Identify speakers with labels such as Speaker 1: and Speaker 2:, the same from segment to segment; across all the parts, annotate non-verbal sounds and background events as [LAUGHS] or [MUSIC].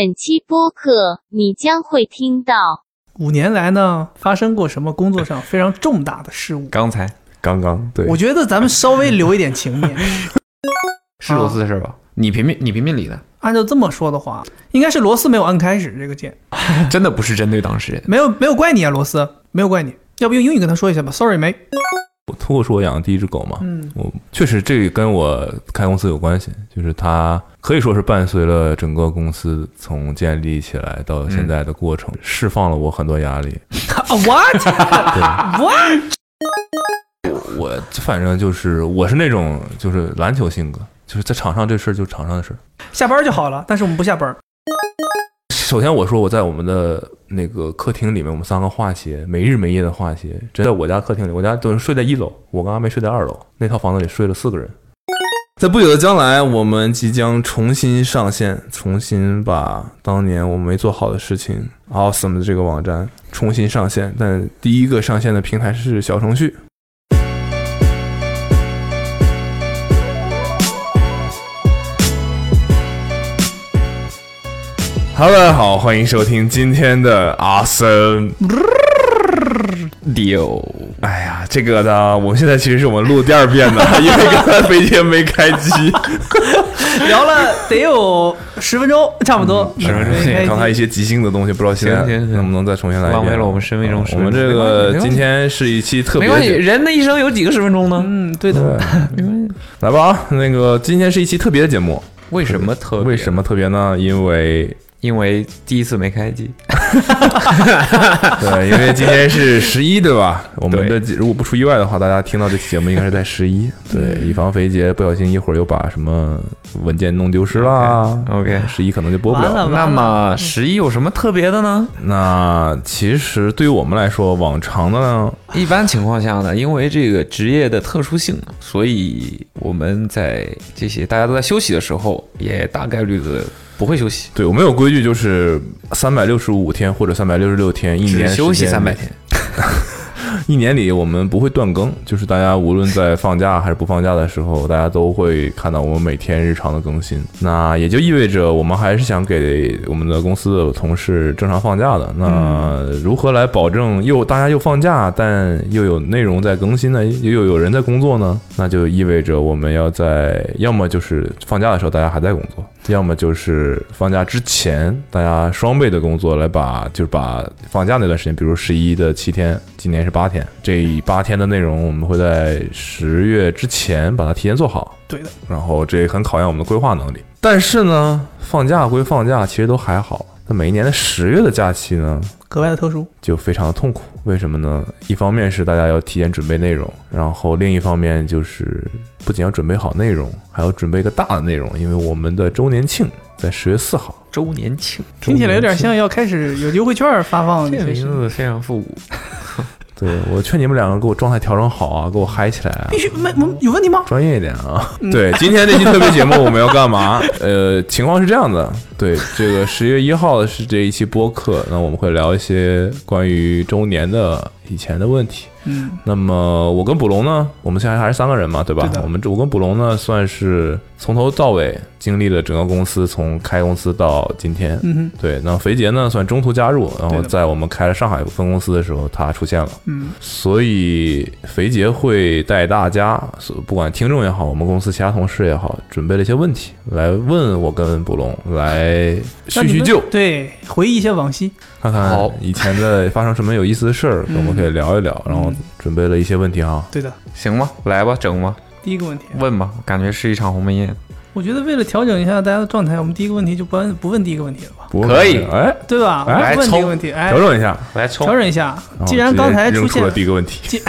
Speaker 1: 本期播客你将会听到
Speaker 2: 五年来呢，发生过什么工作上非常重大的事物？
Speaker 3: 刚才
Speaker 4: 刚刚对，
Speaker 2: 我觉得咱们稍微留一点情面。
Speaker 4: [LAUGHS]
Speaker 3: 是罗斯的事儿吧？你评评你评评理的， [LAUGHS]
Speaker 2: 按照这么说的话，应该是罗斯没有按开始这个键，
Speaker 3: 真的不是针对当事人。
Speaker 2: 没有没有怪你啊，罗斯，没有怪你。要不用英语跟他说一下吧？Sorry，没。
Speaker 4: 我通过说我养的第一只狗嘛，
Speaker 2: 嗯，
Speaker 4: 我确实这个跟我开公司有关系，就是它可以说是伴随了整个公司从建立起来到现在的过程，释放了我很多压力。 [LAUGHS]
Speaker 2: 啊 What？What？
Speaker 4: 我反正就是我是那种就是篮球性格，就是在场上这事儿就是场上的事儿。
Speaker 2: 下班就好了，但是我们不下班。
Speaker 4: 首先我说我在我们的那个客厅里面，我们三个画鞋，没日没夜的画鞋，真的我家客厅里，我家都是睡在一楼，我跟阿梅睡在二楼， [LAUGHS] 那套房子里睡了四个人。在不久的将来，我们即将重新上线，重新把当年我们没做好的事情 Awesome 的这个网站重新上线，但第一个上线的平台是小程序。Hello，大家好，欢迎收听今天的 Awesome Deal。哎呀，这个呢，我们现在其实是我们录第二遍的，因为刚才飞机没开
Speaker 3: [LAUGHS]
Speaker 4: 机，
Speaker 2: 聊了得有十分钟，差不多。
Speaker 4: 嗯十分
Speaker 2: 没开
Speaker 4: 钟，
Speaker 2: 机
Speaker 4: 刚才一些即兴的东西，不知道现在
Speaker 3: 行行行
Speaker 4: 能不能再重新来一遍。
Speaker 3: 浪费了我们生命中十
Speaker 4: 我
Speaker 3: 分
Speaker 4: 们
Speaker 3: 钟
Speaker 4: 这
Speaker 3: 没关系没
Speaker 4: 个
Speaker 3: 关系
Speaker 4: 今天是一期
Speaker 3: [LAUGHS]
Speaker 4: 特
Speaker 3: 没
Speaker 4: 别
Speaker 3: 关系，
Speaker 4: 节，
Speaker 3: 人的一生有几个十分钟呢？
Speaker 2: 嗯，对
Speaker 4: 对
Speaker 2: 的。，
Speaker 4: 没关系。来吧啊，那个今天是一期特别的节目，
Speaker 3: 为什么特别？
Speaker 4: 为什？么特别呢？因为
Speaker 3: 因为第一次没开机。
Speaker 4: [LAUGHS] 对，因为今天是十一，对吧？
Speaker 3: [LAUGHS]
Speaker 4: 我们
Speaker 3: 对嗯
Speaker 4: 的如果不出意外的话，大家听到这期节目应该是在十一。对，以防肥杰不小心一会儿又把什么文件弄丢失啦。
Speaker 3: OK，
Speaker 4: 十一可能就播不
Speaker 2: 完
Speaker 4: 了。
Speaker 2: 了
Speaker 3: 那嗯么十一有什么特别的呢？
Speaker 4: 那其实对于我们来说，往常的呢，
Speaker 3: 一般情况下呢，因为这个职业的特殊性，所以我们在这些大家都在休息的时候，也大概率的不会休息，
Speaker 4: 对我们有规矩，就是三百六十五天或者三百六十六天，一
Speaker 3: 只
Speaker 4: 年
Speaker 3: 休息
Speaker 4: 时间
Speaker 3: 三
Speaker 4: 里
Speaker 3: 百天。
Speaker 4: 一年里我们不会断更，就是大家无论在放假还是不放假的时候，大家都会看到我们每天日常的更新。那也就意味着我们还是想给我们的公司的同事正常放假的。那如何来保证又大家又放假，但又有内容在更新呢？又又有人在工作呢？那就意味着我们要在要么就是放假的时候大家还在工作，要么就是放假之前大家双倍的工作来把就是把放假那段时间，比如十一的七天，今年是八天，这八天的内容我们会在十月之前把它提前做好。
Speaker 2: 对的，
Speaker 4: 然后这也很考验我们的规划能力。但是呢，放假归放假，其实都还好。那每一年的十月的假期呢，
Speaker 2: 格外的特殊。
Speaker 4: 就非常的痛苦。为什么呢？一方面是大家要提前准备内容，然后另一方面就是不仅要准备好内容，还要准备一个大的内容，因为我们的周年庆在十月四号。
Speaker 3: 周年庆，
Speaker 2: 听起来有点像要开始有优惠券发放
Speaker 3: 这
Speaker 2: 的
Speaker 3: 个
Speaker 2: 这是。
Speaker 3: 名字非常复古。
Speaker 4: 对我劝你们两个给我状态调整好啊，给我嗨起来啊
Speaker 2: 必！须没没有问题吗？
Speaker 4: 专业一点啊！对，今天这期特别节目我们要干嘛？ [LAUGHS] 呃，情况是这样的，对，这个十月一号是这一期播客，那我们会聊一些关于周年的以前的问题。
Speaker 2: 嗯，
Speaker 4: 那么我跟捕龙呢，我们现在还是三个人嘛，对吧？
Speaker 2: 对的
Speaker 4: 我们这我跟捕龙呢，算是从头到尾经历了整个公司从开公司到今天。
Speaker 2: 嗯
Speaker 4: 对，那肥杰呢算中途加入，然
Speaker 2: 对
Speaker 4: 后
Speaker 2: 的
Speaker 4: 在我们开了上海分公司的时候，他出现了。
Speaker 2: 嗯，
Speaker 4: 所以肥杰会带大家，所不管听众也好，我们公司其他同事也好，准备了一些问题来问我跟捕龙，来叙叙旧，
Speaker 2: 对，回忆一些往昔。
Speaker 4: 看看
Speaker 3: 好
Speaker 4: 以前的发生什么有意思的事儿，我们可以聊一聊。然后准备了一些问题啊，
Speaker 2: 对的，
Speaker 3: 行吗？来吧，整吧，
Speaker 2: 第一个问题，
Speaker 3: 问吧，感觉是一场鸿门宴。
Speaker 2: 我觉得为了调整一下大家的状态，我们第一个问题就不按不问第一个问题了吧，
Speaker 4: 不问
Speaker 3: 可以
Speaker 4: 哎，
Speaker 2: 对吧？
Speaker 4: 哎
Speaker 2: 不问第一个
Speaker 3: 来抽
Speaker 2: 问题，哎
Speaker 4: 调，整一下。哦
Speaker 3: 来冲
Speaker 2: 调整一下。既然
Speaker 4: 直接
Speaker 2: 刚才出
Speaker 4: 扔
Speaker 2: 现
Speaker 4: 出了第一个问题，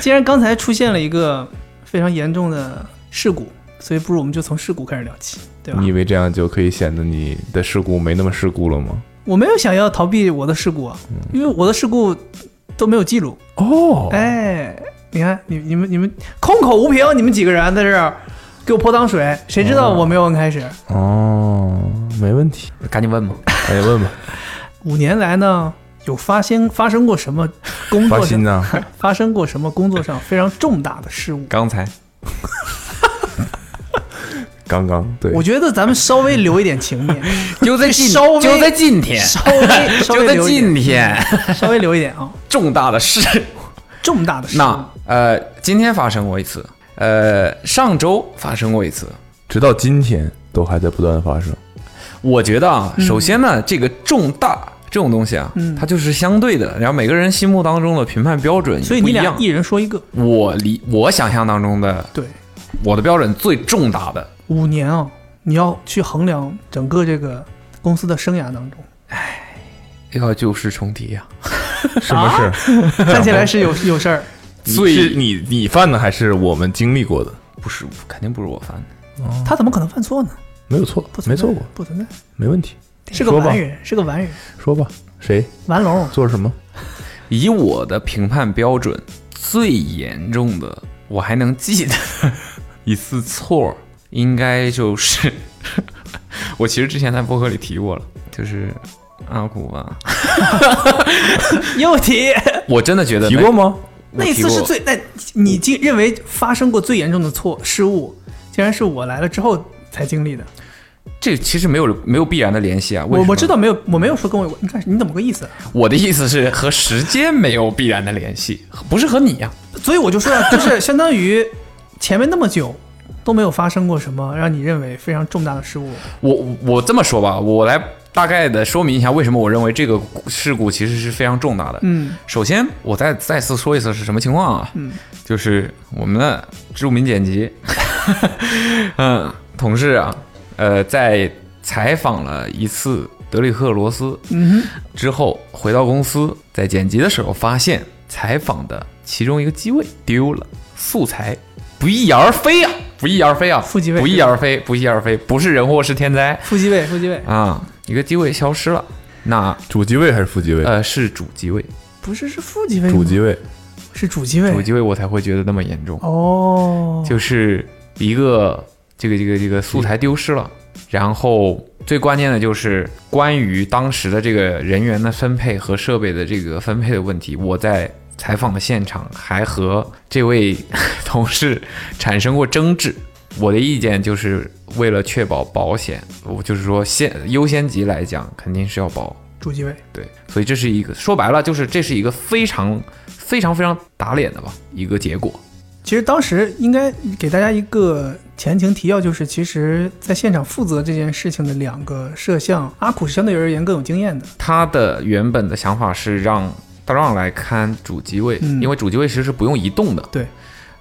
Speaker 2: 既然刚才出现了一个非常严重的事故，所以不如我们就从事故开始聊起，对吧
Speaker 4: 你？以为这样就可以显得你的事故没那么事故了吗？
Speaker 2: 我没有想要逃避我的事故啊，
Speaker 4: 嗯
Speaker 2: 因为我的事故都没有记录。
Speaker 4: 哦，
Speaker 2: 哎，你看，你你们你们空口无凭，你们几个人在这儿给我泼脏水，谁知道我没有摁开始？
Speaker 4: 哦，
Speaker 2: 哎
Speaker 4: 没问题，
Speaker 3: 赶紧问吧。
Speaker 4: 赶紧
Speaker 2: [LAUGHS]
Speaker 4: 问吧。
Speaker 2: 五年来呢，有发生发生过什么工
Speaker 4: 发
Speaker 2: 作
Speaker 4: 心
Speaker 2: 上
Speaker 4: 呢？
Speaker 2: 发生过什么工作上非常重大的失误？
Speaker 3: 刚才
Speaker 4: 刚刚对，
Speaker 2: 我觉得咱们稍微留一点情
Speaker 3: [LAUGHS]
Speaker 2: 面，
Speaker 3: 就在今
Speaker 2: 稍微
Speaker 3: 就在今天，
Speaker 2: 稍微稍
Speaker 3: [LAUGHS] 就
Speaker 2: 微
Speaker 3: 在
Speaker 2: 留一
Speaker 3: 今
Speaker 2: 点，嗯
Speaker 3: 天，
Speaker 2: 稍微留一点啊，
Speaker 3: 重大的事。
Speaker 2: 重大的事。
Speaker 3: 那呃，今天发生过一次，呃，上周发生过一次。
Speaker 4: 直到今天都还在不断的
Speaker 2: [LAUGHS]
Speaker 4: 发生。
Speaker 3: 我觉得啊，
Speaker 2: 嗯
Speaker 3: 首先呢，这个重大这种东西啊，它就是相对的，然后每个人心目当中的评判标准也
Speaker 2: 所以
Speaker 3: 不
Speaker 2: 你
Speaker 3: 一
Speaker 2: 俩
Speaker 3: 样
Speaker 2: 一。人说一个，
Speaker 3: 我理我想象当中的，
Speaker 2: 对，
Speaker 3: 我的标准最重大的，
Speaker 2: 五年啊，你要去衡量整个这个公司的生涯当中，
Speaker 3: 要就是重叠啊呀、
Speaker 4: 什么事儿？
Speaker 2: 看起来是
Speaker 3: [LAUGHS]
Speaker 2: 有有事儿，
Speaker 4: 你
Speaker 3: 最
Speaker 4: 是你你犯的还是我们经历过的？
Speaker 3: 不是，肯定不是我犯的。
Speaker 2: 他怎么可能犯错呢？
Speaker 4: 没有错
Speaker 2: 不，存
Speaker 4: 没
Speaker 2: 在
Speaker 4: 错过，
Speaker 2: 不存在，
Speaker 4: 没问题。
Speaker 2: 是个
Speaker 4: 说吧
Speaker 2: 完人，是个完人，
Speaker 4: 说吧，谁
Speaker 2: 完
Speaker 3: [LAUGHS]
Speaker 2: 龙。
Speaker 4: 做什么？
Speaker 3: 以我的评判标准，最严重的，我还能记得一次错儿，应该就是 [LAUGHS] 我其实之前在博客里提过了，就是阿古吧，
Speaker 2: 又提
Speaker 3: 我真的觉得
Speaker 4: 提过吗？
Speaker 3: 我
Speaker 2: 那
Speaker 3: 提
Speaker 2: 次是
Speaker 3: 过
Speaker 2: 最，那你经认为发生过最严重的错失误，竟然是我来了之后才经历的。
Speaker 3: 这其实没有没有必然的联系啊。为
Speaker 2: 我
Speaker 3: 什么
Speaker 2: 我知道没有，我没有说跟我，你看你怎么个意思？
Speaker 3: 我的意思是和时间没有必然的联系，不是和你呀、
Speaker 2: 所以我就说啊，就是 [LAUGHS] 相当于前面那么久都没有发生过什么让你认为非常重大的失误。
Speaker 3: 我我我这么说吧，我来大概的说明一下为什么我认为这个事故其实是非常重大的。
Speaker 2: 嗯，
Speaker 3: 首先，我再再次说一次是什么情况啊？
Speaker 2: 嗯，
Speaker 3: 就是我们的著名剪辑， [LAUGHS] 嗯，同事啊，呃，在采访了一次德里克罗斯，
Speaker 2: 嗯
Speaker 3: 之后回到公司，在剪辑的时候发现采访的其中一个机位丢了，素材不翼而飞啊，不翼而飞啊，
Speaker 2: 副机位
Speaker 3: 不翼而飞，不翼而飞，不是人祸是天灾
Speaker 2: 副机位，副机位
Speaker 3: 啊，一个机位消失了。那
Speaker 4: 主机位还是副机位？
Speaker 3: 呃是主机位，
Speaker 2: 不是是副机位吗，
Speaker 4: 主机位，
Speaker 2: 是主机位，
Speaker 3: 主机位我才会觉得那么严重，
Speaker 2: 哦，
Speaker 3: 就是一个这个这个这个素材丢失了，然后最关键的就是关于当时的这个人员的分配和设备的这个分配的问题，我在采访的现场还和这位同事产生过争执。我的意见就是为了确保保险，我就是说先优先级来讲，肯定是要保
Speaker 2: 主机位，
Speaker 3: 对，所以这是一个说白了就是这是一个非常非常非常打脸的吧一个结果。
Speaker 2: 其实当时应该给大家一个前情提要，就是其实在现场负责这件事情的两个摄像，阿苦是相对而言更有经验的。
Speaker 3: 他的原本的想法是让大壮来看主机位，
Speaker 2: 嗯
Speaker 3: 因为主机位其实是不用移动的。
Speaker 2: 对。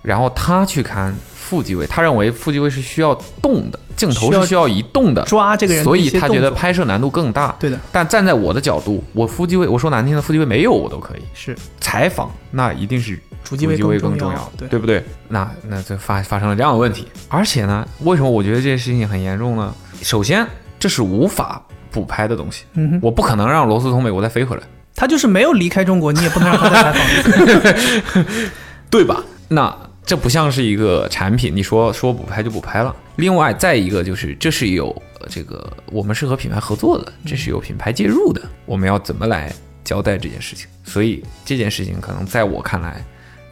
Speaker 3: 然后他去看副机位，他认为副机位是需要动的，镜头
Speaker 2: 需要
Speaker 3: 是需要移动的，
Speaker 2: 抓这个人的
Speaker 3: 所
Speaker 2: 一
Speaker 3: 以
Speaker 2: 些动作，
Speaker 3: 他觉得拍摄难度更大。
Speaker 2: 对的，
Speaker 3: 但站在我的角度，我副机位，我说难听的，副机位没有我都可以。
Speaker 2: 是
Speaker 3: 采访那一定是
Speaker 2: 主机位
Speaker 3: 主
Speaker 2: 更
Speaker 3: 更
Speaker 2: 重要
Speaker 3: 要，
Speaker 2: 对
Speaker 3: 不对？那那就发发生了这样的问题，而且呢，为什么我觉得这件事情很严重呢？首先，这是无法补拍的东西，
Speaker 2: 嗯哼
Speaker 3: 我不可能让罗斯从美国再飞回来，
Speaker 2: 他就是没有离开中国，你也不能让他
Speaker 3: [LAUGHS]
Speaker 2: 再采访。
Speaker 3: 对吧？那这不像是一个产品，你说说补拍就补拍了。另外，再一个就是，这是有呃这个我们是和品牌合作的，这是有品牌介入的，我们要怎么来交代这件事情？所以这件事情可能在我看来，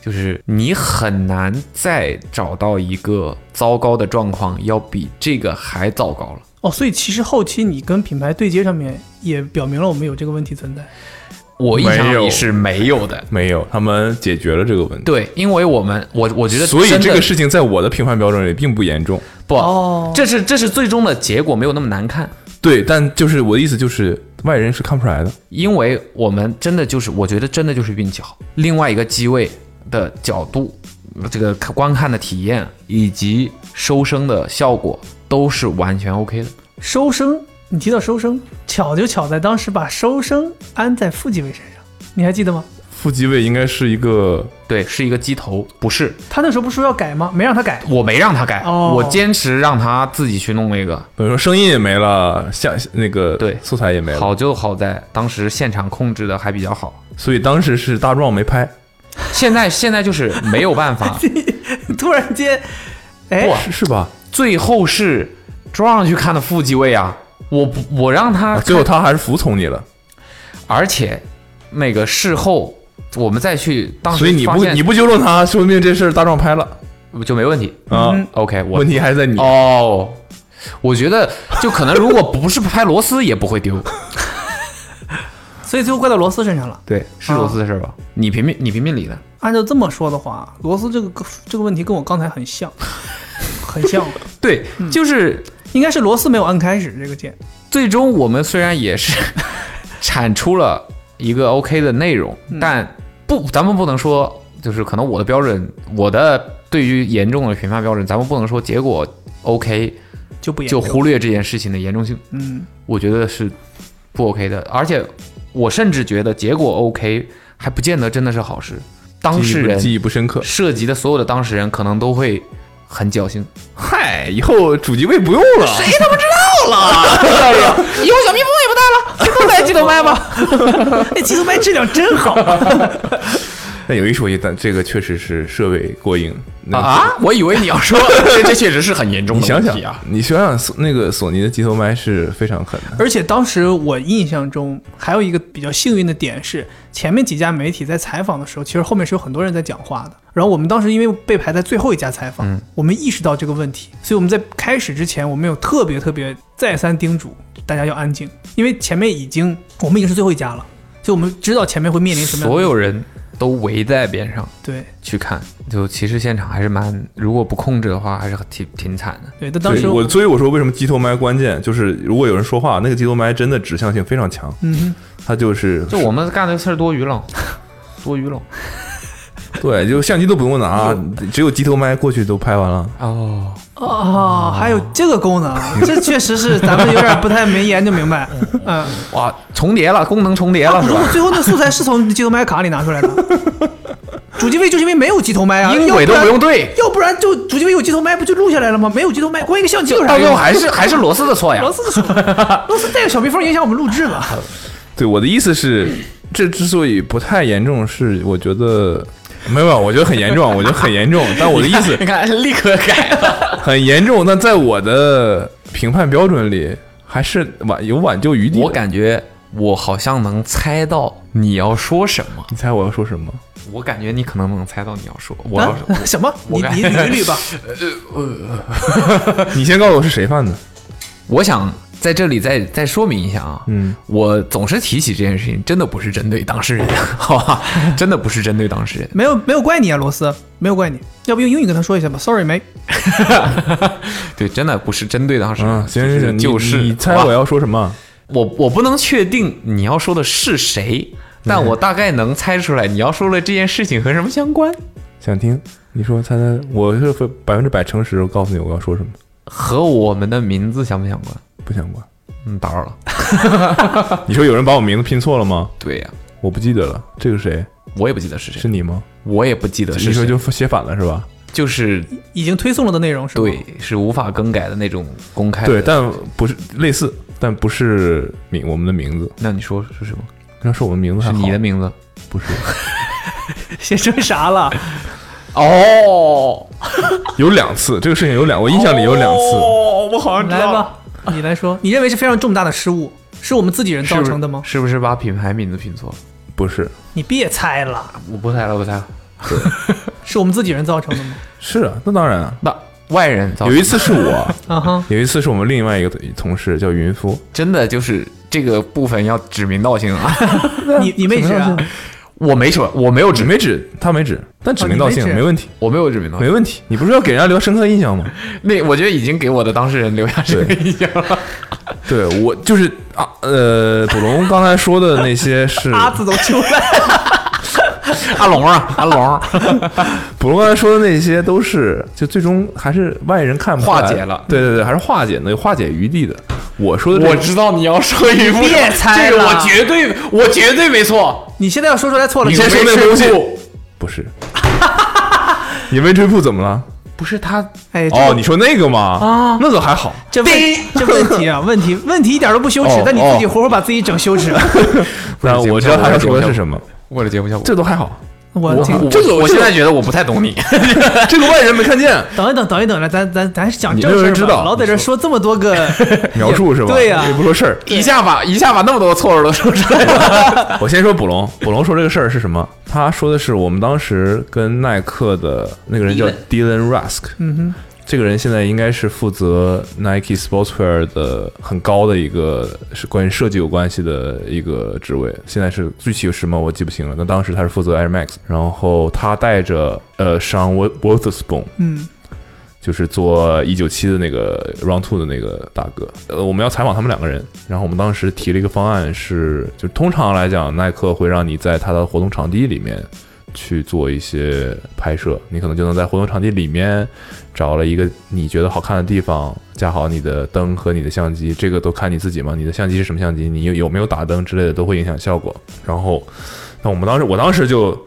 Speaker 3: 就是你很难再找到一个糟糕的状况，要比这个还糟糕了。
Speaker 2: 哦，所以其实后期你跟品牌对接上面也表明了我们有这个问题存在。
Speaker 3: 我印
Speaker 4: 没
Speaker 3: 象
Speaker 4: 有
Speaker 3: 里是没有的。
Speaker 4: 没有，他们解决了这个问题。
Speaker 3: 对，因为我们我我觉得
Speaker 4: 所以
Speaker 3: 真的
Speaker 4: 这个事情在我的评判标准里并不严重。
Speaker 3: 不，
Speaker 2: 哦
Speaker 3: 这是这是最终的结果没有那么难看。
Speaker 4: 对，但就是我的意思就是，外人是看不出来的。
Speaker 3: 因为我们真的就是，我觉得真的就是运气好。另外一个机位的角度，这个看观看的体验以及收声的效果都是完全 OK 的。
Speaker 2: 收声，你提到收声，巧就巧在当时把收声安在副机位身上，你还记得吗？
Speaker 4: 副机位应该是一个
Speaker 3: 对，是一个机头，不是
Speaker 2: 他那时候不是说要改吗？没让他
Speaker 3: [LAUGHS]
Speaker 2: 改。
Speaker 3: 我没让他改，
Speaker 2: 哦
Speaker 3: 我坚持让他自己去弄那个。
Speaker 4: 等于说声音也没了，像那个
Speaker 3: 对
Speaker 4: 素材也没了，
Speaker 3: 好就好在当时现场控制的还比较好，
Speaker 4: 所以当时是大壮没拍，
Speaker 3: 现在现在就是没有办
Speaker 4: [LAUGHS]
Speaker 3: 法，
Speaker 2: 突然间，哎，
Speaker 4: 是是吧？
Speaker 3: 最后是抓上去看的副机位啊，我不我让他
Speaker 4: 啊
Speaker 3: 看
Speaker 4: 最后他还是服从你了，
Speaker 3: 而且那个事后我们再去，当时
Speaker 4: 所以你
Speaker 3: 发
Speaker 4: 不
Speaker 3: 现
Speaker 4: 你不纠正他，说明这事儿大壮拍了
Speaker 3: 就没问题。
Speaker 4: 啊。
Speaker 2: 嗯
Speaker 3: OK，我
Speaker 4: 问题还在你，
Speaker 3: 哦，我觉得就可能如果不是拍螺丝也不会
Speaker 4: [LAUGHS]
Speaker 3: 丢。
Speaker 2: 所以最后怪到罗斯身上了。
Speaker 3: 对，是螺丝的事儿吧？
Speaker 4: 哦
Speaker 3: 你评评你评评理
Speaker 4: 嗯
Speaker 3: 呢？
Speaker 2: 按照这么说的话，罗斯这个这个问题跟我刚才很像， [LAUGHS] 很像，
Speaker 3: 对，就是
Speaker 2: 应该是罗斯没有按开始这个键。
Speaker 3: 最终我们虽然也是 [LAUGHS] 产出了一个 OK 的内容，
Speaker 4: 嗯
Speaker 3: 但不，咱们不能说就是可能我的标准，我的对于严重的评判标准，咱们不能说结果 OK
Speaker 2: 就不严
Speaker 3: 就
Speaker 2: 重
Speaker 3: 忽略这件事情的严重性，
Speaker 2: 嗯，
Speaker 3: 我觉得是不 OK 的。而且我甚至觉得结果 OK 还不见得真的是好事，当
Speaker 4: 记忆
Speaker 3: 事
Speaker 4: 不
Speaker 3: 人
Speaker 4: 记忆不深刻。
Speaker 3: 涉及的所有的当事人可能都会很侥幸。
Speaker 4: 嗨，以后主机位不用了，谁
Speaker 3: 以后小蜜蜂也不带了，全都带鸡头麦吧。
Speaker 2: 那基督麦质量真好， [LAUGHS]
Speaker 4: 但有一说一，但这个确实是设备过硬那
Speaker 3: [LAUGHS]
Speaker 4: 个
Speaker 3: 啊！我以为你要
Speaker 4: [LAUGHS]
Speaker 3: 说，这确实是很严重
Speaker 4: 你
Speaker 3: 的
Speaker 4: 想
Speaker 3: 问
Speaker 4: 想
Speaker 3: 题啊！，
Speaker 4: 你想想索那个索尼的机头麦是非常狠的，
Speaker 2: 而且当时我印象中还有一个比较幸运的点是，前面几家媒体在采访的时候，其实后面是有很多人在讲话的。然后我们当时因为被排在最后一家采访，
Speaker 3: 嗯
Speaker 2: 我们意识到这个问题，所以我们在开始之前，我们有特别特别再三叮嘱大家要安静，因为前面已经我们已经是最后一家了，所以我们知道前面会面临什么样的
Speaker 3: 所有人都围在边上
Speaker 2: 对
Speaker 3: 去看，就其实现场还是蛮，如果不控制的话，还是挺挺惨的。
Speaker 2: 对。但当时
Speaker 4: 对我所以我说为什么机头麦关键，就是如果有人说话，那个机头麦真的指向性非常强，
Speaker 2: 嗯
Speaker 4: 它就是
Speaker 3: 就我们干的事儿多余了，多余了。
Speaker 4: [LAUGHS] 对，就相机都不用拿，只有机头麦过去都拍完了。
Speaker 3: 哦，
Speaker 2: 哼哦，
Speaker 3: 啊
Speaker 2: 还有这个功能，啊
Speaker 3: [LAUGHS]
Speaker 2: 这确实是咱们有点不太没研究明白，嗯。
Speaker 3: 哇，重叠了，功能重叠了是
Speaker 2: 如果
Speaker 3: 吧？
Speaker 2: 最后那素材是从机头麦卡里拿出
Speaker 3: [LAUGHS]
Speaker 2: 来的，主机位就是因为没有机头麦啊，
Speaker 3: 英轨都不用
Speaker 2: [LAUGHS]
Speaker 3: 对，
Speaker 2: 要不然，要不然就主机位有机头麦不就录下来了吗？没有机头麦，光一个相机有啥
Speaker 3: 到
Speaker 2: 用？
Speaker 3: 最后还是还是罗斯的错呀
Speaker 2: [LAUGHS] 罗。斯的手，罗斯带个小蜜蜂影响我们录制了。
Speaker 4: 对，我的意思是，这之所以不太严重，是我觉得没有，我觉得很严重，我觉得很严重。但我的意思 [LAUGHS]
Speaker 3: 你看，立刻改 [LAUGHS] 了。
Speaker 4: 很严重，但在我的评判标准里，还是挽有挽救余地的。
Speaker 3: 我感觉我好像能猜到你要说什么，
Speaker 4: 你猜我要说什么？
Speaker 3: 我感觉你可能能猜到你要说， [LAUGHS] 我要
Speaker 2: 啊 [LAUGHS] 什么？
Speaker 3: 我
Speaker 2: 你
Speaker 3: 感
Speaker 2: 你
Speaker 3: 觉
Speaker 2: 捋一捋
Speaker 3: [LAUGHS]
Speaker 2: 吧。
Speaker 4: 你先告诉我是谁犯的。
Speaker 3: 我想在这里再再说明一下啊，
Speaker 4: 嗯，
Speaker 3: 我总是提起这件事情，真的不是针对当事人， [LAUGHS] 好吧，真的不是针对当事人。 [LAUGHS]
Speaker 2: 没有没有怪你啊，罗斯，没有怪你。要不用英语跟他说一下吧？Sorry，没。
Speaker 3: 对，真的不是针对当事人，
Speaker 4: 嗯，行行行，
Speaker 3: 就
Speaker 4: 你
Speaker 3: 是
Speaker 4: 你猜
Speaker 3: 好吧
Speaker 4: 我要说什么？
Speaker 3: 我我不能确定你要说的是谁，但我大概能猜出来你要说的这件事情和什么相关，
Speaker 4: 想听？你说猜猜，我是百分之百诚实，我告诉你我要说什么，
Speaker 3: 和我们的名字相不相关？
Speaker 4: 不相
Speaker 3: [LAUGHS]
Speaker 4: 关。
Speaker 3: 嗯，打扰了。
Speaker 4: 你说有人把我名字拼错了吗？
Speaker 3: 对呀、
Speaker 4: 我不记得了，这个谁
Speaker 3: 我也不记得是谁，
Speaker 4: 是你吗？
Speaker 3: 我也不记得
Speaker 4: 你
Speaker 3: 是
Speaker 4: 说
Speaker 3: 谁，
Speaker 4: 就写反了是吧？
Speaker 3: 就是
Speaker 2: 已经推送了的内容是吧？
Speaker 3: 对，是无法更改的那种公开的。
Speaker 4: 对，但不是类似，但不是名我们的名字。
Speaker 3: 那你说是什么？
Speaker 4: 要说我们名字还
Speaker 3: 是
Speaker 4: 好
Speaker 3: 你的名字？
Speaker 4: 不是？
Speaker 2: 写成啥了？
Speaker 3: 哦，
Speaker 4: 有两次这个事情有两，我印象里有两次，
Speaker 3: 哦，我好像
Speaker 2: 来吧，你来说，你认为是非常重大的失误，是我们自己人造成的吗？
Speaker 3: 是不是把品牌名字拼错了？
Speaker 4: [LAUGHS] 不是
Speaker 2: 你别猜了，
Speaker 3: 我不猜了，不猜了。
Speaker 2: 是我们自己人造成的吗？
Speaker 4: 是啊，那当然啊。
Speaker 3: 那外人造
Speaker 4: 有
Speaker 3: 成
Speaker 4: 一次是我，
Speaker 2: [LAUGHS] 啊哈。
Speaker 4: 有一次是我们另外一个同事叫云夫，
Speaker 3: 真的就是这个部分要指名道姓啊！
Speaker 2: 你你没指啊？
Speaker 3: [LAUGHS] 我没说，我没有指
Speaker 4: 指
Speaker 3: 名，
Speaker 4: 没指，他没指，但指名道姓
Speaker 2: 哦你没指
Speaker 4: 没问题，
Speaker 3: 我没有指名道
Speaker 4: 没
Speaker 3: 姓。
Speaker 4: 问题。你不是要给人家留深刻的印象吗？
Speaker 3: 那我觉得已经给我的当事人留下这个印象了。
Speaker 4: 对我就是啊，呃，卜龙刚才说的那
Speaker 2: [LAUGHS]
Speaker 4: 些是
Speaker 2: 啊字都出
Speaker 4: [LAUGHS]
Speaker 2: 来，
Speaker 3: 阿龙 [LAUGHS] 啊，阿龙
Speaker 4: 卜龙刚才说的那些都是，就最终还是外人看不出来
Speaker 3: 化解了
Speaker 4: 对对对，还是化解呢，有化解余地的。我说的这
Speaker 3: 我
Speaker 4: 个
Speaker 3: 知道你要说一副，
Speaker 2: 别猜
Speaker 3: [LAUGHS] 这个
Speaker 2: 了
Speaker 3: 我绝对，我绝对没错。
Speaker 2: 你现在要说出来错了，
Speaker 4: 你
Speaker 2: 就
Speaker 4: 先
Speaker 2: 是
Speaker 4: 说那个
Speaker 3: 没
Speaker 4: 东西
Speaker 3: 吃
Speaker 4: 不是，你没追铺怎么了？
Speaker 3: 不是他，
Speaker 2: 哎，这
Speaker 4: 哦，
Speaker 2: 个
Speaker 4: 你说那个吗？啊，那个还好，
Speaker 2: 这问这问
Speaker 4: [LAUGHS]
Speaker 2: 题啊，问题问题一点都不羞耻
Speaker 4: 哦，
Speaker 2: 但你自己活活把自己整羞耻了。
Speaker 4: 那
Speaker 3: 节目
Speaker 4: 我知
Speaker 3: 效
Speaker 4: 道
Speaker 3: 果
Speaker 4: 他要
Speaker 3: 节目
Speaker 4: 说的
Speaker 3: 效果
Speaker 4: 是什么，
Speaker 3: 为了节目效果，
Speaker 4: 这都还好。
Speaker 2: 我挺
Speaker 3: 我
Speaker 4: 这个
Speaker 3: 我
Speaker 4: 这
Speaker 3: 现
Speaker 4: 个
Speaker 3: 在觉得我不太懂你。
Speaker 4: 这个外人没看
Speaker 3: [LAUGHS]
Speaker 4: 见，
Speaker 2: 等一等，等一等来，咱咱咱是讲
Speaker 4: 你
Speaker 2: 正
Speaker 4: 没有
Speaker 2: 事
Speaker 4: 人
Speaker 2: 儿
Speaker 4: 知
Speaker 2: 吧
Speaker 4: 道
Speaker 2: 老在这说这么多
Speaker 4: [LAUGHS]
Speaker 2: 个
Speaker 4: 描述是吧？
Speaker 2: 对呀
Speaker 4: 也不说事儿。
Speaker 3: 一下把一下把那么多错误都说出来了。
Speaker 4: [LAUGHS] 我先说卜龙，卜龙说这个事儿是什么？他说的是我们当时跟耐克的那个人叫 Dylan Rusk，
Speaker 2: 嗯哼，
Speaker 4: 这个人现在应该是负责 Nike Sportswear 的很高的一个是关于设计有关系的一个职位，现在是具体有什么我记不清了。那当时他是负责 Air Max，然后他带着呃 Sean Wor- Wortherspoon，
Speaker 2: 嗯，
Speaker 4: 就是做一九七的那个 Round Two 的那个大哥，呃，我们要采访他们两个人，然后我们当时提了一个方案是，就通常来讲，耐克会让你在他的活动场地里面去做一些拍摄，你可能就能在活动场地里面找了一个你觉得好看的地方，架好你的灯和你的相机，这个都看你自己嘛，你的相机是什么相机，你有有没有打灯之类的都会影响效果。然后，那我们当时，我当时就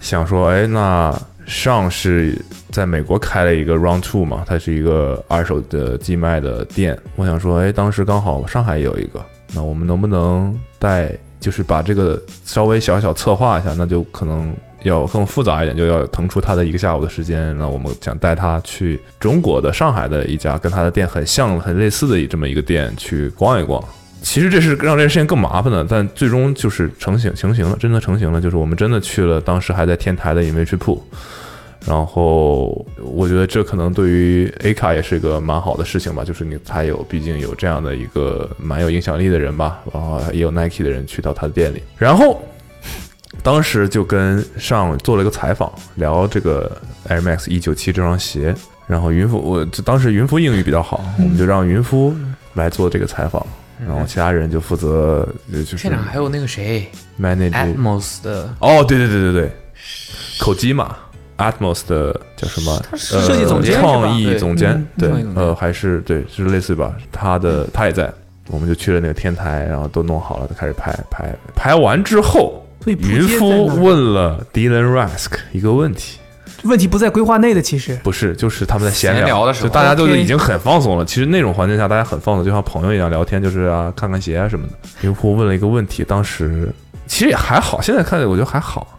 Speaker 4: 想说，哎，那上是在美国开了一个 Round Two 嘛，它是一个二手的寄卖的店。我想说，哎，当时刚好上海也有一个，那我们能不能带，就是把这个稍微小小策划一下，那就可能。要更复杂一点，就要腾出他的一个下午的时间。那我们想带他去中国的上海的一家跟他的店很像、很类似的这么一个店去逛一逛。其实这是让这件事情更麻烦的，但最终就是成型成型了，真的成型了。就是我们真的去了，当时还在天台的 Image Pool，然后我觉得这可能对于 A 卡也是一个蛮好的事情吧，就是你他有毕竟有这样的一个蛮有影响力的人吧，然后也有 Nike 的人去到他的店里，然后 [LAUGHS] 当时就跟上做了一个采访，聊这个 Air Max 一九七这双鞋。然后云夫，我就当时云夫英语比较好，我们就让云夫来做这个采访，然后其他人就负责呃就是
Speaker 5: [LAUGHS] 现场还有那个谁
Speaker 3: 嗯
Speaker 4: manage。
Speaker 5: ，Atmos 的
Speaker 4: 哦，对对对对对，口基嘛，Atmos 的叫什么？呃
Speaker 2: 设计总监是吧
Speaker 4: 创意
Speaker 5: 对
Speaker 4: 总监
Speaker 2: 嗯，
Speaker 4: 对
Speaker 5: 创意总，监
Speaker 4: 呃，还是对，是类似吧？他的他也在，我们就去了那个天台，然后都弄好了，就开始拍拍拍完之后，
Speaker 2: 所以扑街
Speaker 4: 云夫
Speaker 2: 在哪
Speaker 4: 问了 Dylan Rask 一个问题，
Speaker 2: 问题不在规划内的，其实
Speaker 4: 不是，就是他们在
Speaker 5: 闲聊的时候
Speaker 4: 就大家都
Speaker 2: 哦 OK
Speaker 4: 已经很放松了。其实那种环境下，大家很放松，就像朋友一样聊天，就是啊，看看鞋啊什么的。刘璞问了一个问题，当时其实也还好，现在看我觉得还好。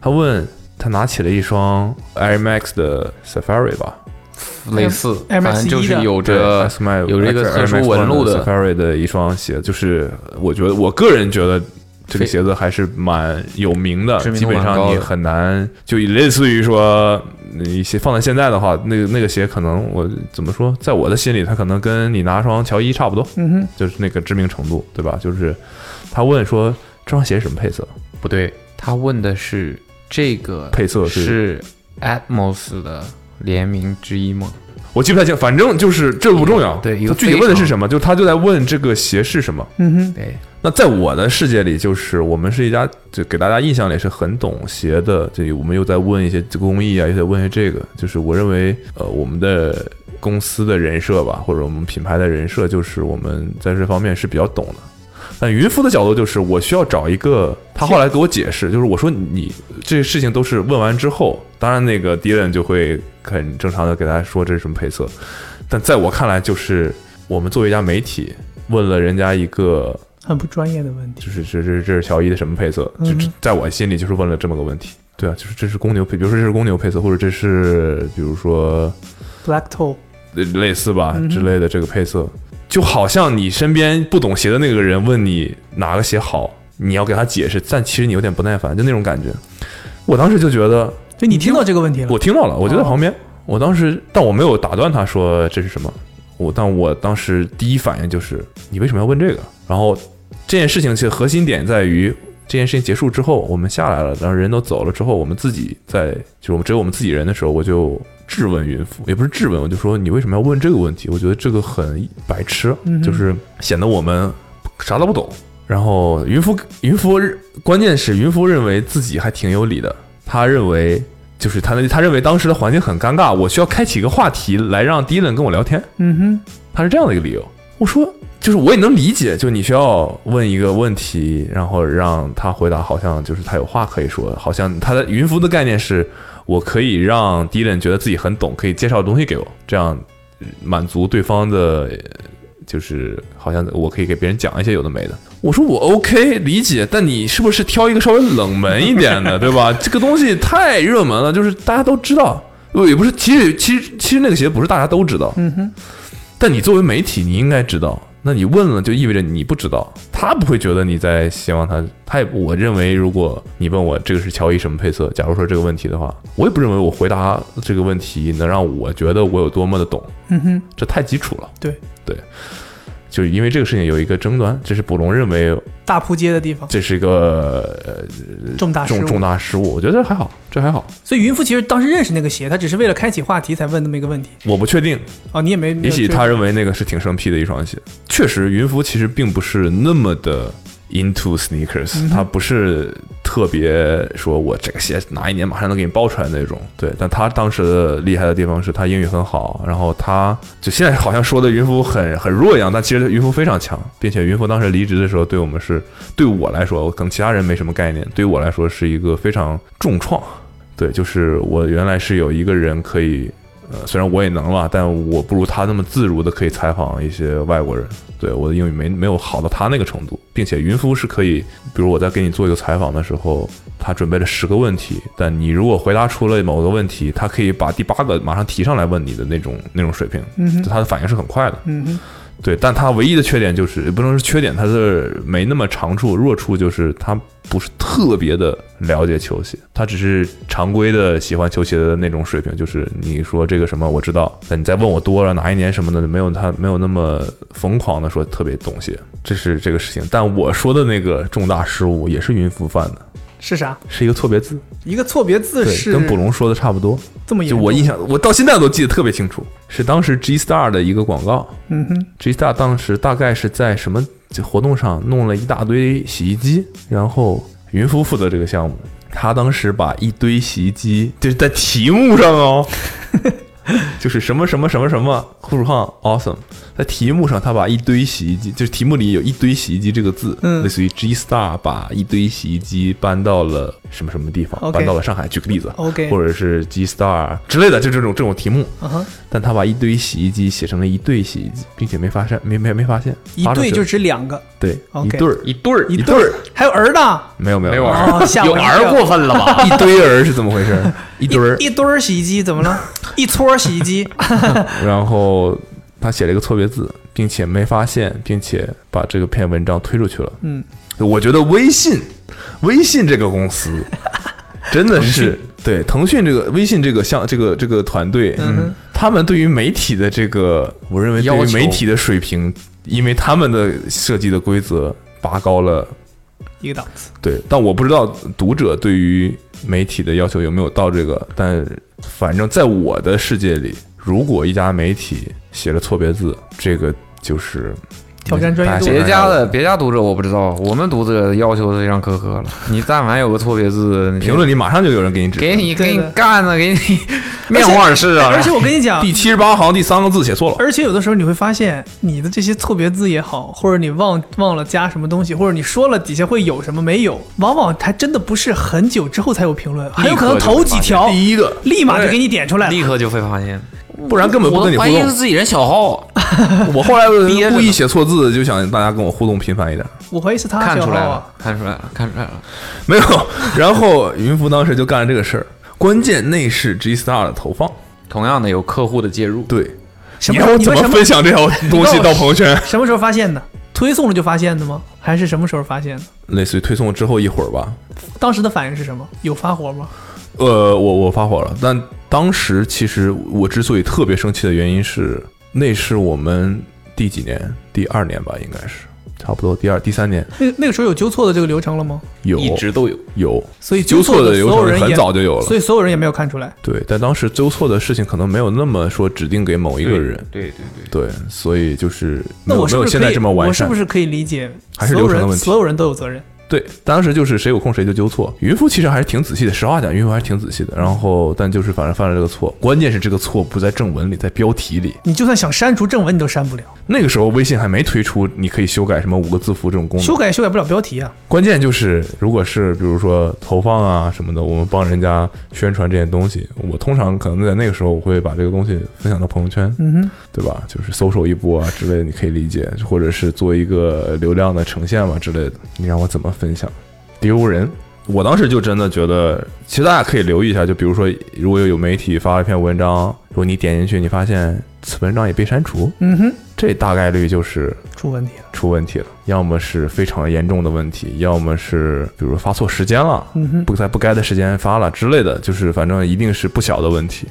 Speaker 4: 他问他拿起了一双 Air Max 的 Safari 吧，
Speaker 5: 类似，
Speaker 2: Air
Speaker 5: 反
Speaker 2: Max
Speaker 5: 正就
Speaker 2: 1
Speaker 5: 是
Speaker 2: 的
Speaker 5: 有
Speaker 4: 对
Speaker 5: 着
Speaker 4: S Max
Speaker 5: 呃有这个
Speaker 4: Air
Speaker 5: 特殊
Speaker 4: Max
Speaker 5: 纹路
Speaker 4: One
Speaker 5: 的
Speaker 4: Safari 的一双鞋，就是我觉得我个人觉得。这个鞋子还是蛮有名的，
Speaker 5: 知名
Speaker 4: 基
Speaker 5: 度
Speaker 4: 本
Speaker 5: 蛮高
Speaker 4: 上
Speaker 5: 的
Speaker 4: 你很难就类似于说一些放在现在的话，那个那个鞋可能我怎么说，在我的心里，它可能跟你拿双乔伊差不多，
Speaker 2: 嗯哼，
Speaker 4: 就是那个知名程度，对吧？就是他问说这双鞋是什么配色？
Speaker 5: 不对，他问的是这个
Speaker 4: 配色是
Speaker 5: 是 Atmos 的联名之一吗？
Speaker 4: 我记不太清，反正就是这不重要。
Speaker 5: 对一个
Speaker 4: 他具体问的
Speaker 5: 非常
Speaker 4: 是什么？就他就在问这个鞋是什么。
Speaker 2: 嗯哼，
Speaker 5: 对，
Speaker 4: 那在我的世界里，就是我们是一家，就给大家印象里是很懂鞋的。这我们又在问一些工艺啊，又在问一些这个，就是我认为，呃，我们的公司的人设吧，或者我们品牌的人设，就是我们在这方面是比较懂的。但云夫的角度就是，我需要找一个。他后来给我解释，就是我说你这些事情都是问完之后，当然那个 Dylan 就会很正常的给大家说这是什么配色，但在我看来，就是我们作为一家媒体，问了人家一个
Speaker 2: 很不专业的问题。
Speaker 4: 就是这这这是乔伊的什么配色？就
Speaker 2: 嗯
Speaker 4: 这在我心里就是问了这么个问题。对啊，就是这是公牛配，比如说这是公牛配色，或者这是比如说
Speaker 2: Black Toe，
Speaker 4: 呃类似吧
Speaker 2: 嗯哼
Speaker 4: 之类的这个配色，就好像你身边不懂鞋的那个人问你哪个鞋好，你要给他解释，但其实你有点不耐烦，就那种感觉。我当时就觉得，
Speaker 2: 就你听到这个问题了
Speaker 4: 我，听到了，我
Speaker 2: 哦
Speaker 4: 就在旁边。我当时，但我没有打断他说这是什么。我，但我当时第一反应就是你为什么要问这个？然后这件事情其实核心点在于这件事情结束之后，我们下来了，然后人都走了之后，我们自己在就是我们只有我们自己人的时候，我就质问云父，也不是质问，我就说你为什么要问这个问题？我觉得这个很白痴，
Speaker 2: 嗯哼
Speaker 4: 就是显得我们啥都不懂。然后云夫云夫认，关键是云夫认为自己还挺有理的，他认为就是他那他认为当时的环境很尴尬，我需要开启一个话题来让 Dylan 跟我聊天。
Speaker 2: 嗯哼，
Speaker 4: 他是这样的一个理由。我说，就是我也能理解，就你需要问一个问题，然后让他回答，好像就是他有话可以说，好像他的云服的概念是，我可以让敌人觉得自己很懂，可以介绍东西给我，这样呃满足对方的，呃就是好像我可以给别人讲一些有的没的。我说我 OK 理解，但你是不是挑一个稍微冷门一点的，对吧？这个东西太热门了，就是大家都知道，呃也不是，其实其实其实那个鞋不是大家都知道，
Speaker 2: 嗯哼，
Speaker 4: 但你作为媒体，你应该知道，那你问了就意味着你不知道，他不会觉得你在希望他，他也我认为，如果你问我这个是乔伊什么配色，假如说这个问题的话，我也不认为我回答这个问题能让我觉得我有多么的懂，
Speaker 2: 嗯哼，
Speaker 4: 这太基础了。
Speaker 2: 对
Speaker 4: 对，就因为这个事情有一个争端，这是卜龙认为
Speaker 2: 大扑街的地方，
Speaker 4: 这是一个呃
Speaker 2: 重大失
Speaker 4: 重
Speaker 2: 误。
Speaker 4: 重大失误，我觉得这还好，这还好，
Speaker 2: 所以云夫其实当时认识那个鞋，他只是为了开启话题才问那么一个问题。
Speaker 4: 我不确定，
Speaker 2: 哦，你也没，没
Speaker 4: 也
Speaker 2: 有
Speaker 4: 许
Speaker 2: 追
Speaker 4: 他认为那个是挺生僻的一双鞋。确实，云服其实并不是那么的 into sneakers，、他不是特别说我这个鞋哪一年马上能给你包出来那种。对，但他当时的厉害的地方是他英语很好，然后他就现在好像说的云服很很弱一样，但其实云服非常强，并且云服当时离职的时候对我们是对我来说，可能其他人没什么概念，对于我来说是一个非常重创。对，就是我原来是有一个人可以呃，虽然我也能了，但我不如他那么自如的可以采访一些外国人。对我的英语没没有好到他那个程度，并且云夫是可以，比如我在给你做一个采访的时候，他准备了十个问题，但你如果回答出了某个问题，他可以把第八个马上提上来问你的那种那种水平，
Speaker 2: 嗯哼
Speaker 4: 就他的反应是很快的。
Speaker 2: 嗯哼，
Speaker 4: 对，但他唯一的缺点就是，也不能是缺点，他是没那么长处，弱处就是他不是特别的了解球鞋，他只是常规的喜欢球鞋的那种水平，就是你说这个什么我知道，但你再问我多了哪一年什么的，没有他没有那么疯狂的说特别懂鞋，这是这个事情。但我说的那个重大失误也是云服犯的，
Speaker 2: 是啥？
Speaker 4: 是一个错别字，
Speaker 2: 一个错别字
Speaker 4: 对，
Speaker 2: 是
Speaker 4: 跟卜龙说的差不多。
Speaker 2: 这么严
Speaker 4: 就
Speaker 2: 重
Speaker 4: 我印，象，我到现在都记得特别清楚，是当时 G Star 的一个广告，
Speaker 2: 嗯哼，
Speaker 4: G Star 当时大概是在什么活动上弄了一大堆洗衣机，然后云夫负责这个项目，他当时把一堆洗衣机就是在题目上哦， [LAUGHS] 就是什么什么什么什么酷暑胖 awesome，在题目上他把一堆洗衣机，就是题目里有一堆洗衣机这个字，
Speaker 2: 嗯
Speaker 4: 类似于 G Star 把一堆洗衣机搬到了什么什么地方
Speaker 2: OK
Speaker 4: 搬到了上海，举个例子
Speaker 2: OK
Speaker 4: 或者是 G Star 之类的，就这种这种题目，
Speaker 2: 啊哈，
Speaker 4: 但他把一堆洗衣机写成了一对洗衣机，并且没发现，没没没发现，
Speaker 2: 一
Speaker 4: 发出
Speaker 2: 对
Speaker 4: 去
Speaker 2: 就
Speaker 4: 了
Speaker 2: 指两个，
Speaker 4: 对
Speaker 2: OK
Speaker 4: 一对儿，
Speaker 5: 一对儿
Speaker 2: 一
Speaker 4: 对儿，
Speaker 2: 还有儿呢，
Speaker 4: 没有没有
Speaker 5: 没有
Speaker 4: 有，
Speaker 5: 儿
Speaker 2: 哦吓我
Speaker 5: 有
Speaker 2: 一跳
Speaker 5: 儿过分了
Speaker 4: [LAUGHS]
Speaker 5: 吧？
Speaker 4: 一堆儿是怎么回事？一堆儿，
Speaker 2: [LAUGHS] 一堆儿洗衣机怎么了？
Speaker 4: [LAUGHS]
Speaker 2: 一撮儿洗衣机，
Speaker 4: 然后他写了一个错别字，并且没发现，并且把这个篇文章推出去了。
Speaker 2: 嗯，
Speaker 4: 我觉得微信，微信这个公司真的是对腾讯这个微信这个项这个这个团队，
Speaker 2: 嗯哼，
Speaker 4: 他们对于媒体的这个，我认为对
Speaker 5: 要
Speaker 4: 于
Speaker 5: 求
Speaker 4: 媒体的水平，因为他们的设计的规则拔高了。
Speaker 2: 一个档次。
Speaker 4: 对，但我不知道读者对于媒体的要求有没有到这个，但反正在我的世界里，如果一家媒体写了错别字，这个就是
Speaker 2: 挑战专业度
Speaker 4: 大
Speaker 5: 别
Speaker 4: 家
Speaker 5: 家的别家读者我不知道，我们读者要求是非常苛刻了。你但凡有个错别字，
Speaker 4: 评论里马上就有人给你指
Speaker 5: 给你给
Speaker 2: 对的
Speaker 5: 你干了，
Speaker 4: [LAUGHS]
Speaker 5: 给你面红耳赤啊！ [LAUGHS]
Speaker 2: 而且我跟你讲，
Speaker 4: 第七十八行第三个字写错了。
Speaker 2: 而且有的时候你会发现，你的这些错别字也好，或者你忘忘了加什么东西，或者你说了底下会有什么没有，往往还真的不是很久之后才有评论，很有可能头几条
Speaker 4: 第一个，
Speaker 2: 立马就给你点出来了
Speaker 5: 立。刻就会发现，
Speaker 4: 不然根本不
Speaker 5: 我
Speaker 4: 跟你
Speaker 5: 都
Speaker 4: 互
Speaker 5: 怀疑是
Speaker 4: 动。啊
Speaker 5: 自己人小号，
Speaker 4: 我后来
Speaker 5: 憋着呢
Speaker 4: 故意写错字，就想大家跟我互动频繁一点。
Speaker 2: 我怀疑是他
Speaker 5: 看
Speaker 2: 小
Speaker 5: 出
Speaker 2: 号
Speaker 5: 来
Speaker 2: 啊
Speaker 5: 了，，看出来了，看出来了。
Speaker 4: [LAUGHS] 没有。然后云浮当时就干了这个事儿，关键那是 G Star 的投放，
Speaker 5: 同样的，有客户的介入，
Speaker 4: 对。
Speaker 2: 什
Speaker 4: 你
Speaker 2: 么
Speaker 4: 让我
Speaker 2: 你
Speaker 4: 怎
Speaker 2: 们
Speaker 4: 么
Speaker 2: 啊什么
Speaker 4: 分享这条东西到朋友圈？
Speaker 2: 什么时候发现的？推送了就发现的吗？还是什么时候发现的？
Speaker 4: 类似于推送之后一会儿吧。
Speaker 2: 当时的反应是什么？有发火吗？
Speaker 4: 呃，我我发火了，但当时其实我之所以特别生气的原因是，那是我们第几年？第二年吧，应该是差不多第二第三年
Speaker 2: 那那个时候有纠错的这个流程了吗？
Speaker 4: 有
Speaker 5: 一直都有。
Speaker 4: 有
Speaker 2: 所以
Speaker 4: 纠
Speaker 2: 错
Speaker 4: 错的流
Speaker 2: 所有
Speaker 4: 程
Speaker 2: 人
Speaker 4: 很
Speaker 2: 也
Speaker 4: 早就有
Speaker 2: 所
Speaker 4: 了。
Speaker 2: 以所有人也没有看出来。
Speaker 4: 对，但当时纠错的事情可能没有那么说指定给某一个人，
Speaker 5: 对对对，
Speaker 4: 对，所以就是
Speaker 2: 那
Speaker 4: 没有
Speaker 2: 我是不
Speaker 4: 没有
Speaker 2: 是
Speaker 4: 现
Speaker 2: 可
Speaker 4: 在
Speaker 2: 以
Speaker 4: 这么完
Speaker 2: 我是
Speaker 4: 善
Speaker 2: 不。是可以理解？
Speaker 4: 还是
Speaker 2: 所有
Speaker 4: 流程的
Speaker 2: 人
Speaker 4: 问题
Speaker 2: 所有人都有责任。
Speaker 4: 对，当时就是谁有空谁就纠错。云夫其实还是挺仔细的，实话讲，云夫还是挺仔细的。然后，但就是反正犯了这个错，关键是这个错不在正文里，在标题里。
Speaker 2: 你就算想删除正文，你都删不了，
Speaker 4: 那个时候微信还没推出你可以修改什么五个字符这种功
Speaker 2: 修
Speaker 4: 能。
Speaker 2: 改修改不了标题啊。
Speaker 4: 关键就是，如果是比如说投放啊什么的，我们帮人家宣传这些东西，我通常可能在那个时候我会把这个东西分享到朋友圈，
Speaker 2: 嗯哼，
Speaker 4: 对吧？就是搜索一波啊之类的，你可以理解，或者是做一个流量的呈现嘛之类的。你让我怎么分享？丢人！我当时就真的觉得，其实大家可以留意一下，就比如说，如果有媒体发了一篇文章，如果你点进去，你发现此文章也被删除，
Speaker 2: 嗯哼，
Speaker 4: 这大概率就是
Speaker 2: 出问题了。
Speaker 4: 出问题了，要么是非常严重的问题，要么是比如发错时间了，
Speaker 2: 嗯哼，
Speaker 4: 不在不该的时间发了之类的，就是反正一定是不小的问题。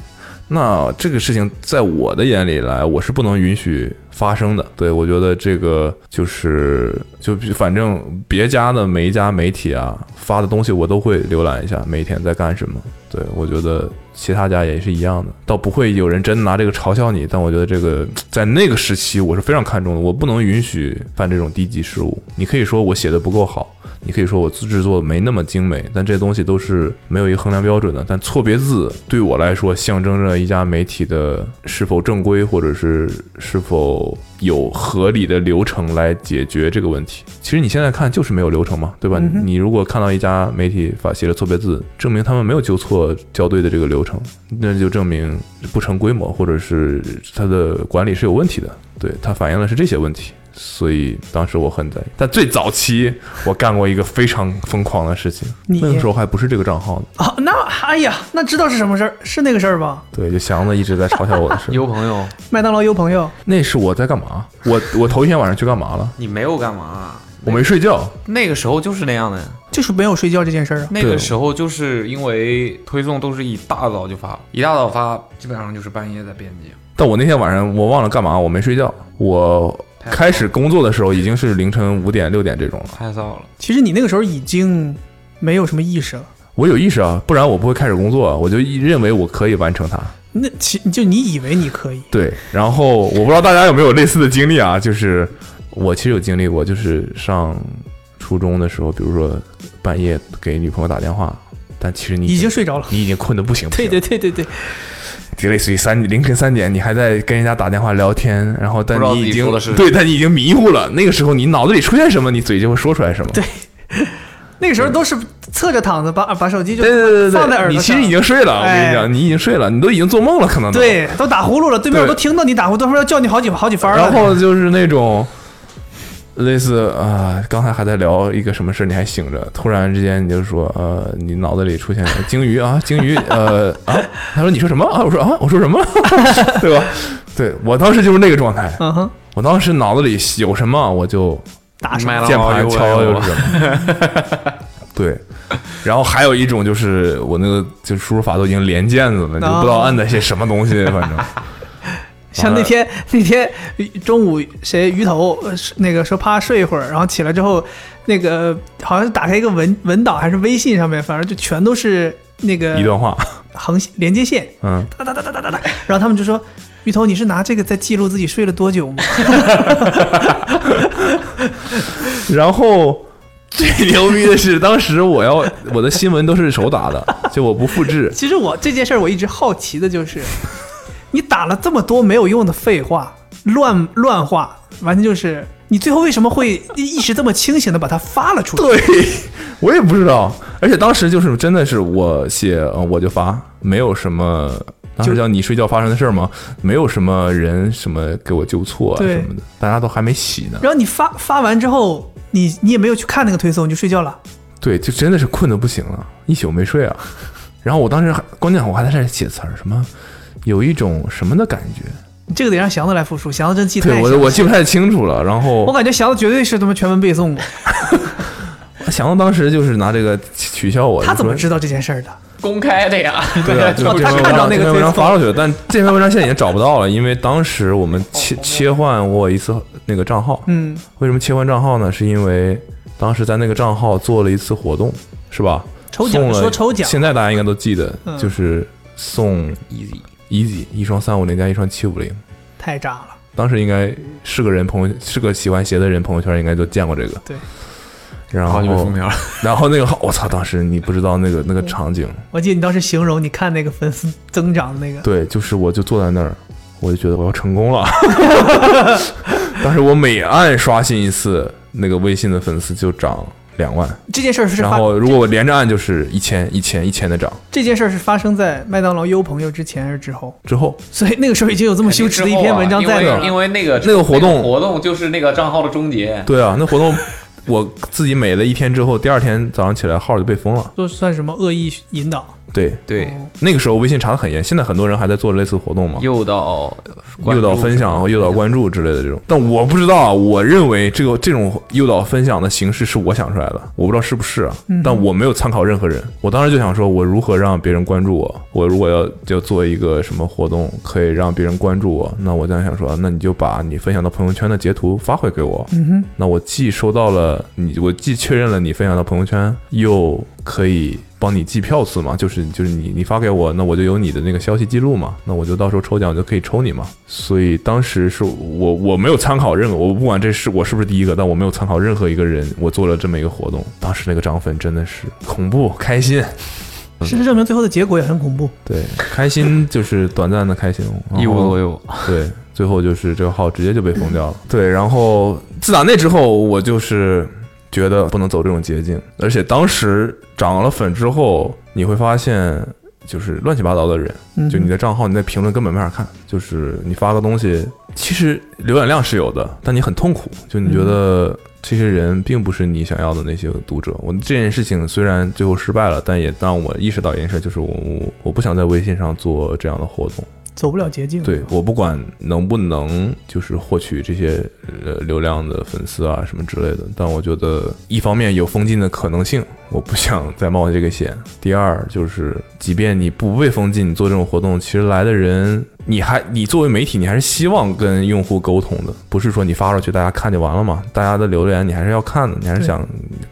Speaker 4: 那这个事情在我的眼里来，我是不能允许发生的。对我觉得这个就是就反正别家的每一家媒体啊发的东西我都会浏览一下，每天在干什么。对我觉得其他家也是一样的，倒不会有人真拿这个嘲笑你。但我觉得这个在那个时期我是非常看重的，我不能允许犯这种低级失误。你可以说我写的不够好，你可以说我制作没那么精美，但这些东西都是没有一个衡量标准的。但错别字对我来说，象征着一家媒体的是否正规，或者是是否有合理的流程来解决这个问题。其实你现在看就是没有流程嘛，对吧？
Speaker 2: 嗯哼
Speaker 4: 你如果看到一家媒体发写了错别字，证明他们没有纠错校对的这个流程，那就证明不成规模，或者是它的管理是有问题的。对，它反映的是这些问题。所以当时我很在意。但最早期我干过一个非常疯狂的事情，
Speaker 2: 你
Speaker 4: 那个时候还不是这个账号呢。
Speaker 2: 啊，那哎呀，那知道是什么事儿，是那个事儿吧？
Speaker 4: 对，就祥子一直在嘲笑我
Speaker 3: [LAUGHS]
Speaker 4: 的事。
Speaker 5: 有朋友，
Speaker 2: 麦当劳有朋友，
Speaker 4: 那是我在干嘛？我我头一天晚上去干嘛了？
Speaker 5: 你没有干嘛啊？
Speaker 4: 我没睡觉。
Speaker 5: 那个时候就是那样的，
Speaker 2: 就是没有睡觉这件事儿啊。
Speaker 4: 哦
Speaker 5: 那个时候就是因为推送都是一大早就发，一大早发，基本上就是半夜在编辑。
Speaker 4: 但我那天晚上我忘了干嘛，我没睡觉。我开始工作的时候已经是凌晨五点六点这种了。
Speaker 5: 太早了，
Speaker 2: 其实你那个时候已经没有什么意识了。
Speaker 4: 我有意识啊，不然我不会开始工作啊。我就一认为我可以完成它。
Speaker 2: 那其就你以为你可以，
Speaker 4: 对，然后我不知道大家有没有类似的经历啊，就是我其实有经历过，就是上初中的时候，比如说半夜给女朋友打电话，但其实你
Speaker 2: 已经睡着了。
Speaker 4: 你已经困得不行不行
Speaker 2: 对
Speaker 4: 了，
Speaker 2: 对对对对，
Speaker 4: 就类似于三凌晨三点，你还在跟人家打电话聊天，然后但
Speaker 5: 不知道
Speaker 4: 你
Speaker 5: 自己
Speaker 4: 已经
Speaker 5: 说的是什么
Speaker 4: 对，但你已经迷糊了。那个时候你脑子里出现什么，你嘴就会说出来什么。
Speaker 2: 对那个时候都是侧着躺着，把把手机就
Speaker 4: 嗯对对对
Speaker 2: 放在
Speaker 4: 对，
Speaker 2: 耳朵
Speaker 4: 你其
Speaker 2: 上
Speaker 4: 实已经睡了，我跟
Speaker 2: 哎
Speaker 4: 你讲，你已经睡了，你都已经做梦了，可能都。
Speaker 2: 对，都打呼噜了，对面
Speaker 4: 对
Speaker 2: 都听到你打呼，都说要叫你好几好几番儿了。
Speaker 4: 然后就是那种类似啊、刚才还在聊一个什么事儿，你还醒着，突然之间你就说，呃，你脑子里出现了鲸鱼
Speaker 2: [LAUGHS]
Speaker 4: 啊，鲸鱼，呃啊，他说你说什么啊？我说啊，我说什么？对吧？对我当时就是那个状态，
Speaker 2: 嗯哼，
Speaker 4: 我当时脑子里有什么我就
Speaker 2: 打什
Speaker 5: 麦
Speaker 2: 么？
Speaker 5: 当劳
Speaker 4: 啊键盘
Speaker 5: 又
Speaker 4: 敲
Speaker 5: 来
Speaker 4: 又
Speaker 5: 了
Speaker 4: 是什么。
Speaker 2: [LAUGHS]
Speaker 4: 对，然后还有一种就是我那个就输入法都已经连键子了，你就不知道按的些什么东西，
Speaker 2: [LAUGHS]
Speaker 4: 反正。
Speaker 2: 像那天那天中午谁鱼头呃是那个说趴睡一会儿，然后起来之后，那个好像是打开一个文文档还是微信上面，反正就全都是那个
Speaker 4: 一段话，
Speaker 2: 横线连接线，
Speaker 4: 嗯，
Speaker 2: 哒哒哒哒哒哒哒，然后他们就说。鱼头，你是拿这个在记录自己睡了多久吗？。
Speaker 4: 然后最牛逼的是，当时我要我的新闻都是手打的， [LAUGHS] 就我不复制
Speaker 2: 其实我这件事儿我一直好奇的就是，你打了这么多没有用的废话、乱乱话，完全就是你最后为什么会意识这么清醒的把它发了出去？ [LAUGHS]
Speaker 4: 对，我也不知道。而且当时就是真的是我写呃我就发，没有什么。当时叫你睡觉发生的事儿吗？没有什么人什么给我纠错啊
Speaker 2: 对
Speaker 4: 什么的，大家都还没洗呢。
Speaker 2: 然后你发发完之后，你你也没有去看那个推送，你就睡觉了。
Speaker 4: 对，就真的是困得不行了，一宿没睡啊。然后我当时还关键我还在这写词儿，什么有一种什么的感觉，
Speaker 2: 这个得让祥子来复述，祥子真记得
Speaker 4: 对
Speaker 2: 太
Speaker 4: 我
Speaker 2: 详
Speaker 4: 我
Speaker 2: 细
Speaker 4: 记不太清楚了。然后
Speaker 2: 了我感觉祥子绝对是他妈全文背诵过，
Speaker 4: 想到当时就是拿这个取笑我，
Speaker 2: 他怎么
Speaker 4: 就说
Speaker 2: 知道这件事儿的？
Speaker 5: 公开的呀。
Speaker 4: 对
Speaker 2: [LAUGHS]
Speaker 4: 啊，就
Speaker 2: 哦
Speaker 4: 是这
Speaker 2: 他
Speaker 4: 篇
Speaker 2: 看到那个推
Speaker 4: 这篇文章
Speaker 2: 送
Speaker 4: 发上去了，但这篇文章现在已经找不到了，因为当时我们切切换过一次那个账号。
Speaker 2: 嗯，
Speaker 4: 为什么切换账号呢？是因为当时在那个账号做了一次活动，是吧？
Speaker 2: 抽奖
Speaker 4: 送了
Speaker 2: 说抽奖，
Speaker 4: 现在大家应该都记得
Speaker 2: 嗯，
Speaker 4: 就是送 Easy Easy 一双三五零加一双七五零。
Speaker 2: 太渣了。
Speaker 4: 当时应该是个人朋友，是个喜欢鞋的人，朋友圈应该都见过这个。
Speaker 2: 对，
Speaker 4: 然后
Speaker 5: 好久没封面了，
Speaker 4: 然后那个号，我操！当时你不知道那个那个场景，
Speaker 2: 我记得你当时形容你看那个粉丝增长的那个，
Speaker 4: [LAUGHS] 对，就是我就坐在那儿，我就觉得我要成功了。 [LAUGHS] 当时我每按刷新一次，那个微信的粉丝就涨两万，
Speaker 2: 这件事儿是
Speaker 4: 然
Speaker 2: 发
Speaker 4: 后如果我连着按就是一千、一千、一千的涨。
Speaker 2: 这件事儿是发生在麦当劳优朋友之前还是之后？
Speaker 4: 之后
Speaker 2: 所以那个时候已经有这么羞耻的一篇文章在
Speaker 5: 啊因
Speaker 2: 那儿
Speaker 5: 为因
Speaker 2: 了。
Speaker 5: 为那个
Speaker 4: 那个活动
Speaker 5: 那个活动就是那个账号的终结。
Speaker 4: 对啊，那活动我自己美了一天之后，第二天早上起来号就被封了。
Speaker 2: 这算什么恶意引导？
Speaker 4: 对，
Speaker 5: 对，
Speaker 4: 那个时候微信查的很严，现在很多人还在做类似活动嘛，
Speaker 5: 诱导关
Speaker 4: 诱
Speaker 5: 注
Speaker 4: 导分享和诱导关注之类的这种。但我不知道啊，我认为这个这种诱导分享的形式是我想出来的，我不知道是不是啊。
Speaker 5: 嗯
Speaker 4: 但我没有参考任何人，我当时就想说，我如何让别人关注我？我如果要就做一个什么活动，可以让别人关注我，那我当时想说，那你就把你分享到朋友圈的截图发回给我。嗯哼，那我既收到了你，我既确认了你分享到朋友圈，又可以帮你记票次嘛，就是就是你你发给我，那我就有你的那个消息记录嘛，那我就到时候抽奖就可以抽你嘛。所以当时是我我没有参考任何，我不管这是我是不是第一个，但我没有参考任何一个人，我做了这么一个活动。当时那个涨粉真的是恐怖开心，
Speaker 2: 事实证明最后的结果也很恐怖。
Speaker 4: 对，开心就是短暂的开心，然后
Speaker 5: 一无所有，
Speaker 4: 对，最后就是这个号直接就被封掉了。对，然后自打那之后，我就是觉得不能走这种捷径，而且当时涨了粉之后，你会发现就是乱七八糟的人，
Speaker 2: 嗯
Speaker 4: 就你的账号你在评论根本没法看，就是你发个东西，其实浏览量是有的，但你很痛苦，就你觉得。这些人并不是你想要的那些读者。我这件事情虽然最后失败了，但也让我意识到一件事，就是我我我不想在微信上做这样的活动。
Speaker 2: 走不了捷径。
Speaker 4: 对我不管能不能就是获取这些呃流量的粉丝啊什么之类的，但我觉得一方面有封禁的可能性，我不想再冒这个险。第二就是，即便你不被封禁，你做这种活动，其实来的人。你还你作为媒体，你还是希望跟用户沟通的，不是说你发出去大家看就完了嘛？大家的留言你还是要看的，你还是
Speaker 2: 对
Speaker 4: 想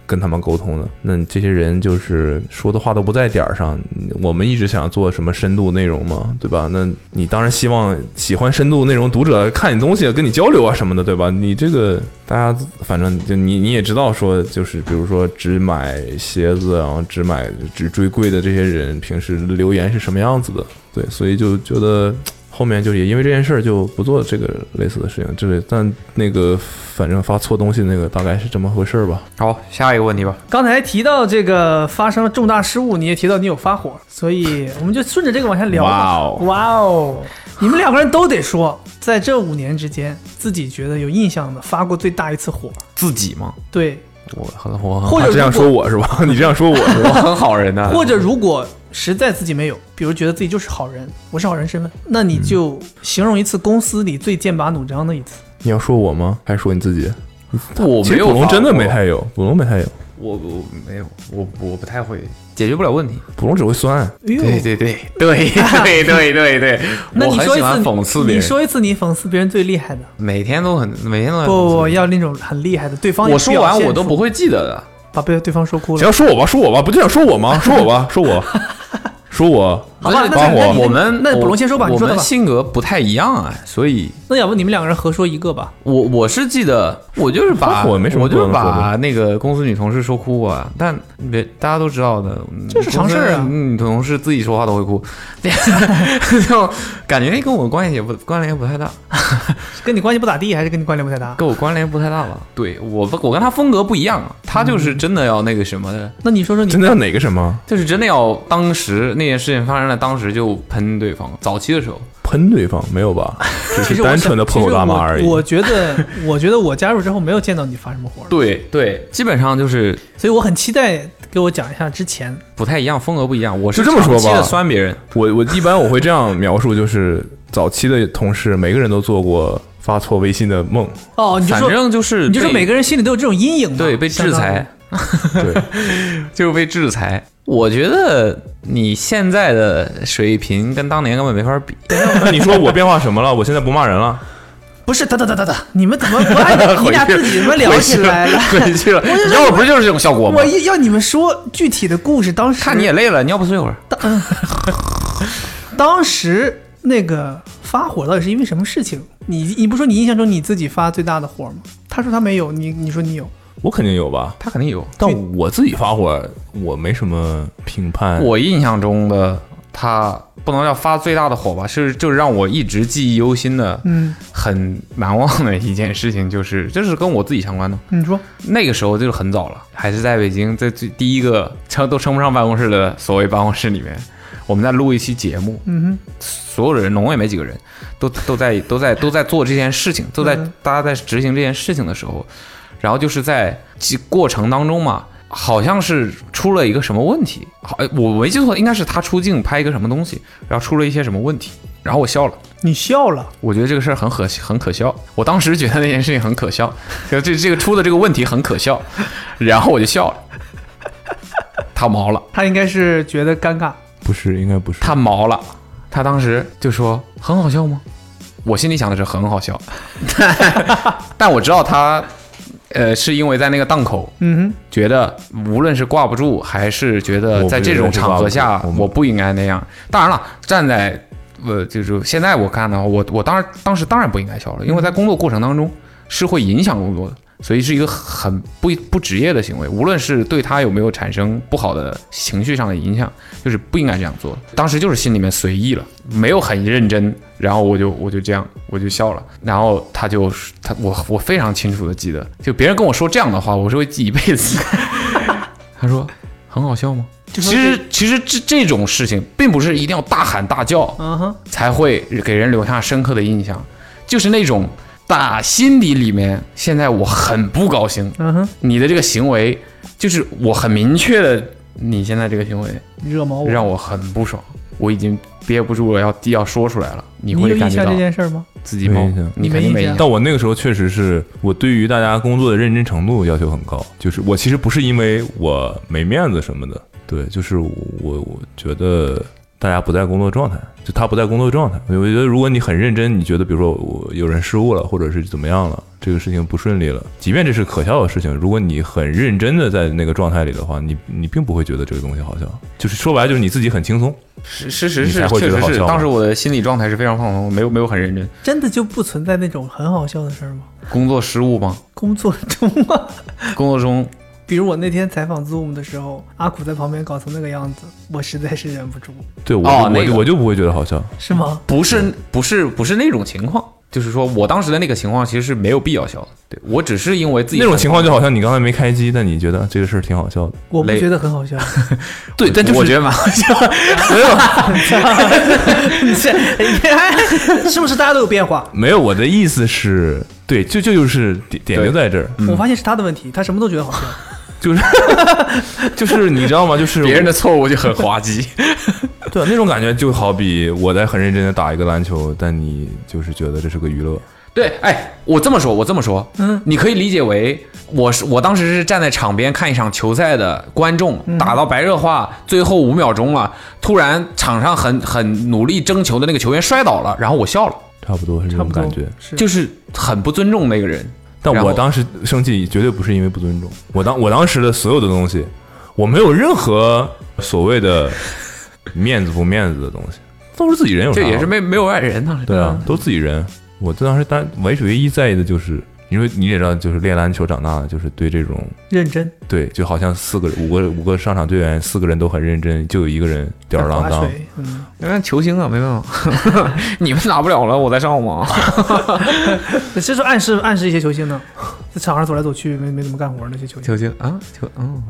Speaker 4: 跟他们沟通的。那你这些人就是说的话都不在点儿上。我们一直想做什么深度内容嘛，对吧？那你当然希望喜欢深度内容读者看你东西跟你交流啊什么的，对吧？你这个大家反正就你你也知道说，就是比如说只买鞋子，然后只买只追贵的这些人，平时留言是什么样子的？对，所以就觉得。后面就也因为这件事儿就不做这个类似的事情，这个但那个反正发错东西那个大概是这么回事儿吧。
Speaker 5: 好，下一个问题吧。
Speaker 2: 刚才提到这个发生了重大失误，你也提到你有发火，所以我们就顺着这个往下聊吧。
Speaker 4: 哇哦
Speaker 2: 哇哦，你们两个人都得说，在这五年之间，自己觉得有印象的发过最大一次火。
Speaker 5: 自己吗？
Speaker 2: 对，
Speaker 5: 我很我很
Speaker 2: 或者
Speaker 4: 啊他这样
Speaker 2: 如果
Speaker 4: 说我是吧？ [LAUGHS] 你这样说我是
Speaker 5: 我
Speaker 4: 吧？
Speaker 5: 很好人啊呢、
Speaker 2: 或者如果实在自己没有，比如觉得自己就是好人，我是好人身份，那你就形容一次公司里最剑拔弩张的一次。
Speaker 4: 你要说我吗？还是说你自己？
Speaker 5: 我
Speaker 4: 其
Speaker 5: 没
Speaker 4: 实
Speaker 5: 有
Speaker 4: 普龙真的没
Speaker 5: 发过
Speaker 4: 太有，普龙没太有，
Speaker 5: 我我没有，我我不太会解决不了问题。
Speaker 4: 普龙只会酸。
Speaker 2: 哎呦，
Speaker 5: 对对对 [LAUGHS] 对对对对 [LAUGHS] 对，
Speaker 2: 那
Speaker 5: 我
Speaker 2: 你
Speaker 5: 很
Speaker 2: 说一
Speaker 5: 喜
Speaker 2: 次
Speaker 5: 欢讽刺别
Speaker 2: 你
Speaker 5: 人，
Speaker 2: 说一次你讽刺别人最厉害的，
Speaker 5: 每天都很每天都在
Speaker 2: 不不
Speaker 5: 讽
Speaker 2: 不，
Speaker 5: 刺
Speaker 2: 要那种很厉害的，对方也
Speaker 5: 我说
Speaker 2: 表
Speaker 5: 完
Speaker 2: 现
Speaker 5: 我都
Speaker 2: 出
Speaker 5: 不会记得的。
Speaker 2: 把被对方说哭
Speaker 4: 行，
Speaker 2: 了。
Speaker 4: 说我吧，说我吧，不就想说
Speaker 2: [LAUGHS]
Speaker 4: 我吗？说我吧，说我，说我。
Speaker 2: 好吧，那那
Speaker 4: 帮我
Speaker 2: 你
Speaker 5: 我们
Speaker 2: 那
Speaker 5: 我
Speaker 2: 捕龙先说吧，你
Speaker 5: 我
Speaker 2: 说的
Speaker 5: 们
Speaker 2: 吧。
Speaker 5: 性格不太一样啊，所以
Speaker 2: 那要不你们两个人合说一个吧？
Speaker 5: 我我是记得，我就是把
Speaker 4: 我没什么
Speaker 5: 我就
Speaker 4: 不
Speaker 5: 是
Speaker 4: 能说的
Speaker 5: 把那个公司女同事说哭过啊。但别大家都知道的，嗯
Speaker 2: 这是常事儿啊
Speaker 5: 公司女同事自己说话都会
Speaker 2: [LAUGHS]
Speaker 5: 哭，就感觉哎跟我关系也不关联也不太大，
Speaker 2: 是跟你关系不咋地，还是跟你关联不太大？
Speaker 5: 跟我关联不太大吧。对我我跟她风格不一样啊，她就是
Speaker 2: 嗯
Speaker 5: 真的要那个什么的，
Speaker 2: 那你说说你
Speaker 4: 真的要哪个什么
Speaker 5: 就是真的要当时那件事情发生在当时就喷对方。早期的时候，
Speaker 4: 喷对方没有吧？
Speaker 2: [LAUGHS]
Speaker 4: 只
Speaker 2: 其
Speaker 4: 是
Speaker 2: 实我
Speaker 4: 单
Speaker 2: 想
Speaker 4: 纯的破口大骂而
Speaker 2: 其实
Speaker 4: 已。
Speaker 2: 我我觉得，我觉得我加入之后没有见到你发什么火，
Speaker 5: 对对，基本上就是
Speaker 2: 所以我很期待给我讲一下之前。
Speaker 5: 不太一样，风格不一样。我是
Speaker 4: 就这么说吧
Speaker 5: 长期的酸别人，
Speaker 4: 我我一般我会这样描述，就是早期的同事每个人都做过发错微信的梦，
Speaker 2: 哦，你就
Speaker 5: 反
Speaker 2: 说，
Speaker 5: 正就是
Speaker 2: 你就说
Speaker 5: 被
Speaker 2: 每个人心里都有这种阴影嘛
Speaker 5: 对被制
Speaker 2: 相当于
Speaker 5: 裁，
Speaker 2: [LAUGHS]
Speaker 4: 对，
Speaker 5: 就是被制裁。我觉得你现在的水平跟当年根本没法比。
Speaker 4: 那你说我变化什么了？我现在不骂人了，
Speaker 2: 不是，等等等等等，你们
Speaker 5: [LAUGHS]
Speaker 2: 怎么不爱你俩自己怎么聊起来了？
Speaker 5: 回去
Speaker 2: [LAUGHS]
Speaker 5: 了，你要不是就是这种效果吗
Speaker 2: 我？一要你们说具体的故事，当时
Speaker 5: 看你也累了，你要不睡会儿？
Speaker 2: 当时那个发火到底是因为什么事情？你你不说你印象中你自己发最大的火吗？他说他没有，你你说你有，
Speaker 4: 我肯定有吧？
Speaker 5: 他肯定有。
Speaker 4: 但我自己发火，我没什么评判。
Speaker 5: 我印象中的他啊不能叫发最大的火吧，是就是让我一直记忆犹新的，
Speaker 2: 嗯，
Speaker 5: 很难忘的一件事情，就是这是跟我自己相关的。
Speaker 2: 你说
Speaker 5: 那个时候就是很早了，还是在北京，在最第一个称都称不上办公室的所谓办公室里面，我们在录一期节目，
Speaker 2: 嗯
Speaker 5: 所有的人，农也没几个人，都都在都在都在做这件事情，都在
Speaker 2: 嗯
Speaker 5: 大家在执行这件事情的时候，然后就是在其过程当中嘛，好像是出了一个什么问题，好，哎我没记错，应该是他出镜拍一个什么东西，然后出了一些什么问题，然后我笑了。
Speaker 2: 你笑了，
Speaker 5: 我觉得这个事儿很可很可笑，我当时觉得那件事情很可笑，就这这个出的这个问题很可笑，然后我就笑了。他毛了，
Speaker 2: 他应该是觉得尴尬。
Speaker 4: 不是，应该不是。
Speaker 5: 他毛了，他当时就说很好笑吗？我心里想的是很好笑， [LAUGHS] 但我知道他，呃，是因为在那个档口
Speaker 2: 嗯
Speaker 5: 觉得无论是挂不住，还是觉得在这种场合下
Speaker 4: 我不应该是挂不住我
Speaker 5: 我不应该那样。当然了，站在呃，就是现在我看的话，我我当然当时当然不应该笑了，因为在工作过程当中是会影响工作的，所以是一个很不不职业的行为。无论是对他有没有产生不好的情绪上的影响，就是不应该这样做。当时就是心里面随意了，没有很认真，然后我就我就这样我就笑了，然后他就他我我非常清楚的记得，就别人跟我说这样的话，我是会记一辈子。 [LAUGHS] 他说很好笑吗？
Speaker 2: 就
Speaker 5: 其
Speaker 2: 说
Speaker 5: 实其实这这种事情并不是一定要大喊大叫
Speaker 2: 哼，嗯哼，
Speaker 5: 才会给人留下深刻的印象，就是那种打心底里面，现在我很不高兴，
Speaker 2: 嗯哼，
Speaker 5: 你的这个行为就是我很明确的，你现在这个行为
Speaker 2: 惹毛我。
Speaker 5: 让我很不爽，我已经憋不住了，要要说出来了，你
Speaker 2: 你有
Speaker 5: 会
Speaker 2: 印
Speaker 5: 感觉
Speaker 2: 象
Speaker 5: 到
Speaker 2: 这件事儿吗？
Speaker 5: 自己冒
Speaker 4: 没印象，
Speaker 5: 你肯定没
Speaker 2: 没印
Speaker 5: 印
Speaker 2: 象
Speaker 5: 象。
Speaker 4: [LAUGHS] 但我那个时候确实是我对于大家工作的认真程度要求很高，就是我其实不是因为我没面子什么的，对，就是我我我觉得大家不在工作状态，就他不在工作状态。我觉得如果你很认真，你觉得比如说我有人失误了，或者是怎么样了，这个事情不顺利了，即便这是可笑的事情，如果你很认真的在那个状态里的话，你你并不会觉得这个东西好笑，就是说白了就是你自己很轻松。
Speaker 5: 事实
Speaker 4: 你
Speaker 5: 是
Speaker 4: 才，会
Speaker 5: 确
Speaker 4: 觉得
Speaker 5: 实
Speaker 4: 好
Speaker 5: 是，
Speaker 4: 笑吗
Speaker 5: 当时我的心理状态是非常放松，我没有没有很认真。
Speaker 2: 真的就不存在那种很好笑的事儿吗？
Speaker 5: 工作失误吗？
Speaker 2: 工作中啊， [LAUGHS]
Speaker 5: 工作中
Speaker 2: 比如我那天采访 Zoom 的时候，阿苦在旁边搞成那个样子，我实在是忍不住，
Speaker 4: 对我就、
Speaker 5: 哦那
Speaker 4: 我就
Speaker 5: 个
Speaker 4: 我就不会觉得好笑，
Speaker 2: 是吗？
Speaker 5: 不是不是不是那种情况，就是说我当时的那个情况其实是没有必要笑的，对我只是因为自己
Speaker 4: 那种情况就好像你刚才没开机，但你觉得这个事儿挺好笑的。
Speaker 2: 我不
Speaker 5: 累
Speaker 2: 觉得很好
Speaker 5: [LAUGHS]
Speaker 2: 笑。 [LAUGHS]
Speaker 5: 对，但就是我觉 [LAUGHS] 得蛮好笑的，没有
Speaker 2: 你这是不是大家都有变化？
Speaker 4: 没有，我的意思是，对，就就就是点点就在这儿，
Speaker 5: 嗯
Speaker 2: 我发现是他的问题，他什么都觉得好笑。
Speaker 4: 就是 [LAUGHS] 就是你知道吗？就是
Speaker 5: 别人的错误就很滑稽，
Speaker 4: 对那种感觉，就好比我在很认真的打一个篮球，但你就是觉得这是个娱乐，
Speaker 5: [LAUGHS] 对，哎，我这么说，我这么说，嗯，你可以理解为我是我当时是站在场边看一场球赛的观众，
Speaker 2: 嗯
Speaker 5: 打到白热化最后五秒钟了，突然场上很很努力争球的那个球员摔倒了，然后我笑了，
Speaker 4: 差不多是
Speaker 2: 差
Speaker 4: 这种
Speaker 2: 不多
Speaker 4: 感觉。
Speaker 2: 是
Speaker 5: 就是很不尊重那个人。
Speaker 4: 但
Speaker 5: 然后
Speaker 4: 我当时生气绝对不是因为不尊重，我当我当时的所有的东西，我没有任何所谓的面子不面子的东西，都是自己人有啥
Speaker 5: 这
Speaker 4: 好。
Speaker 5: 也是没没有外人呢，
Speaker 4: 对啊，都自己人。我当时单唯唯一在意的就是，因为你也知道，就是练篮球长大的，就是对这种
Speaker 2: 认真，
Speaker 4: 对，就好像四个五个五个上场队员，四个人都很认真，就有一个人吊儿郎
Speaker 2: 划
Speaker 4: 当。
Speaker 2: 水，嗯，
Speaker 5: 那球星啊，没办法， [LAUGHS] 你们打不了了，我在上网。
Speaker 2: 这是暗示暗示一些球星呢，在场上走来走去，没没怎么干活那些球星。
Speaker 5: [LAUGHS] 球星啊，球嗯，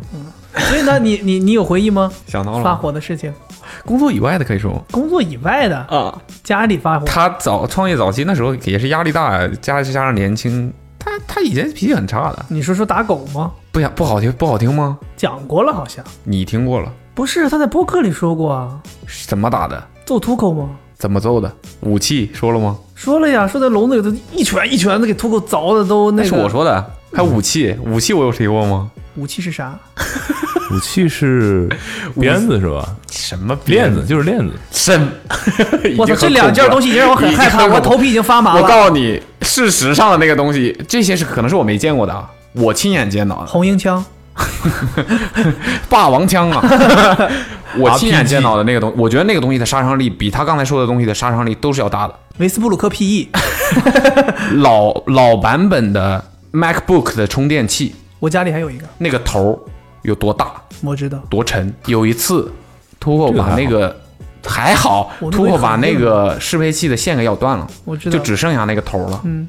Speaker 2: 所以呢，你你你有回忆吗？
Speaker 5: 想到
Speaker 2: 发
Speaker 5: 了，
Speaker 2: 火的事情，
Speaker 5: 工作以外的可以说吗
Speaker 2: 工作以外的，
Speaker 5: 啊。
Speaker 2: 家里发火，
Speaker 5: 他早创业早期那时候也是压力大，加加上年轻，他他以前脾气很差的，
Speaker 2: 你说说打狗吗？
Speaker 5: 不想不好听不好听吗？
Speaker 2: 讲过了好像，
Speaker 5: 你听过了，
Speaker 2: 不是他在播客里说过啊，
Speaker 5: 是怎么打的，
Speaker 2: 揍秃狗吗？
Speaker 5: 怎么揍的，武器说了吗？
Speaker 2: 说了呀，说在笼子里头一拳一拳的给秃狗凿的都那
Speaker 5: 那
Speaker 2: 个。
Speaker 5: 是我说的，还有武器，武器我有提过吗？
Speaker 2: 武器是啥？
Speaker 4: 武器是
Speaker 5: [LAUGHS]
Speaker 4: 鞭子是吧？
Speaker 5: 什么
Speaker 4: 链子？就是 [LAUGHS] 链子。
Speaker 5: 什？ [LAUGHS]
Speaker 2: 我操，这两件东
Speaker 5: 西。
Speaker 2: 西已经让我很害怕，
Speaker 5: 已经很恐怖
Speaker 2: 我头皮已经发麻
Speaker 5: 我
Speaker 2: 了。
Speaker 5: 告诉你，事实上的那个东西，这些是可能是我没见过的，啊，我亲眼见到的，
Speaker 2: 红缨枪，
Speaker 5: 霸王
Speaker 2: [LAUGHS]
Speaker 5: 枪啊！我亲眼见到的那个东我觉得那个东西的杀伤力比他刚才说的东西的杀伤力都是要大的。
Speaker 2: 维斯布鲁克 E，PE，
Speaker 5: 老老版本的 MacBook 的充电器，
Speaker 2: 我家里还有一个，
Speaker 5: 那个头儿有多大
Speaker 2: 我知道。
Speaker 5: 多沉？有一次，突破
Speaker 4: 这个
Speaker 5: 把
Speaker 4: 还
Speaker 5: 那
Speaker 4: 好
Speaker 5: 个还好，
Speaker 2: 我那
Speaker 5: 突
Speaker 2: 个
Speaker 5: 破
Speaker 2: 很
Speaker 5: 把那
Speaker 2: 硬
Speaker 5: 个适配器的线给咬断了，
Speaker 2: 我知道，
Speaker 5: 就只剩下那个头儿了。
Speaker 2: 嗯，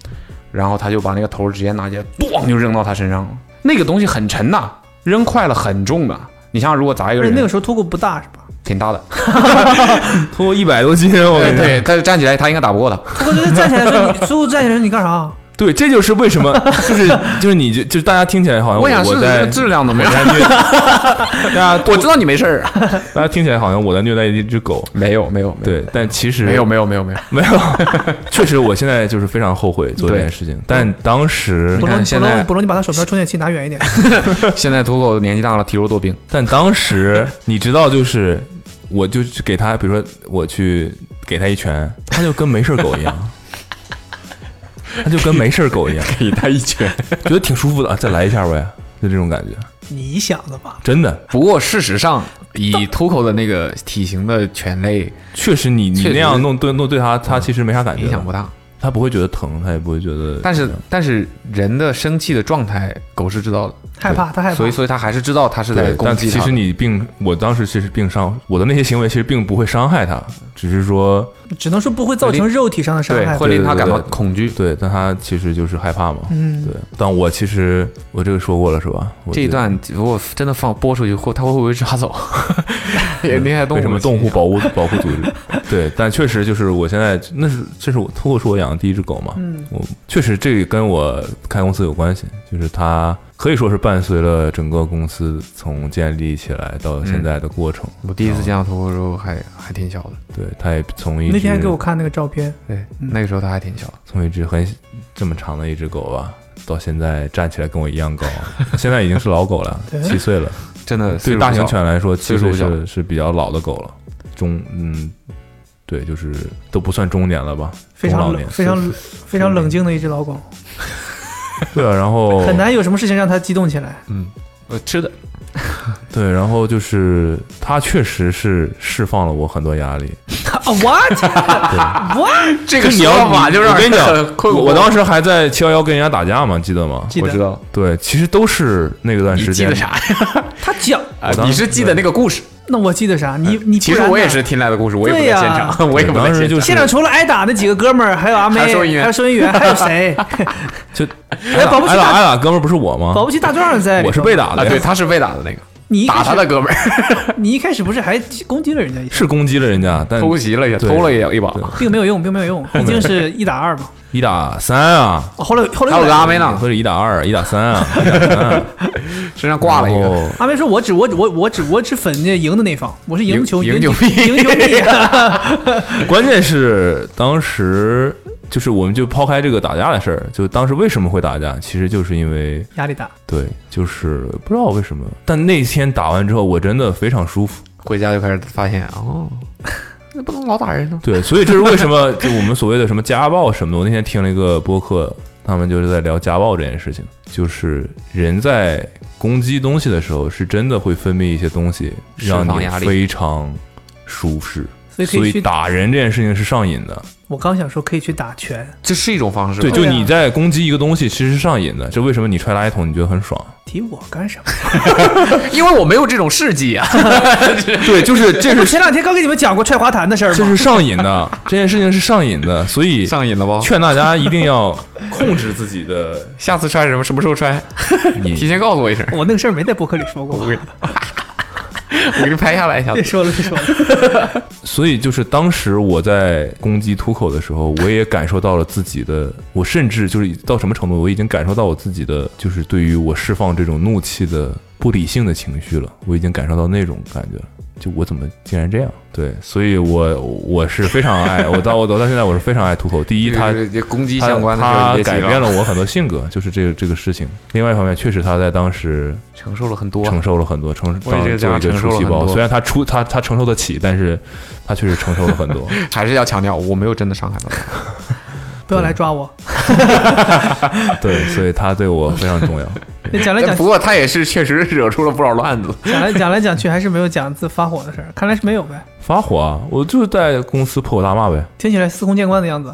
Speaker 5: 然后他就把那个头儿直接拿起来，咣就扔到他身上了。那个东西很沉的，扔快了很重的。你想想，如果砸一个
Speaker 2: 不是
Speaker 5: 人，
Speaker 2: 哎那个时候秃狗不大是吧？
Speaker 5: 挺大的。
Speaker 4: 通过一百多斤，我跟
Speaker 2: [LAUGHS]
Speaker 4: 你
Speaker 5: 对，但是站起来他应该打不过他。
Speaker 2: 秃狗就是站起来说你，秃狗站起来说你干啥？
Speaker 4: 对，这就是为什么，就是就是你就就是大家听起来好像
Speaker 5: 我想试试这
Speaker 4: 在
Speaker 5: 个质量怎么样？
Speaker 4: 大家
Speaker 5: [LAUGHS] 我知道你没事儿啊，
Speaker 4: 大家听起来好像我在虐待一只狗，
Speaker 5: 没有没有没有
Speaker 4: 对，但其实
Speaker 5: 没有没有没有没有，
Speaker 4: 没有， [LAUGHS] 确实我现在就是非常后悔做这件事情，但当时
Speaker 2: 博
Speaker 5: 看
Speaker 2: 龙，博
Speaker 5: 现在
Speaker 2: 龙，博龙，你把他手边充电器拿远一点。
Speaker 5: [LAUGHS] 现在土狗年纪大了，体弱多病，
Speaker 4: 但当时你知道，就是我就去给他，比如说我去给他一拳，他就跟没事儿狗一
Speaker 5: [LAUGHS]
Speaker 4: 样，他就跟没事儿狗一样，
Speaker 5: 给他一拳。
Speaker 4: 觉得挺舒服的，啊再来一下呗，就这种感觉，
Speaker 2: 你想的吧？
Speaker 4: 真的，
Speaker 5: 不过事实上，以土狗的那个体型的犬类
Speaker 4: 确实你你
Speaker 5: 确实嗯
Speaker 4: 那样弄对弄对他，他其实没啥感觉
Speaker 5: 影响不
Speaker 4: 的，
Speaker 5: 大，
Speaker 4: 他不会觉得疼，他也不会觉得，
Speaker 5: 但是但是人的生气的状态，狗是知道的，
Speaker 2: 害怕，他害怕。
Speaker 5: 所以所以它还是知道它是在
Speaker 4: 对，
Speaker 5: 攻
Speaker 4: 但
Speaker 5: 击
Speaker 4: 其
Speaker 5: 它的。
Speaker 4: 实你并我当时其实并伤我的那些行为其实并不会伤害他，只是说
Speaker 2: 只能说不会造成肉体上的伤
Speaker 5: 对
Speaker 2: 害。
Speaker 5: 会令它
Speaker 4: 对对
Speaker 5: 感
Speaker 4: 对
Speaker 5: 到恐惧。
Speaker 4: 对，但他其实就是害怕嘛，
Speaker 2: 嗯
Speaker 4: 对，但我其实我这个说过了是吧？我
Speaker 5: 这一
Speaker 4: 觉得
Speaker 5: 段如果真的放播出去，会它会不会被抓 [LAUGHS] 走？也厉害动物
Speaker 4: 为什么
Speaker 5: 形
Speaker 4: 动
Speaker 5: 象
Speaker 4: 物保护 [LAUGHS] 保护组织？对，但确实就是我现在那是这是我通过说我养的第一只狗嘛，
Speaker 2: 嗯，
Speaker 4: 我确实这个跟我开公司有关系，就是它可以说是伴随了整个公司从建立起来到现在的过程。
Speaker 2: 嗯
Speaker 5: 我第一次见到土狗的时候还还挺小的，
Speaker 4: 对，它也从一
Speaker 2: 那天还
Speaker 4: 只
Speaker 2: 给我看那个照片，
Speaker 5: 对，那个时候它还挺小的。
Speaker 4: 从一只很这么长的一只狗吧，到现在站起来跟我一样高，现在已经是老狗了，
Speaker 2: 对
Speaker 4: 七岁了。
Speaker 5: 真的
Speaker 4: 对
Speaker 5: 岁数
Speaker 4: 大型
Speaker 5: 小
Speaker 4: 犬来说，
Speaker 5: 岁
Speaker 4: 其
Speaker 5: 数
Speaker 4: 实
Speaker 5: 不小
Speaker 4: 是是比较老的狗了，中嗯，对，就是都不算中年了吧， [LAUGHS]
Speaker 2: 非
Speaker 4: 中
Speaker 2: 常
Speaker 4: 老
Speaker 2: 冷
Speaker 4: 年，
Speaker 2: 非常非常冷静的一只老狗，
Speaker 4: 对啊，然后
Speaker 5: 哦
Speaker 2: 很难有什么事情让它激动起来。
Speaker 5: 呃吃的，
Speaker 4: 对，然后就是它确实是释放了我很多压力，
Speaker 2: 啊 [LAUGHS]
Speaker 5: [LAUGHS]
Speaker 2: what
Speaker 5: 这
Speaker 4: 就你要你我跟你讲，
Speaker 5: 困
Speaker 4: 我我当时还在七幺幺跟人家打架嘛，记得吗？
Speaker 2: 记
Speaker 5: 我知
Speaker 2: 得
Speaker 5: 道
Speaker 4: 对，其实都是那个段
Speaker 5: 你
Speaker 4: 时
Speaker 5: 记
Speaker 4: 间
Speaker 5: 得，啥呀？
Speaker 2: 他讲，
Speaker 5: 啊
Speaker 4: 我当
Speaker 5: 你
Speaker 4: 时
Speaker 5: 是记得那个故事，
Speaker 2: 那我记得啥？你你
Speaker 5: 呃其实
Speaker 2: 不然呢
Speaker 5: 我也是听来的故事，我也不在
Speaker 2: 对呀
Speaker 5: 现场， [LAUGHS] 我也不在
Speaker 4: 当时
Speaker 5: 现
Speaker 4: 就
Speaker 5: 场。
Speaker 4: 是
Speaker 2: 现场除了挨打那几个哥们儿，还有阿妹，
Speaker 5: 还有收银员
Speaker 2: 还有收银员，还有
Speaker 5: [LAUGHS]
Speaker 2: 谁？
Speaker 4: 就
Speaker 2: 哎，保不齐
Speaker 4: 挨
Speaker 2: 大
Speaker 4: 打挨打，哥们儿不是我吗
Speaker 2: 保？不齐大壮在里头。
Speaker 4: 我是被打
Speaker 5: 啊，
Speaker 4: 的
Speaker 5: 对，
Speaker 4: 呀，
Speaker 5: 他是被打的那个，
Speaker 2: 你一开
Speaker 5: 打
Speaker 2: 始
Speaker 5: 他的哥们儿，
Speaker 2: 你一开始不是还攻击了人家一下，
Speaker 4: 是攻击了人家，但
Speaker 5: 偷袭了一下，
Speaker 4: 对
Speaker 5: 偷了一一把。
Speaker 2: 并没有用，并没有
Speaker 4: [LAUGHS]
Speaker 2: 用，毕竟是一打二嘛。
Speaker 4: 一打三啊，
Speaker 2: 哦后来后来
Speaker 5: 还有
Speaker 2: 又
Speaker 5: 个
Speaker 2: 来
Speaker 5: 阿妹呢，
Speaker 4: 或者一打二，一打三啊，
Speaker 5: 身上挂了一
Speaker 4: 然
Speaker 5: 个。
Speaker 4: [LAUGHS] 后
Speaker 2: 阿妹说：“我只我只我我只我只粉那赢的那方，我是赢球
Speaker 5: 赢
Speaker 2: 球
Speaker 5: 球
Speaker 2: 赢球币。
Speaker 5: [LAUGHS]
Speaker 4: 关键是当时就是我们就抛开这个打架的事儿，就当时为什么会打架，其实就是因为
Speaker 2: 压力大，
Speaker 4: 对，就是不知道为什么，但那天打完之后，我真的非常舒服。
Speaker 5: 回家就开始发现哦，那不能老打人呢。
Speaker 4: 对，所以这是为什么就我们所谓的什么家暴什么的。我那天听了一个播客，他们就是在聊家暴这件事情，就是人在攻击东西的时候，是真的会分泌一些东西，
Speaker 5: 释
Speaker 4: 让
Speaker 5: 放
Speaker 4: 你
Speaker 5: 压力
Speaker 4: 非常舒适。
Speaker 2: 所以可
Speaker 4: 所
Speaker 2: 以
Speaker 4: 以
Speaker 2: 去。
Speaker 4: 打人这件事情是上瘾的，
Speaker 2: 我刚想说可以去打拳，
Speaker 5: 这是一种方式吧，
Speaker 4: 对，就
Speaker 2: 对啊
Speaker 4: 你在攻击一个东西，其实是上瘾的。这为什么你踹垃圾桶你觉得很爽？
Speaker 2: 提我干
Speaker 5: [LAUGHS]
Speaker 2: 什么？
Speaker 5: 因为我没有这种事迹 [LAUGHS] 啊。
Speaker 4: 对，就是这
Speaker 2: 我
Speaker 4: 是
Speaker 2: 前两天刚跟你们讲过踹滑坛的事儿
Speaker 4: 这
Speaker 2: 吗？
Speaker 4: 是上瘾的，这件事情是上瘾的，所以
Speaker 5: 上瘾了吧？
Speaker 4: 劝大家一定要控制自己的
Speaker 5: 下次穿什么？什么时候穿？提
Speaker 4: 你。
Speaker 5: 前告诉 [LAUGHS] 我一声，
Speaker 2: 我那个事儿没在博客里说过吧，
Speaker 5: 我给你拍下来一下
Speaker 2: [LAUGHS] 别。说了，别说了。
Speaker 4: 所以就是当时我在攻击吐口的时候，我也感受到了自己的，我甚至就是到什么程度，我已经感受到我自己的，就是对于我释放这种怒气的不理性的情绪了，我已经感受到那种感觉了。就我怎么竟然这样？对，所以我我是非常爱我到我到现在我是非常爱吐口。第一，他
Speaker 5: 这个攻击
Speaker 4: 他
Speaker 5: 相关的事儿
Speaker 4: 他
Speaker 5: 别提
Speaker 4: 改变
Speaker 5: 了，
Speaker 4: 了我很多性格， [LAUGHS] 就是这个这个事情。另外一方面，确实他在当时
Speaker 5: 承受了很多。
Speaker 4: 承受了很多，承
Speaker 5: 我也
Speaker 4: 当
Speaker 5: 觉得
Speaker 4: 做一
Speaker 5: 他
Speaker 4: 个
Speaker 5: 承
Speaker 4: 出
Speaker 5: 受了
Speaker 4: 气
Speaker 5: 很
Speaker 4: 包。
Speaker 5: 多
Speaker 4: 虽然他出他他承受得起，但是他确实承受了很
Speaker 5: [LAUGHS]
Speaker 4: 多。
Speaker 5: 还是要强调，我没有真的伤害到他。
Speaker 2: 不要来抓我。
Speaker 4: 对，所以他对我非常重要。
Speaker 2: 那讲来讲
Speaker 5: 不过他也是确实惹出了不少乱子。
Speaker 2: 讲来讲来讲去，还是没有讲自发火的事儿，看来是没有呗。
Speaker 4: 发火啊！我就是在公司破口大骂呗。
Speaker 2: 听起来司空见惯的样子。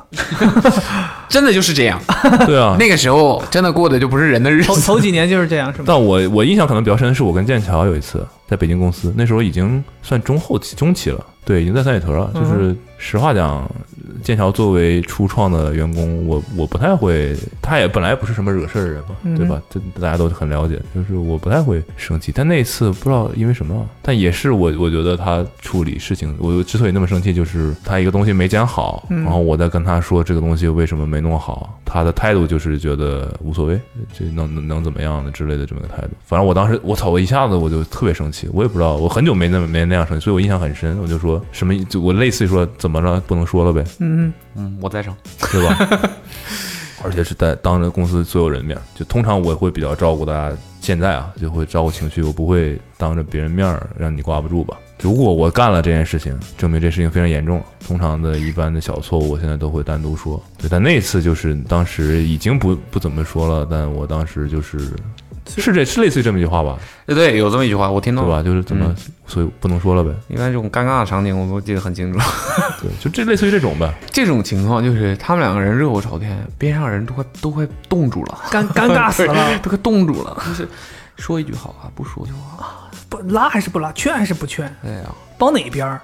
Speaker 5: 真的就是这样，哦
Speaker 4: 对
Speaker 5: [LAUGHS]
Speaker 4: 啊，
Speaker 5: 那个时候真的过的就不是人的日
Speaker 2: 头
Speaker 5: 子。
Speaker 2: 头几年就是这样，是
Speaker 5: [LAUGHS]
Speaker 2: 吗？
Speaker 4: 但我我印象可能比较深的是，我跟剑
Speaker 2: 嗯
Speaker 4: 桥有一次在北京公司，那时候已经算中后期中期了，对，已经在三里屯了，就是实话讲，剑桥作为初创的员工，我我不太会，他也本来不是什么惹事儿的人嘛，
Speaker 2: 嗯
Speaker 4: 对吧？这大家都很了解，就是我不太会生气。但那次不知道因为什么，啊但也是我我觉得他处理事情，我之所以那么生气，就是他一个东西没讲好，
Speaker 2: 嗯
Speaker 4: 然后我在跟他说这个东西为什么没弄好，他的态度就是觉得无所谓，这能能能怎么样的之类的这么个态度。反正我当时我操，我一下子我就特别生气，我也不知道，我很久没那么没那样生气，所以我印象很深。我就说什么，就我类似于说怎么了，不能说了呗，
Speaker 2: 嗯，
Speaker 5: 嗯，我在场。
Speaker 4: 对吧？ [LAUGHS] 而且是在当着公司所有人面儿，就通常我会比较照顾大家。现在啊，就会照顾情绪，我不会当着别人面儿让你挂不住吧。如果我干了这件事情，证明这事情非常严重了。通常的一般的小错误，我现在都会单独说。对，但那次就是当时已经不不怎么说了，但我当时就是是这是类似于这么一句话吧，
Speaker 5: 对对，有这么一句话，我听到
Speaker 4: 对
Speaker 5: 了。
Speaker 4: 吧？就是怎么，所以不能说了呗。
Speaker 5: 一般这种尴尬的场景，我都记得很清楚。 [LAUGHS]
Speaker 4: 对，就这类似于这种呗。
Speaker 5: 这种情况就是他们两个人热火朝天，边上人都快都快冻住了， [LAUGHS]
Speaker 2: 尴尴尬死
Speaker 5: 对
Speaker 2: 了，
Speaker 5: 都快冻住了。就是说一句好话，不说就好。
Speaker 2: 不拉还是不拉，劝还是不劝，
Speaker 5: 对呀、
Speaker 2: 帮哪边儿？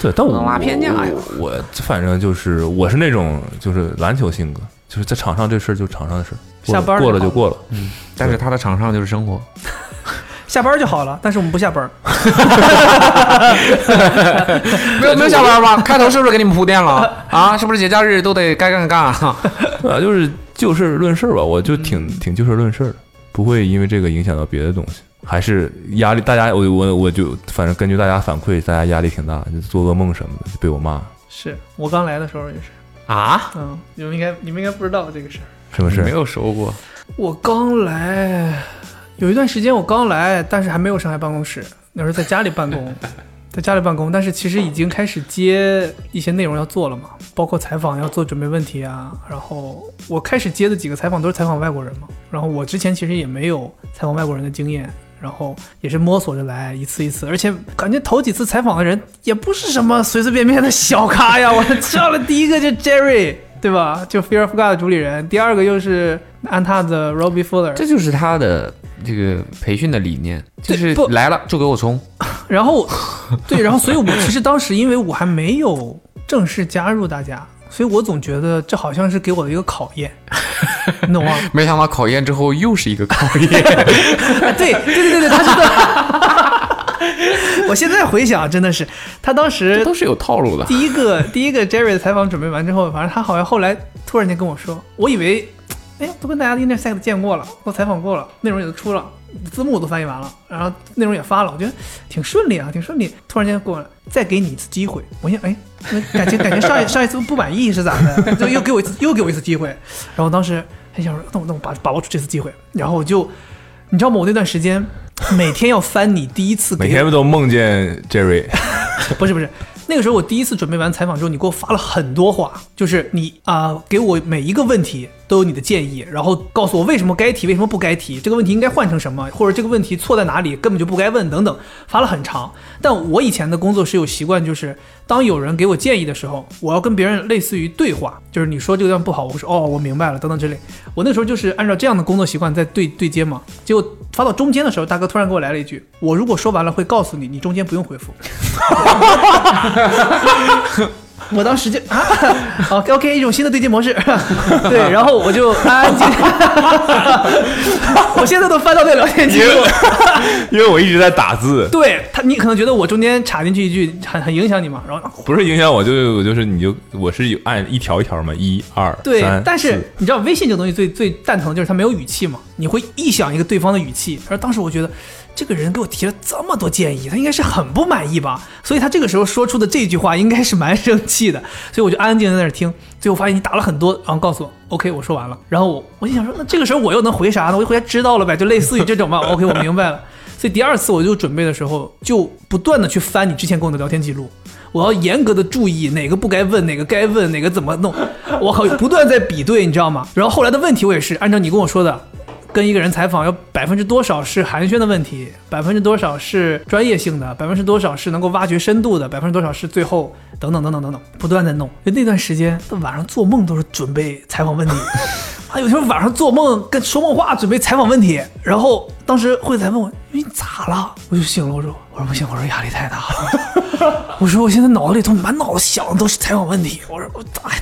Speaker 4: 对，但
Speaker 5: 不
Speaker 4: 我
Speaker 5: 能拉偏架呀
Speaker 4: 我我反正就是我是那种就是篮球性格，就是在场上这事儿就场上的事儿，过了
Speaker 2: 下班儿就
Speaker 4: 过
Speaker 2: 好
Speaker 4: 了就
Speaker 2: 了
Speaker 4: 过了。
Speaker 5: 但是他的场上就是生活，
Speaker 2: 下班儿就好了，但是我们不下班儿。
Speaker 5: 没有没有 [LAUGHS] 下班 [LAUGHS] 吧？开头是不是给你们铺垫了 [LAUGHS] 啊？是不是节假日都得该干干？ [LAUGHS]
Speaker 4: 对啊，就是就事论事吧，我就挺
Speaker 2: 嗯
Speaker 4: 挺就事论事的，不会因为这个影响到别的东西。还是压力，大家我我我就反正根据大家反馈，大家压力挺大，就做噩梦什么的就被我骂，
Speaker 2: 是我刚来的时候也是，
Speaker 5: 啊？
Speaker 2: 嗯，你们应该你们应该不知道这个事儿。
Speaker 4: 什么事
Speaker 5: 没
Speaker 4: 儿？
Speaker 5: 有收过，
Speaker 2: 我刚来，有一段时间我刚来，但是还没有上海办公室，那时候在家里办公， [LAUGHS] 在家里办公，但是其实已经开始接一些内容要做了嘛，包括采访要做准备问题啊。然后我开始接的几个采访都是采访外国人嘛，然后我之前其实也没有采访外国人的经验。然后也是摸索着来，一次一次，而且感觉头几次采访的人也不是什么随随便便的小咖呀。我 [LAUGHS] 上了第一个就 Jerry，对吧？就 Fear of God 的主理人，第二个又是安踏的 Robbie Fuller，
Speaker 5: 这就是他的这个培训的理念，就
Speaker 2: 对
Speaker 5: 是
Speaker 2: 不
Speaker 5: 来了就给我冲。
Speaker 2: 然后， [LAUGHS] 对，然后，所以我其实当时因为我还没有正式加入大家，所以我总觉得这好像是给我的一个考验，你懂吗？
Speaker 5: 没想到考验之后又是一个考
Speaker 2: [LAUGHS]
Speaker 5: 验，
Speaker 2: 啊，对对对对对，他是的。 [LAUGHS] 我现在回想，真的是他当时
Speaker 5: 这都是有套路的。
Speaker 2: 第一个第一个 Jerry 的采访准备完之后，反正他好像后来突然间跟我说，我以为，哎呀，都跟大家 intersect 见过了，都采访过了，内容也都出了，字幕都翻译完了，然后内容也发了，我觉得挺顺利啊，挺顺利。突然间过来，再给你一次机会，我想，哎，那感觉感觉上一上一次不满意是咋的？就又给我一次又给我一次机会，然后我当时很想说，那我那我把把握住这次机会，然后我就，你知道吗？我那段时间每天要翻你第一次给
Speaker 4: 每
Speaker 2: 我
Speaker 4: 天都梦见 Jerry， [LAUGHS]
Speaker 2: [LAUGHS] 不是不是，那个时候我第一次准备完采访之后，你给我发了很多话，就是你啊、给我每一个问题都有你的建议，然后告诉我为什么该提，为什么不该提，这个问题应该换成什么，或者这个问题错在哪里，根本就不该问等等，发了很长。但我以前的工作是有习惯，就是当有人给我建议的时候，我要跟别人类似于对话，就是你说这个地方不好，我说哦我明白了等等之类。我那时候就是按照这样的工作习惯在对对接嘛，结果发到中间的时候，大哥突然给我来了一句：“我如果说完了会告诉你，你中间不用回复。”我当时就 [LAUGHS] 啊，好 OK，一种新的对接模式， [LAUGHS] 对，然后我就安安静静， [LAUGHS] 我现在都翻到那聊天记录，
Speaker 4: 因为我一直在打字，
Speaker 2: [LAUGHS] 对他，你可能觉得我中间插进去一句很很影响你嘛，然后
Speaker 4: 不是影响我，就我就是你就我是有按一条一条嘛，一二
Speaker 2: 对
Speaker 4: 三，，
Speaker 2: 但
Speaker 4: 四
Speaker 2: 是你知道微信这个东西最最蛋疼的就是它没有语气嘛，你会臆想一个对方的语气。而当时我觉得这个人给我提了这么多建议，他应该是很不满意吧，所以他这个时候说出的这句话应该是蛮生气的，所以我就安安静静在那儿听。最后发现你打了很多，然后告诉我 OK，我说完了。然后我我就想说，那这个时候我又能回啥呢？我就回来知道了呗，就类似于这种嘛。OK，我明 [LAUGHS] 白了。所以第二次我就准备的时候，就不断的去翻你之前跟我的聊天记录，我要严格的注意哪个不该问，哪个该问，哪个怎么弄，我靠，不断在比对，你知道吗？然后后来的问题我也是按照你跟我说的，跟一个人采访有百分之多少是寒暄的问题，百分之多少是专业性的，百分之多少是能够挖掘深度的，百分之多少是最后等等等等等等，不断在弄。就那段时间晚上做梦都是准备采访问题。啊，有天晚上做梦跟说梦话，准备采访问题，然后当时慧才问我你咋了，我就醒了，我说我说不行，我说压力太大了，我说我现在脑子里头满脑子想的都是采访问题，我说我哎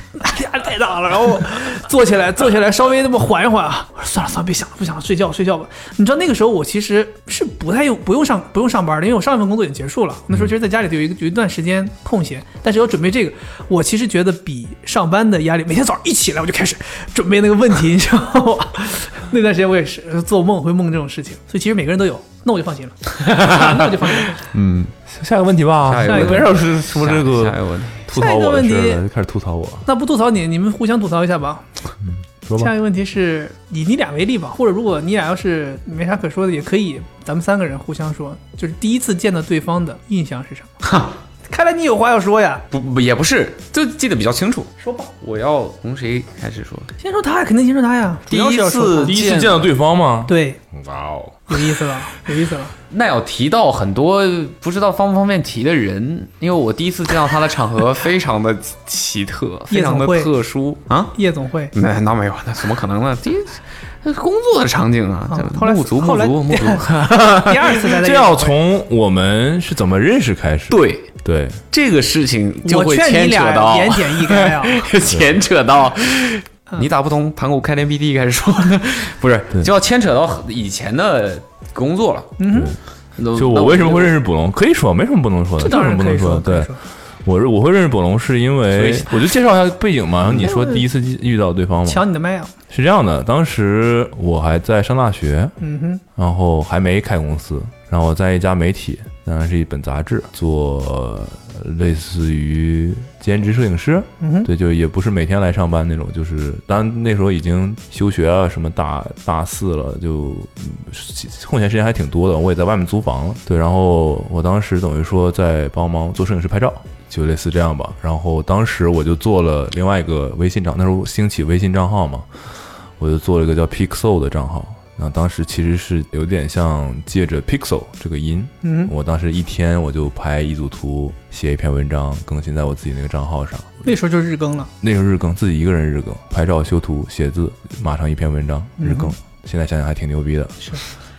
Speaker 2: 压力太大了，然后坐起来坐起来稍微那么缓一缓啊，我说算了算了，别想了不想了，睡觉睡觉吧。你知道那个时候我其实是不太用不用上不用上班的，因为我上一份工作已经结束了，那时候其实在家里头有一个有一段时间空闲，但是要准备这个，我其实觉得比上班的压力，每天早上一起来我就开始准备那个问题，你知道吗？ [LAUGHS] 那段时间我也是做梦会梦这种事情，所以其实每个人都有，那我就放心了，那我就放心了。
Speaker 4: 下一个问题吧，
Speaker 3: 下一个问题
Speaker 4: 没事是什么这
Speaker 5: [LAUGHS] 哎
Speaker 3: 下一
Speaker 4: 个
Speaker 3: 个问题，
Speaker 4: 吐槽我的事
Speaker 2: 下一个
Speaker 4: 儿
Speaker 2: 问
Speaker 4: 了，就开始吐槽我，
Speaker 2: 那不吐槽你，你们互相吐槽一下吧。
Speaker 4: 说
Speaker 2: 下
Speaker 4: 吧
Speaker 2: 一。个问题是以你俩为例吧，或者如果你俩要是没啥可说的，也可以，咱们三个人互相说，就是第一次见到对方的印象
Speaker 4: [LAUGHS]
Speaker 2: 是什么？
Speaker 5: 哈，
Speaker 2: 看来你有话要说呀，
Speaker 5: 不不也不是，就记得比较清楚。
Speaker 2: 说吧，
Speaker 5: 我要从谁开始说？
Speaker 2: 先说他，肯定先说他呀。
Speaker 5: 第
Speaker 2: 主要是
Speaker 5: 一
Speaker 2: 要说
Speaker 5: 次
Speaker 2: 他
Speaker 4: 第一次见到对方吗？
Speaker 2: 对，
Speaker 4: 哇哦，
Speaker 2: 有意思了，有意思了。
Speaker 5: 那要提到很多不知道方不方便提的人，因为我第一次见到他的
Speaker 2: [LAUGHS]
Speaker 5: 场合非常的奇特，非常的
Speaker 2: 夜总会嗯
Speaker 5: 特殊啊。
Speaker 2: 夜总
Speaker 4: [LAUGHS]
Speaker 2: 会，
Speaker 5: 那那没有，那怎么可能呢？第一，这工作的场景啊，
Speaker 2: 啊
Speaker 5: 这
Speaker 2: 后来
Speaker 5: 木足
Speaker 2: 后
Speaker 5: 木
Speaker 2: 来
Speaker 5: 足
Speaker 2: [LAUGHS]
Speaker 5: 木足，
Speaker 2: 第二次才在夜总
Speaker 4: 这
Speaker 2: 会
Speaker 4: 要从我们是怎么认识开始。
Speaker 5: 对
Speaker 4: 对，
Speaker 5: 这个事情就
Speaker 2: 我
Speaker 5: 会
Speaker 2: 劝你
Speaker 5: 牵扯
Speaker 2: 俩
Speaker 5: 到
Speaker 2: 言简意赅
Speaker 4: [LAUGHS]
Speaker 2: 啊。
Speaker 5: [LAUGHS] 牵扯到，你咋不从盘古开天辟地开始说 [LAUGHS] 呢？不是，就要牵扯到以前的工作了。
Speaker 2: 嗯
Speaker 5: 那，
Speaker 4: 就
Speaker 5: 那
Speaker 4: 我为什么会认识卜龙？可以说，没什么不能说的，
Speaker 2: 这当
Speaker 4: 有什
Speaker 2: 然
Speaker 4: 么不
Speaker 2: 可以
Speaker 4: 能的。
Speaker 2: 可以
Speaker 4: 对，我是我会认识卜龙，是因为我就介绍一下背景嘛。然后你
Speaker 2: 嗯
Speaker 4: 说第一次遇到对方嘛，
Speaker 2: 抢你的麦啊！
Speaker 4: 是这样的，当时我还在上大学，
Speaker 2: 嗯哼，
Speaker 4: 然后还没开公司，然后我在一家媒体，当然是一本杂志，做呃类似于兼职摄影师。
Speaker 2: 嗯哼，
Speaker 4: 对，就也不是每天来上班那种，就是当然那时候已经休学啊，什么大大四了，就嗯是空闲时间还挺多的。我也在外面租房了，对，然后我当时等于说在帮忙做摄影师拍照，就类似这样吧。然后当时我就做了另外一个微信账，那时候兴起微信账号嘛，我就做了一个叫 Pixel 的账号。那当时其实是有点像借着 Pixel 这个音，
Speaker 2: 嗯哼，
Speaker 4: 我当时一天我就拍一组图，写一篇文章，更新在我自己那个账号上。
Speaker 2: 那时候就是日更了。
Speaker 4: 那个日更，自己一个人日更，拍照、修图、写字，马上一篇文章，日更。现在想想还挺牛逼的。
Speaker 2: 嗯是。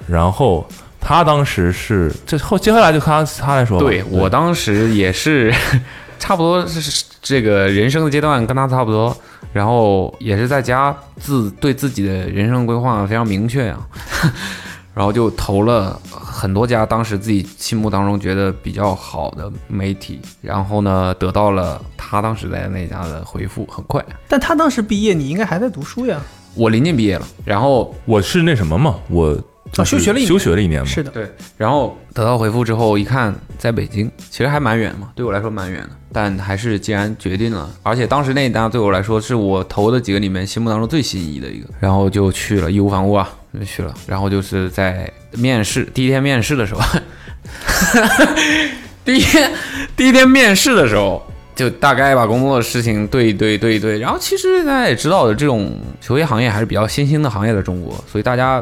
Speaker 4: 然后他当时是，这后接下来就他他来说吧。
Speaker 5: 对我当时也是， [LAUGHS] 差不多是这个人生的阶段跟他差不多，然后也是在家自对自己的人生规划非常明确啊， [LAUGHS] 然后就投了很多家当时自己心目当中觉得比较好的媒体，然后呢得到了他当时在那家的回复，很快
Speaker 2: 但他当时毕业，你应该还在读书呀。
Speaker 5: 我临近毕业了，然后
Speaker 4: 我是那什么嘛，我
Speaker 2: 啊休学了一年
Speaker 4: 休学了一年嘛。
Speaker 2: 是的，
Speaker 5: 对，然后得到回复之后一看，在北京，其实还蛮远嘛，对我来说蛮远的，但还是既然决定了，而且当时那一单对我来说是我投的几个里面心目当中最心仪的一个，然后就去了，义无反顾啊，就去了，然后就是在面试第一天面试的时候，第一天第一天面试的时候。就大概把工作的事情对一对对一对，然后其实大家也知道的，这种球鞋行业还是比较新兴的行业，在中国，所以大家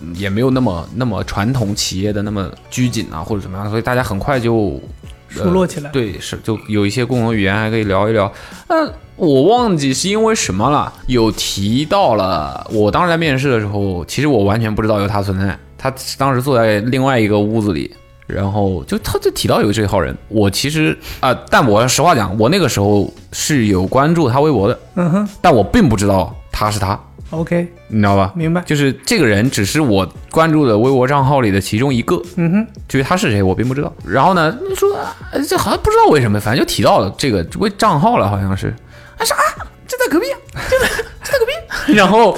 Speaker 5: 嗯也没有那么那么传统企业的那么拘谨啊，或者怎么样，所以大家很快就呃
Speaker 2: 熟络起来。
Speaker 5: 对，是就有一些共同语言，还可以聊一聊。那我忘记是因为什么了，有提到了。我当时在面试的时候，其实我完全不知道有他存在。他当时坐在另外一个屋子里，然后就他就提到有这号人。我其实啊、但我实话讲，我那个时候是有关注他微博的，
Speaker 2: 嗯哼
Speaker 5: 但我并不知道他是他，
Speaker 2: ，OK，
Speaker 5: 你知道吧？
Speaker 2: 明白。
Speaker 5: 就是这个人只是我关注的微博账号里的其中一个，
Speaker 2: 嗯哼，
Speaker 5: 至于他是谁，我并不知道。然后呢，你说呃这好像不知道为什么，反正就提到了这个微账号了，好像是。啊啥？这在隔壁，啊这在这在隔壁。然后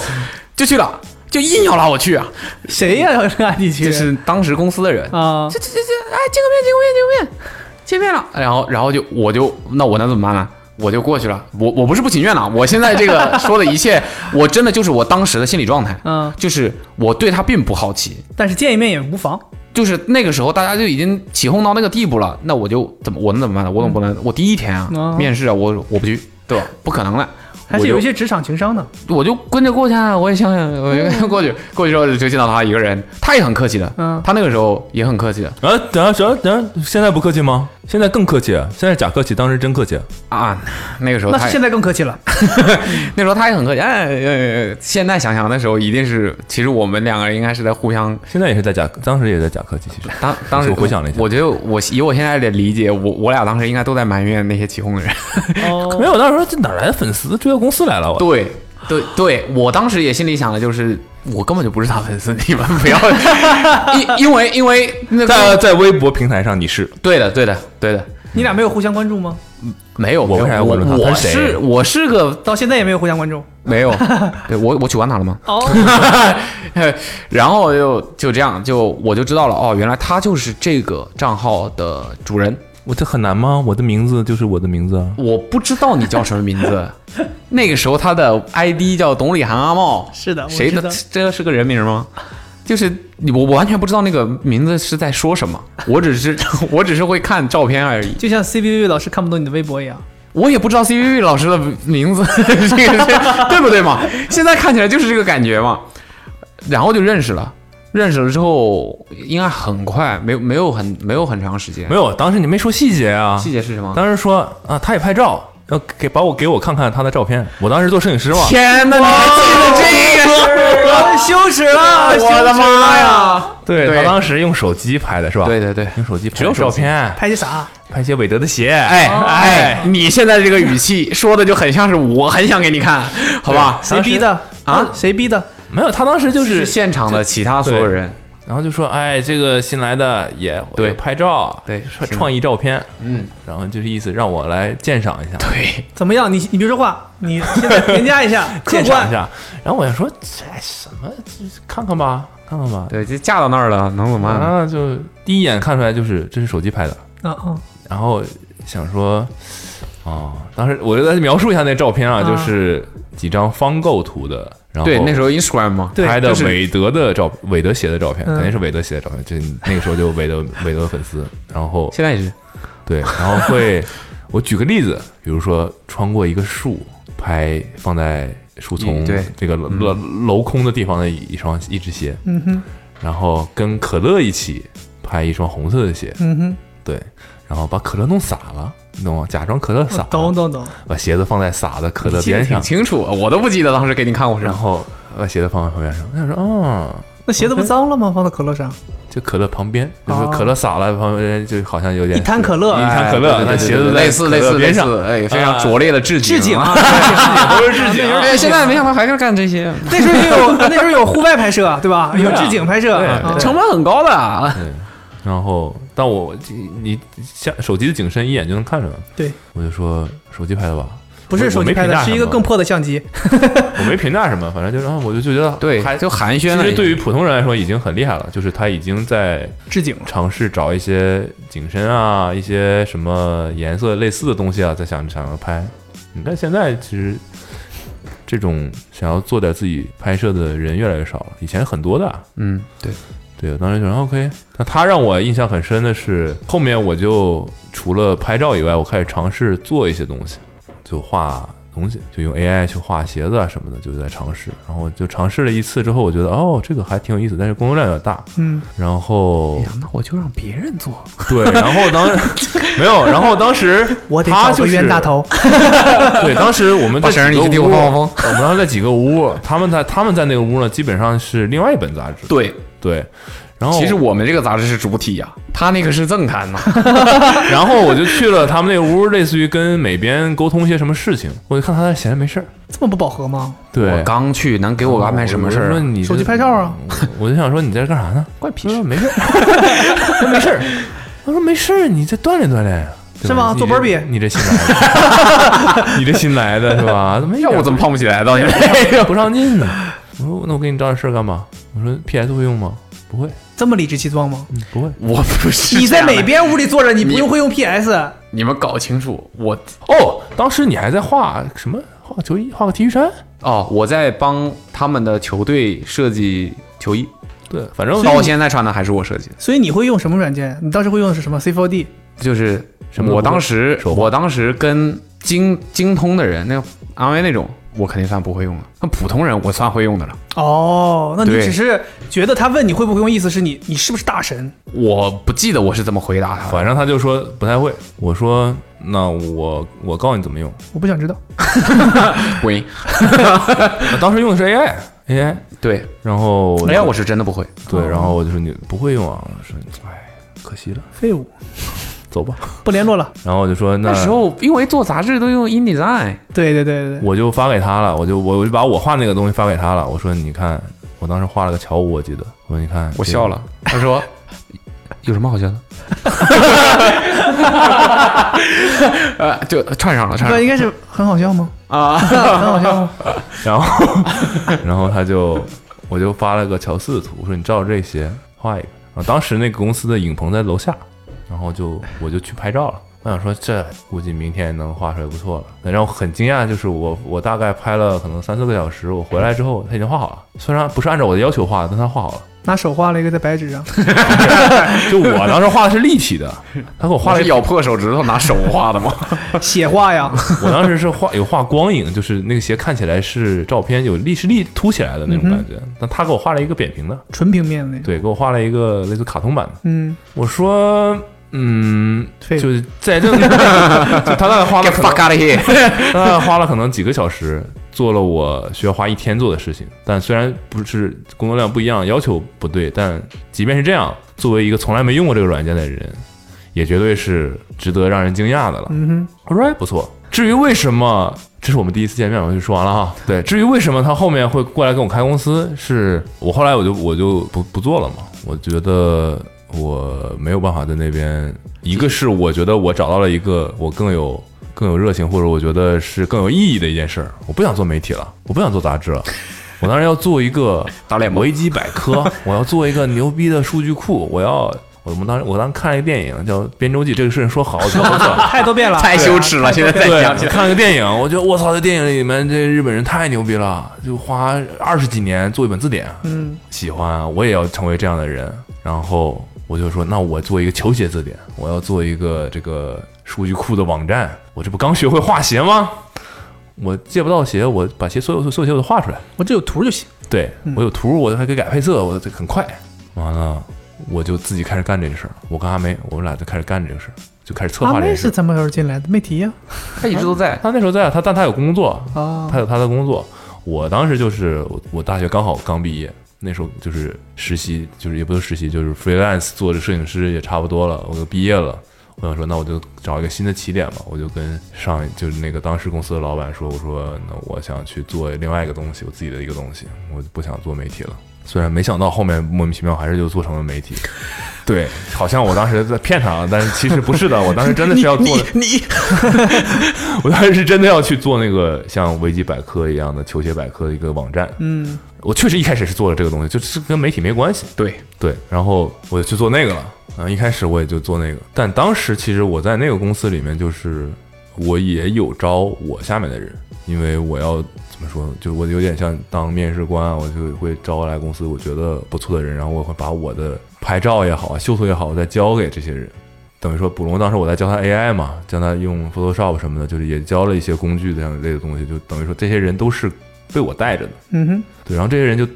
Speaker 5: 就去了，就硬要拉我去啊。
Speaker 2: 谁呀？ [LAUGHS] 要是暗地区
Speaker 5: 这是当时公司的人，
Speaker 2: 啊
Speaker 5: 这这这这，哎，见个面，见个面，见个面，见面了。然后然后就我就那我能怎么办呢？我就过去了。我我不是不情愿了，我现在这个说的一切，我真的就是我当时的心理状态，
Speaker 2: 嗯，
Speaker 5: 就是我对他并不好奇，
Speaker 2: 但是见一面也无妨。
Speaker 5: 就是那个时候，大家就已经起哄到那个地步了，那我就怎么我能怎么办呢？我总不能我第一天啊
Speaker 2: 嗯
Speaker 5: 面试啊，我我不去，对吧？不可能的，
Speaker 2: 还
Speaker 5: 我
Speaker 2: 是
Speaker 5: 就
Speaker 2: 有一些职场情商的，
Speaker 5: 我就跟着过去啊，我也想想，我就跟着过去，过去之后就见到他一个人，他也很客气的，
Speaker 2: 嗯
Speaker 5: 他那个时候也很客气的，
Speaker 4: 啊，等下等下等下，现在不客气吗？现在更客气，现在假客气，当时真客气。
Speaker 5: 啊，那个时候
Speaker 2: 那
Speaker 5: 他
Speaker 2: 是
Speaker 5: 也
Speaker 2: 现在更客气了。
Speaker 5: 那时候他也很客气，哎，呃现在想想那时候一定是，其实我们两个人应该是在互相。
Speaker 4: 现在也是在假，当时也在假客气，其实。
Speaker 5: 当当时
Speaker 4: 我回想了一下
Speaker 5: 我觉得我以我现在的理解，我我俩当时应该都在埋怨那些起
Speaker 4: [LAUGHS]
Speaker 5: 哄的人。
Speaker 2: 哦
Speaker 4: 没有，那时候这哪来的粉丝追到公司来了？我
Speaker 5: 对对对，我当时也心里想的就是，我根本就不是他粉丝，你们不要， [LAUGHS] 因因为因为那
Speaker 4: 在
Speaker 5: 个
Speaker 4: 在微博平台上你是
Speaker 5: 对的对的对的，
Speaker 2: [LAUGHS] 你俩没有互相关注吗？
Speaker 5: 没有
Speaker 4: 我为啥要
Speaker 5: 我
Speaker 4: 问他
Speaker 5: 我
Speaker 4: 他是谁
Speaker 5: 是我是个
Speaker 2: 到现在也没有互相关注。[LAUGHS]
Speaker 5: 没有，对我我取关他了吗？
Speaker 2: 哦，
Speaker 5: [LAUGHS] 然后就就这样，就我就知道了哦，原来他就是这个账号的主人。
Speaker 4: 我这很难吗？我的名字就是我的名字啊。
Speaker 5: 我不知道你叫什么名
Speaker 2: [LAUGHS]
Speaker 5: 字，那个时候他的 ID 叫董李涵阿
Speaker 2: [LAUGHS]
Speaker 5: 茂，
Speaker 2: 是的，我
Speaker 5: 谁
Speaker 2: 知
Speaker 5: 的
Speaker 2: 道？？
Speaker 5: 这是个人名吗？就是你我我完全不知道那个名字是在说什么，我只是 [LAUGHS] 我只是会看照片而已，
Speaker 2: 就像 C B B 老师看不懂你的微博一样。
Speaker 5: 我也不知道 C V V 老师的名字， [LAUGHS] 这个是对不对嘛？现在看起来就是这个感觉嘛。然后就认识了，认识了之后应该很快，没有没有很没有很长时间
Speaker 4: 没。有，当时你没说细节啊。
Speaker 5: 细节是什么？
Speaker 4: 当时说啊，他也拍照，要给把我给我看看他的照片。我当时做摄影师嘛，
Speaker 5: 天哪，你还记得这个事儿啊？
Speaker 2: 羞耻了！羞
Speaker 5: 我的
Speaker 2: 耻
Speaker 5: 妈
Speaker 2: 了！
Speaker 5: 呀！
Speaker 4: 对
Speaker 5: 对
Speaker 4: 他当时用手机拍的是吧？
Speaker 5: 对，对对，
Speaker 4: 用手机拍
Speaker 5: 只有
Speaker 4: 照
Speaker 5: 手机
Speaker 4: 片，
Speaker 2: 拍些啥？
Speaker 4: 拍一些韦德的鞋。
Speaker 5: 哎哎，你现在这个语气说的就很像是我很想给你看，好吧？
Speaker 2: 谁逼的
Speaker 5: 啊？
Speaker 2: 谁逼的？
Speaker 4: 没有，他当时就是是，
Speaker 5: 现场的其他所有人，
Speaker 4: 然后就说，哎，这个新来的也
Speaker 5: 对
Speaker 4: 也拍照，
Speaker 5: 对
Speaker 4: 说
Speaker 5: 行
Speaker 4: 创意照片，
Speaker 5: 嗯，
Speaker 4: 然后就是意思让我来鉴赏一下，
Speaker 5: 对，
Speaker 2: 怎么样？你你别说话，你现
Speaker 4: [LAUGHS]
Speaker 2: 在评价一下，客
Speaker 4: 鉴赏一
Speaker 2: 观。
Speaker 4: 下。然后我想说，这什么，这看看吧，看看吧。
Speaker 5: 对，就嫁到那儿了，能怎么办呢？
Speaker 4: 啊，就第一眼看出来就是这是手机拍的，
Speaker 2: 嗯嗯，
Speaker 4: 然后想说，哦，当时我就在描述一下那照片啊，
Speaker 2: 啊
Speaker 4: 就是几张方构图的，然后
Speaker 5: 嗯对，那时候 Instagram 嘛，
Speaker 2: 哦对
Speaker 4: 拍的
Speaker 5: 就是
Speaker 4: 韦德的照，韦德鞋的照片，
Speaker 2: 嗯
Speaker 4: 肯定是韦德鞋的照片，就那个时候就韦德韦德粉丝，然后
Speaker 5: 现在也是
Speaker 4: 对，然后会，我举个例子，比如说穿过一个树，拍放在树丛
Speaker 5: 嗯对
Speaker 4: 这个镂镂空的地方的一双一只鞋，
Speaker 2: 嗯哼，
Speaker 4: 然后跟可乐一起拍一双红色的鞋，
Speaker 2: 嗯哼，
Speaker 4: 对，然后把可乐弄洒了，你懂吗？假装可乐洒
Speaker 2: 我
Speaker 4: 了，
Speaker 2: 哦懂懂懂。
Speaker 4: 把鞋子放在洒的可乐
Speaker 5: 记得
Speaker 4: 边
Speaker 5: 挺
Speaker 4: 上，
Speaker 5: 清楚，我都不记得当时给你看过什
Speaker 4: 然
Speaker 5: 么。
Speaker 4: 后把鞋子放在旁边上。他说：“哦，
Speaker 2: 那鞋子不脏了吗？放到可乐上，
Speaker 4: 就可乐旁边，就
Speaker 2: 哦
Speaker 4: 是可乐洒了，旁边就好像有点
Speaker 2: 一滩可乐哎
Speaker 4: 一滩可乐，那
Speaker 5: 哎对对对
Speaker 4: 鞋子
Speaker 5: 对
Speaker 4: 在
Speaker 5: 类似类
Speaker 4: 可
Speaker 5: 似
Speaker 4: 乐
Speaker 5: 类
Speaker 4: 边上，
Speaker 5: 似，哎，非常拙劣的致敬，
Speaker 2: 致敬啊！对
Speaker 5: 啊！
Speaker 4: 都是致敬啊。
Speaker 5: 哎，现在没想到还是干这些，
Speaker 2: 那时候也
Speaker 4: [LAUGHS]
Speaker 2: 有，那时候有户外拍摄，啊对吧？有置景拍摄，
Speaker 4: 对
Speaker 2: 啊
Speaker 5: 成本很高的啊。
Speaker 4: 然后，但我你像手机的景深一眼就能看出来，
Speaker 2: 对，
Speaker 4: 我就说手机拍的吧，
Speaker 2: 不是手机拍
Speaker 4: 我没评
Speaker 2: 的，
Speaker 4: 价
Speaker 2: 是一个
Speaker 4: 什么
Speaker 2: 更破的相机。
Speaker 4: 我没评价什么，反正就然后我就就觉得
Speaker 5: [LAUGHS] 对
Speaker 4: 还，
Speaker 5: 就寒暄
Speaker 4: 其
Speaker 5: 了
Speaker 4: 实
Speaker 5: 一下。
Speaker 4: 对于普通人来说已经很厉害了，就是他已经在
Speaker 2: 置景了。
Speaker 4: 尝试找一些景深啊，一些什么颜色类似的东西啊，在想想要拍。嗯但现在其实这种想要做点自己拍摄的人越来越少了，以前很多的啊。
Speaker 5: 嗯，对，
Speaker 4: 对，我当时就说 OK。那他让我印象很深的是，后面我就除了拍照以外，我开始尝试做一些东西，就画东西，就用 AI 去画鞋子啊什么的，就在尝试。然后就尝试了一次之后，我觉得哦，这个还挺有意思，但是工作量有点大。
Speaker 2: 嗯，
Speaker 4: 然后
Speaker 5: 哎那我就让别人做。
Speaker 4: 对，然
Speaker 2: [LAUGHS]
Speaker 4: 后当没有，然后当时
Speaker 2: 我得
Speaker 4: 他
Speaker 2: 找
Speaker 4: 就
Speaker 2: 个
Speaker 4: 是
Speaker 2: 冤大。头。 [LAUGHS]
Speaker 4: 对，当时我们
Speaker 5: 把
Speaker 4: 在
Speaker 5: 绳儿
Speaker 4: 几个
Speaker 5: 你去递我
Speaker 4: 屋
Speaker 5: 放放
Speaker 4: 我们当时在几个屋，他们在他们在那个屋呢，基本上是另外一本杂志。
Speaker 5: 对，
Speaker 4: 对，然后
Speaker 5: 其实我们这个杂志是主体呀，他那个是赠刊嘛。
Speaker 4: [LAUGHS] 然后我就去了他们那屋，类似于跟美编沟通一些什么事情，我就看他在闲着没事儿。
Speaker 2: 这么不饱和吗？
Speaker 5: 我
Speaker 4: 对，
Speaker 5: 刚去，能给我安排什么事
Speaker 4: 我
Speaker 5: 儿
Speaker 4: 就说
Speaker 5: 啊？
Speaker 4: 你这
Speaker 2: 手机拍照啊？
Speaker 4: [LAUGHS] 我就想说你在这干啥呢？关屁事，没事儿，他说没事儿。他说没事儿，你再锻炼锻炼呀。对
Speaker 2: 是
Speaker 4: 吧
Speaker 2: 吗
Speaker 4: 你
Speaker 2: 做
Speaker 4: 这
Speaker 2: burpee
Speaker 4: 你这新来的，你这新来的是吧？怎么一点
Speaker 5: 要我怎么胖不起来？到现在
Speaker 4: 哎呀不上进呢？我说那我给你找点事儿干嘛？我说 PS 会用吗？不会，
Speaker 2: 这么理直气壮吗？
Speaker 4: 嗯，不会。
Speaker 5: [LAUGHS] 我不是
Speaker 2: 你
Speaker 5: 这
Speaker 2: 在
Speaker 5: 样的
Speaker 2: 哪？边屋里坐着？你不用会用 PS？
Speaker 5: 你们搞清楚，我
Speaker 4: 哦，当时你还在画什么？画球衣，画个 T 恤衫。
Speaker 5: 哦，我在帮他们的球队设计球衣，
Speaker 4: 对，反正
Speaker 5: 到现在穿的还是我设计的，
Speaker 2: 所以你会用什么软件？你当时会用的是什么？C4D
Speaker 5: 就是
Speaker 4: 什么都不会
Speaker 5: 我当时
Speaker 4: 手画
Speaker 5: 我当时跟精精通的人，那个 RMA 那种，我肯定算不会用了。那普通人我算会用的了，
Speaker 2: 哦，那你
Speaker 5: 对
Speaker 2: 只是觉得他问你会不会用，意思是你你是不是大神？
Speaker 5: 我不记得我是怎么回答他的。
Speaker 4: 反正他就说不太会。我说那我我告诉你怎么用。
Speaker 2: 我不想知道。
Speaker 5: 滚！
Speaker 4: 我当时用的是 AI AI，
Speaker 5: 对，
Speaker 4: 然后
Speaker 5: 哎呀，我是真的不会。
Speaker 4: 对，然后我就说你不会用啊，我说哎，可惜了，
Speaker 2: 废物，
Speaker 4: 走吧。
Speaker 2: 不联络了。
Speaker 4: 然后我就说那
Speaker 5: 那时候因为做杂志都用 InDesign，
Speaker 2: 对对对对对，
Speaker 4: 我就发给他了，我就我我就把我画那个东西发给他了。我说你看，我当时画了个乔五，我记得，我说你看，
Speaker 5: 我笑了。他说：“有什么好笑的？”呃，就串上了，串
Speaker 2: 不
Speaker 5: 上
Speaker 2: 应
Speaker 5: 了
Speaker 2: 该是很好笑吗？
Speaker 5: 啊！
Speaker 2: 很好笑 [LAUGHS] 吗？
Speaker 4: 这个。然后然后他就我就发了个乔四的图，我说你照着这些画一个。然后当时那个公司的影棚在楼下，然后就我就去拍照了。我想说，这估计明天能画出来不错了。但让我很惊讶，就是我我大概拍了可能三四个小时，我回来之后他已经画好了。虽然不是按照我的要求画的，但他画好了。
Speaker 2: 拿手画了一个在白纸上，
Speaker 4: 就我当时画的是立体的，他给我画
Speaker 5: 画
Speaker 4: 了
Speaker 5: 了
Speaker 4: 一个
Speaker 5: 咬破手指头拿手画的吗？
Speaker 2: 写画呀，
Speaker 4: 我当时是画有画光影，就是那个鞋看起来是照片有立是立凸起来的那种感觉，但他给我画了一个扁平的，
Speaker 2: [LAUGHS] 纯平面的那种。
Speaker 4: 对，给我画了一个类似卡通版的。
Speaker 2: 嗯，
Speaker 4: 我说，嗯，
Speaker 2: 废物
Speaker 4: 就是在这，就他大概花了
Speaker 5: Get
Speaker 4: 可能
Speaker 5: fuck out of here！
Speaker 4: 他大概呃花了可能几个小时，做了我需要花一天做的事情。但虽然不是工作量不一样，要求不对，但即便是这样，作为一个从来没用过这个软件的人，也绝对是值得让人惊讶的了。
Speaker 2: 嗯
Speaker 4: 我说哎不错。至于为什么，这是我们第一次见面，我就说完了哈。对，至于为什么他后面会过来跟我开公司，是我后来我就我就不不做了嘛。我觉得我没有办法在那边，一个是我觉得我找到了一个我更有更有热情，或者我觉得是更有意义的一件事儿。我不想做媒体了，我不想做杂志了。我当然要做一个
Speaker 5: 打脸吗
Speaker 4: 维基百科，我要做一个牛逼的数据库，我要。我们当时我当时看了一个电影叫《编周记》，这个事情说好久了，
Speaker 5: [LAUGHS]
Speaker 2: 哼，太多遍了，
Speaker 5: 太羞耻了，现在再
Speaker 4: 对，
Speaker 5: 想起来。
Speaker 4: 看了个电影，我觉得我操，这电影里面这日本人太牛逼了，就花二十几年做一本字典，
Speaker 2: 嗯，
Speaker 4: 喜欢，我也要成为这样的人。然后我就说，那我做一个球鞋字典，我要做一个这个数据库的网站，我这不刚学会画鞋吗？我借不到鞋，我把鞋所有所有鞋我都画出来，
Speaker 2: 我这有图就行。嗯
Speaker 4: 对我有图，我还可以改配色，我这很快。完了，我就自己开始干这个事儿。我跟阿梅，我们俩就开始干这个事儿，就开始策
Speaker 2: 阿
Speaker 4: 划这
Speaker 2: 妹
Speaker 4: 个事
Speaker 2: 是
Speaker 4: 儿。
Speaker 2: 怎么时候进来的？没提呀。
Speaker 5: 他一直都在，
Speaker 4: 他那时候在，他但他有工作，
Speaker 2: 啊
Speaker 4: 他，有他的工作。我当时就是我我大学刚好刚毕业，那时候就是实习，就是也不是实习，就是 freelance 做这摄影师也差不多了，我都毕业了。我想说，那我就找一个新的起点吧。我就跟上一就是那个当时公司的老板说，我说那我想去做另外一个东西，我自己的一个东西，我不想做媒体了。虽然没想到后面莫名其妙还是就做成了媒体，对，好像我当时在骗他，啊但是其实不是的，我当时真的是要做的
Speaker 2: 你你
Speaker 4: [LAUGHS] 我当时是真的要去做那个像维基百科一样的球鞋百科的一个网站。
Speaker 2: 嗯，
Speaker 4: 我确实一开始是做了这个东西，就是跟媒体没关系。
Speaker 5: 对，
Speaker 4: 对，然后我就去做那个了。啊，一开始我也就做那个，但当时其实我在那个公司里面，就是我也有招我下面的人，因为我要怎么说，就我有点像当面试官啊，我就会招来公司我觉得不错的人，然后我会把我的拍照也好啊、修图也好，我再交给这些人。等于说，捕龙当时我在教他 AI 嘛，教他用 Photoshop 什么的，就是也教了一些工具这样类的东西，就等于说这些人都是被我带着的。
Speaker 2: 嗯哼，
Speaker 4: 对，然后这些人就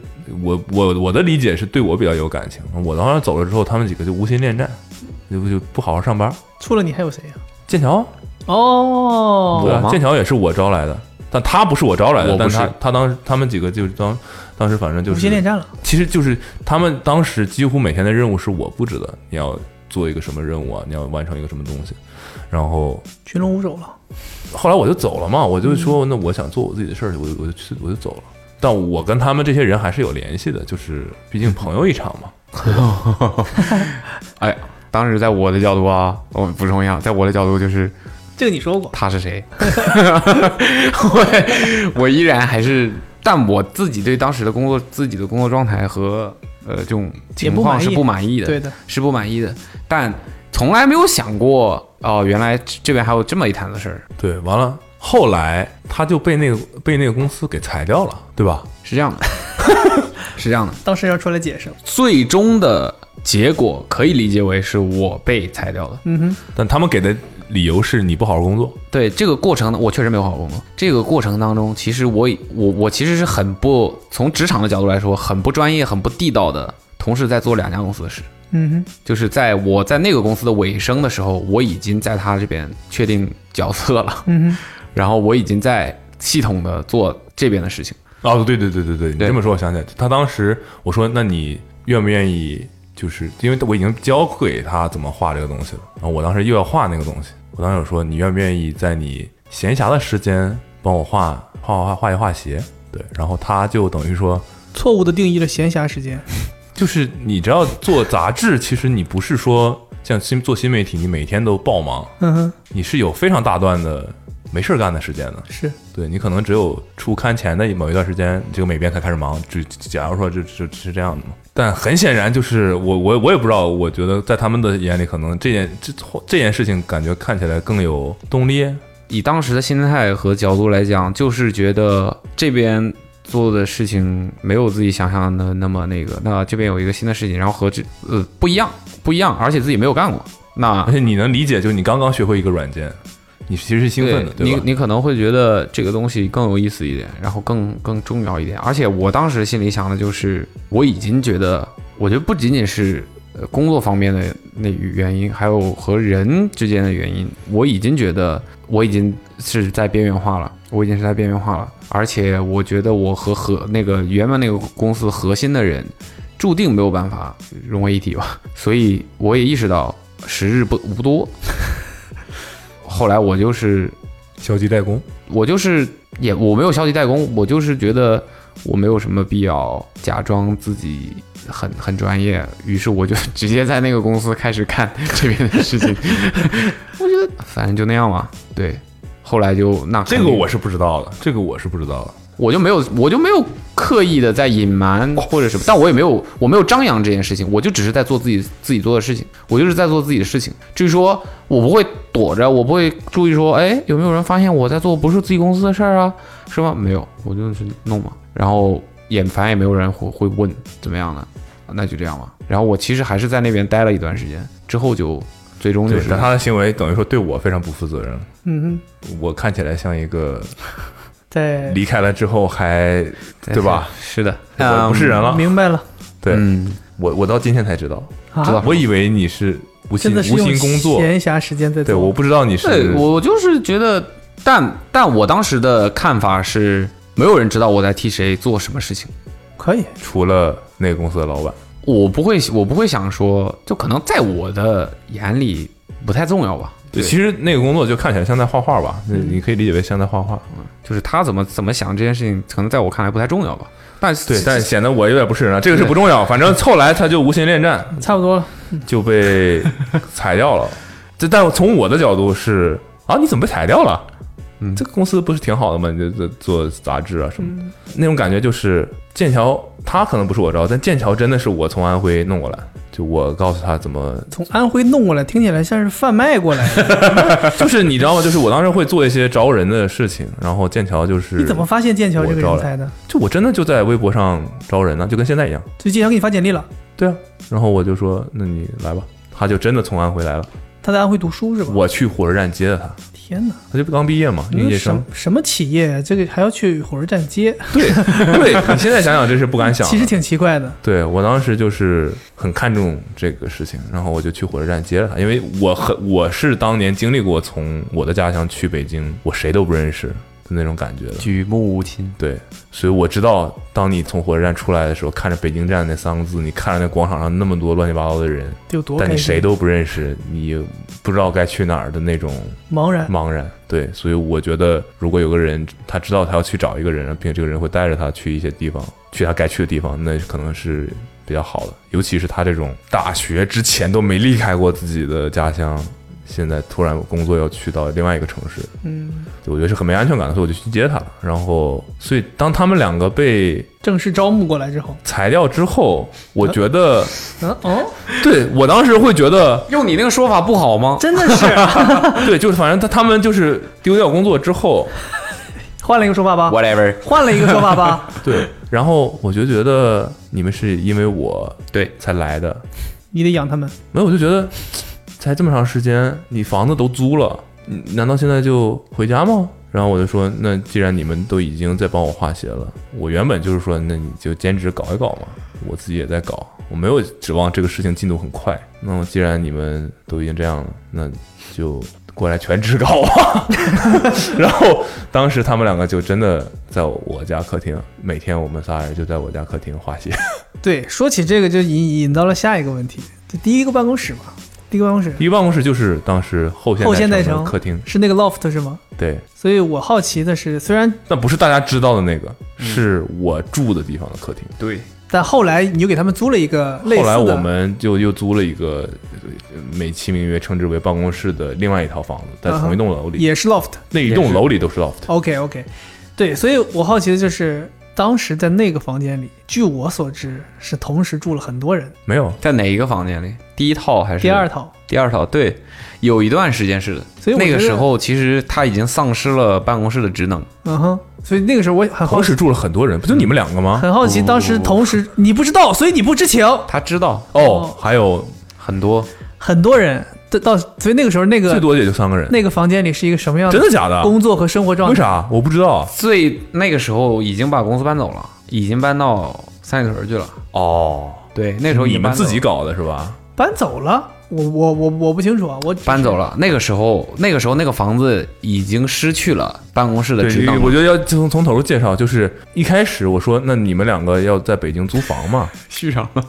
Speaker 4: 我我我的理解是对我比较有感情，我当时走了之后，他们几个就无心恋战，就就不好好上班。
Speaker 2: 除了你还有谁呀？啊
Speaker 4: 剑桥，
Speaker 2: 哦
Speaker 4: 对，
Speaker 5: 我
Speaker 4: 啊
Speaker 5: 吗
Speaker 4: 剑桥也是我招来的，但他不是我招来的，
Speaker 5: 我不
Speaker 4: 但他
Speaker 5: 是
Speaker 4: 他当时他们几个就是当当时反正就
Speaker 2: 无心恋
Speaker 4: 是，
Speaker 2: 战了。
Speaker 4: 其实就是他们当时几乎每天的任务是我布置的，你要做一个什么任务啊，你要完成一个什么东西，然后
Speaker 2: 群龙无首了，
Speaker 4: 后来我就走了嘛，我就
Speaker 2: 嗯
Speaker 4: 说那我想做我自己的事儿，我就我就去我就走了。但我跟他们这些人还是有联系的，就是毕竟朋友一场嘛。
Speaker 5: [LAUGHS] 哎，当时在我的角度啊，我补充一下，在我的角度就是
Speaker 2: 这个你说过。
Speaker 5: 他是谁？ [LAUGHS] 我我依然还是，但我自己对当时的工作、自己的工作状态和呃这种情况是
Speaker 2: 也
Speaker 5: 不
Speaker 2: 不
Speaker 5: 满意的，
Speaker 2: 对的，
Speaker 5: 是不满意的。但从来没有想过哦、原来这边还有这么一摊子事儿，
Speaker 4: 对，完了，后来他就被那个被那个公司给裁掉了，对吧？
Speaker 5: 是这样的，是这样的。
Speaker 2: 当时要出来解释了。
Speaker 5: 最终的结果可以理解为是我被裁掉了。
Speaker 2: 嗯哼，
Speaker 4: 但他们给的理由是你不好好工作，
Speaker 5: 对这个过程呢，我确实没有好好工作。这个过程当中，其实我我我其实是很不从职场的角度来说，很不专业、很不地道的，同时在做两家公司的事。
Speaker 2: 嗯哼，
Speaker 5: 就是在我在那个公司的尾声的时候，我已经在他这边确定角色了，
Speaker 2: 嗯哼，
Speaker 5: 然后我已经在系统的做这边的事情。
Speaker 4: 哦，对对对对对，你
Speaker 5: 对
Speaker 4: 这么说我想起来，他当时我说，那你愿不愿意？就是因为我已经教给他怎么画这个东西了，然后我当时又要画那个东西，我当时有说，你愿不愿意在你闲暇的时间帮我画画画画一画鞋？对，然后他就等于说，
Speaker 2: 错误的定义了闲暇时间。
Speaker 4: 就是你只要做杂志，其实你不是说像新做新媒体，你每天都爆忙，
Speaker 2: 嗯哼，
Speaker 4: 你是有非常大段的没事儿干的时间的。
Speaker 2: 是
Speaker 4: 对你可能只有出刊前的某一段时间，这个美编才开始忙。就假如说这这是这样的嘛？但很显然，就是我我我也不知道，我觉得在他们的眼里，可能这件这这件事情感觉看起来更有动力。
Speaker 5: 以当时的心态和角度来讲，就是觉得这边做的事情没有自己想象的那么那个，那这边有一个新的事情，然后和这呃不一样，不一样，而且自己没有干过。那
Speaker 4: 而且你能理解，就你刚刚学会一个软件，你其实是兴奋的，对
Speaker 5: 你
Speaker 4: 吧？
Speaker 5: 你可能会觉得这个东西更有意思一点，然后更更重要一点。而且我当时心里想的就是，我已经觉得，我觉得不仅仅是呃工作方面的那原因，还有和人之间的原因，我已经觉得我已经是在边缘化了，我已经是在边缘化了。而且我觉得我和和那个原本那个公司核心的人，注定没有办法融为一体吧。所以我也意识到时日不无多。后来我就是
Speaker 4: 消极怠工，
Speaker 5: 我就是也我没有消极怠工，我就是觉得我没有什么必要假装自己很很专业，于是我就 [LAUGHS] 直接在那个公司开始干这边的事情。 [LAUGHS] 我觉得反正就那样嘛，对。后来就那
Speaker 4: 这
Speaker 5: 肯定
Speaker 4: 个我是不知道的，这个我是不知道的。
Speaker 5: 我就没有我就没有刻意的在隐瞒
Speaker 4: 哦
Speaker 5: 或者什么，但我也没有我没有张扬这件事情，我就只是在做自己自己做的事情，我就是在做自己的事情。至于说我不会躲着，我不会注意说，哎，有没有人发现我在做不是自己公司的事儿啊？是吗？没有，我就是弄嘛。然后也反正也没有人会会问怎么样的，那就这样吧。然后我其实还是在那边待了一段时间，之后就最终就
Speaker 4: 对
Speaker 5: 是，
Speaker 4: 但他的行为等于说对我非常不负责任。
Speaker 2: 嗯
Speaker 4: 我看起来像一个
Speaker 2: 哼，在
Speaker 4: 离开了之后还对吧？
Speaker 5: [LAUGHS] 是的，
Speaker 2: [LAUGHS]
Speaker 4: 我不是人了，
Speaker 2: 呃嗯明白了，
Speaker 4: 对
Speaker 5: 嗯，
Speaker 4: 我我到今天才知道，
Speaker 5: 知道
Speaker 2: 啊，
Speaker 4: 我以为你是无
Speaker 2: 真
Speaker 4: 心
Speaker 2: 的是
Speaker 4: 无
Speaker 2: 用
Speaker 4: 心工作，
Speaker 2: 闲暇时间在
Speaker 4: 对，
Speaker 2: 做。
Speaker 4: 我不知道你是
Speaker 5: 对我就是觉得，但但我当时的看法是，没有人知道我在替谁做什么事情。
Speaker 2: 可以，
Speaker 4: 除了那个公司的老板，
Speaker 5: 我不会，我不会想说，就可能在我的眼里不太重要吧。
Speaker 4: 对，其实那个工作就看起来像在画画吧，那
Speaker 2: 嗯
Speaker 4: 你可以理解为像在画画，
Speaker 5: 就是他怎么怎么想这件事情，可能在我看来不太重要吧。但是
Speaker 4: 对，但显得我有点不是人了，这个是不重要，反正后来他就无心恋战
Speaker 2: 差不多了。
Speaker 4: 就被裁掉了，这但从我的角度是啊，你怎么被裁掉了？
Speaker 5: 嗯
Speaker 4: 这个公司不是挺好的吗？你就做做杂志啊什么的，那种感觉就是剑桥，他可能不是我招，但剑桥真的是我从安徽弄过来，就我告诉他怎么
Speaker 2: 从安徽弄过来，听起来像是贩卖过来的。
Speaker 4: 就是你知道吗？就是我当时会做一些招人的事情，然后剑桥就是
Speaker 2: 你怎么发现剑桥这个人才的？
Speaker 4: 就我真的就在微博上招人啊呢、就跟现在一样。
Speaker 2: 就剑桥给你发简历了，
Speaker 4: 对啊，然后我就说那你来吧，他就真的从安徽来了。
Speaker 2: 他在安徽读书是吧？
Speaker 4: 我去火车站接的他，
Speaker 2: 天哪，
Speaker 4: 他就刚毕业嘛，应届
Speaker 2: 什
Speaker 4: 生
Speaker 2: 么。什么企业呀？这个还要去火车站接，
Speaker 4: 对
Speaker 2: [LAUGHS]
Speaker 4: 对，你现在想想这是不敢想的。
Speaker 2: 其实挺奇怪的。
Speaker 4: 对我当时就是很看重这个事情，然后我就去火车站接了他，因为我很我是当年经历过从我的家乡去北京，我谁都不认识的那种感觉的。
Speaker 5: 举目无亲，
Speaker 4: 对，所以我知道，当你从火车站出来的时候，看着“北京站”那三个字，你看着那广场上那么多乱七八糟的人，
Speaker 2: 得有多
Speaker 4: 但
Speaker 2: 开
Speaker 4: 你谁
Speaker 2: 心？
Speaker 4: 都不认识，你不知道该去哪儿的那种
Speaker 2: 茫然。
Speaker 4: [LAUGHS] 茫然。对，所以我觉得，如果有个人他知道他要去找一个人，并且这个人会带着他去一些地方，去他该去的地方，那可能是比较好的。尤其是他这种大学之前都没离开过自己的家乡，现在突然工作要去到另外一个城市，
Speaker 2: 嗯，
Speaker 4: 对我觉得是很没安全感的，所以我就去接他了。然后，所以当他们两个被
Speaker 2: 正式招募过来之后，
Speaker 4: 裁掉之后，我觉得，
Speaker 2: 嗯哦，
Speaker 4: 对我当时会觉得，
Speaker 5: 用你那个说法不好吗？
Speaker 2: 真的是
Speaker 4: 对，就是反正他他们就是丢掉工作之后，
Speaker 2: 换了一个说法吧，
Speaker 5: 啊 Whatever，
Speaker 2: 换了一个说法吧。
Speaker 4: 对，然后我就觉得你们是因为我
Speaker 5: 对
Speaker 4: 才来的，
Speaker 2: 你得养他们，
Speaker 4: 没有，我就觉得才这么长时间，你房子都租了，你难道现在就回家吗？然后我就说，那既然你们都已经在帮我画鞋了，我原本就是说，那你就兼职搞一搞嘛，我自己也在搞，我没有指望这个事情进度很快。那么既然你们都已经这样了，那就过来全职搞吧。 [LAUGHS] 然后当时他们两个就真的在我家客厅，每天我们仨人就在我家客厅画鞋。
Speaker 2: 对，说起这个就引引到了下一个问题，就第一个办公室嘛，第一个办公室
Speaker 4: 第一办公室就是当时后
Speaker 2: 后现代
Speaker 4: 城
Speaker 2: 城
Speaker 4: 的客厅，
Speaker 2: 是那个 loft 是吗？
Speaker 4: 对，
Speaker 2: 所以我好奇的是，虽然
Speaker 4: 但不是大家知道的那个，
Speaker 2: 嗯
Speaker 4: 是我住的地方的客厅。
Speaker 5: 对，
Speaker 2: 但后来你又给他们租了一个类似的，
Speaker 4: 后来我们就又租了一个呃美其名曰称之为办公室的另外一套房子，在同一栋楼里，
Speaker 2: 也是 loft。
Speaker 4: 那一
Speaker 5: 也
Speaker 4: 栋
Speaker 5: 是
Speaker 4: 楼里都是 loft。
Speaker 2: OK OK，对，所以我好奇的就是，当时在那个房间里，据我所知是同时住了很多人。
Speaker 4: 没有，
Speaker 5: 在哪一个房间里？第一套还是
Speaker 2: 第二？套，
Speaker 5: 第二套对，有一段时间是的。
Speaker 2: 所以我
Speaker 5: 那个
Speaker 2: 觉
Speaker 5: 时
Speaker 2: 得
Speaker 5: 候其实他已经丧失了办公室的职能。
Speaker 2: 嗯哼，所以那个时候我很好
Speaker 4: 同
Speaker 2: 奇，
Speaker 4: 时住了很多人，不就你们两个吗？
Speaker 2: 很好奇，当时同时你不知道，所以你不知情，
Speaker 5: 他知道
Speaker 4: 哦，还有
Speaker 5: 很多，
Speaker 2: 很多人到到，所以那个时候那
Speaker 4: 最
Speaker 2: 个
Speaker 4: 多也就三个人，
Speaker 2: 那个房间里是一个什么样
Speaker 4: 真的假的？
Speaker 2: 工作和生活状
Speaker 4: 啊为
Speaker 2: 态？
Speaker 4: 啥？我不知道。
Speaker 5: 最那个时候已经把公司搬走了，已经搬到三里屯去了。
Speaker 4: 哦，
Speaker 5: 对，那时候已
Speaker 4: 你
Speaker 5: 经
Speaker 4: 们
Speaker 5: 搬走
Speaker 4: 自
Speaker 5: 了
Speaker 4: 己搞的是吧？
Speaker 2: 搬走了？我我我我不清楚啊，我只是
Speaker 5: 搬走。了。那个时候，那个时候那个房子已经失去了办公室的职
Speaker 4: 对，
Speaker 5: 能
Speaker 4: 我
Speaker 5: 了。
Speaker 4: 觉得要从从头介绍，就是一开始我说，那你们两个要在北京租房嘛，
Speaker 5: [LAUGHS] 续上了，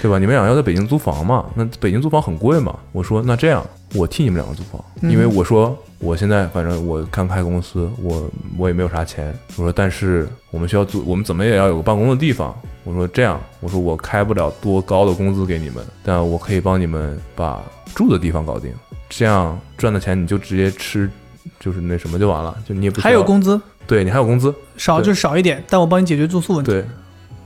Speaker 4: 对吧？你们两个要在北京租房嘛，那北京租房很贵嘛。我说那这样，我替你们两个租房，因为我说我现在反正我刚开公司，我我也没有啥钱。我说但是我们需要租，我们怎么也要有个办公的地方。我说这样，我说我开不了多高的工资给你们，但我可以帮你们把住的地方搞定。这样赚的钱你就直接吃，就是那什么就完了，就你也不需
Speaker 2: 还有
Speaker 4: 要
Speaker 2: 工资
Speaker 4: 对你还有工资，
Speaker 2: 少
Speaker 4: 对
Speaker 2: 就是少一点，但我帮你解决住宿问题。
Speaker 4: 对，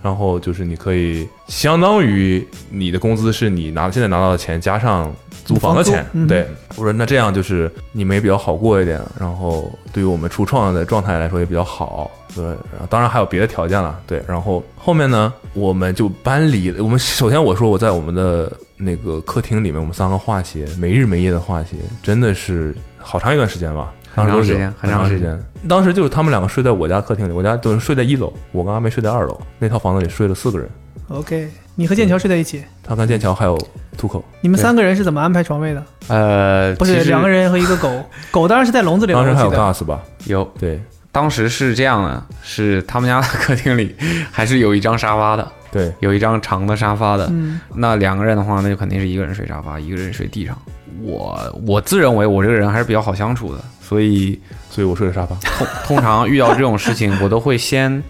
Speaker 4: 然后就是你可以相当于你的工资是你拿现在拿到的钱加上租房的钱
Speaker 2: 房，租嗯
Speaker 4: 对。我说那这样就是你们也比较好过一点，然后对于我们初创的状态来说也比较好，对。然后当然还有别的条件了，对。然后后面呢，我们就搬离了。我们首先我说我在我们的那个客厅里面，我们三个画鞋，没日没夜的画鞋，真的是好长一段时间吧。
Speaker 5: 很长时间
Speaker 4: 当
Speaker 5: 很
Speaker 4: 有
Speaker 5: 长
Speaker 4: 长
Speaker 5: 时间
Speaker 4: 间。当时就是他们两个睡在我家客厅里，我家都是睡在一楼，我跟阿梅睡在二楼。那套房子里睡了四个人，
Speaker 2: OK，你和剑桥睡在一起，
Speaker 4: 他跟剑桥还有兔口。
Speaker 2: 你们
Speaker 5: 对
Speaker 2: 三个人是怎么安排床位的？
Speaker 5: 呃，
Speaker 2: 不是
Speaker 5: 其实
Speaker 2: 两个人和一个狗，
Speaker 4: [LAUGHS]
Speaker 2: 狗当然是在笼子里了。
Speaker 4: 当时还有
Speaker 2: 我记得
Speaker 4: gas 吧？
Speaker 5: 有。
Speaker 4: 对
Speaker 5: 当时是这样的，是他们家的客厅里还是有一张沙发的，
Speaker 4: 对，
Speaker 5: 有一张长的沙发的。
Speaker 2: 嗯，
Speaker 5: 那两个人的话，那就肯定是一个人睡沙发，一个人睡地上。我我自认为我这个人还是比较好相处的，所以
Speaker 4: 所以我睡的沙发。
Speaker 5: 通通常遇到这种事情，我都会先，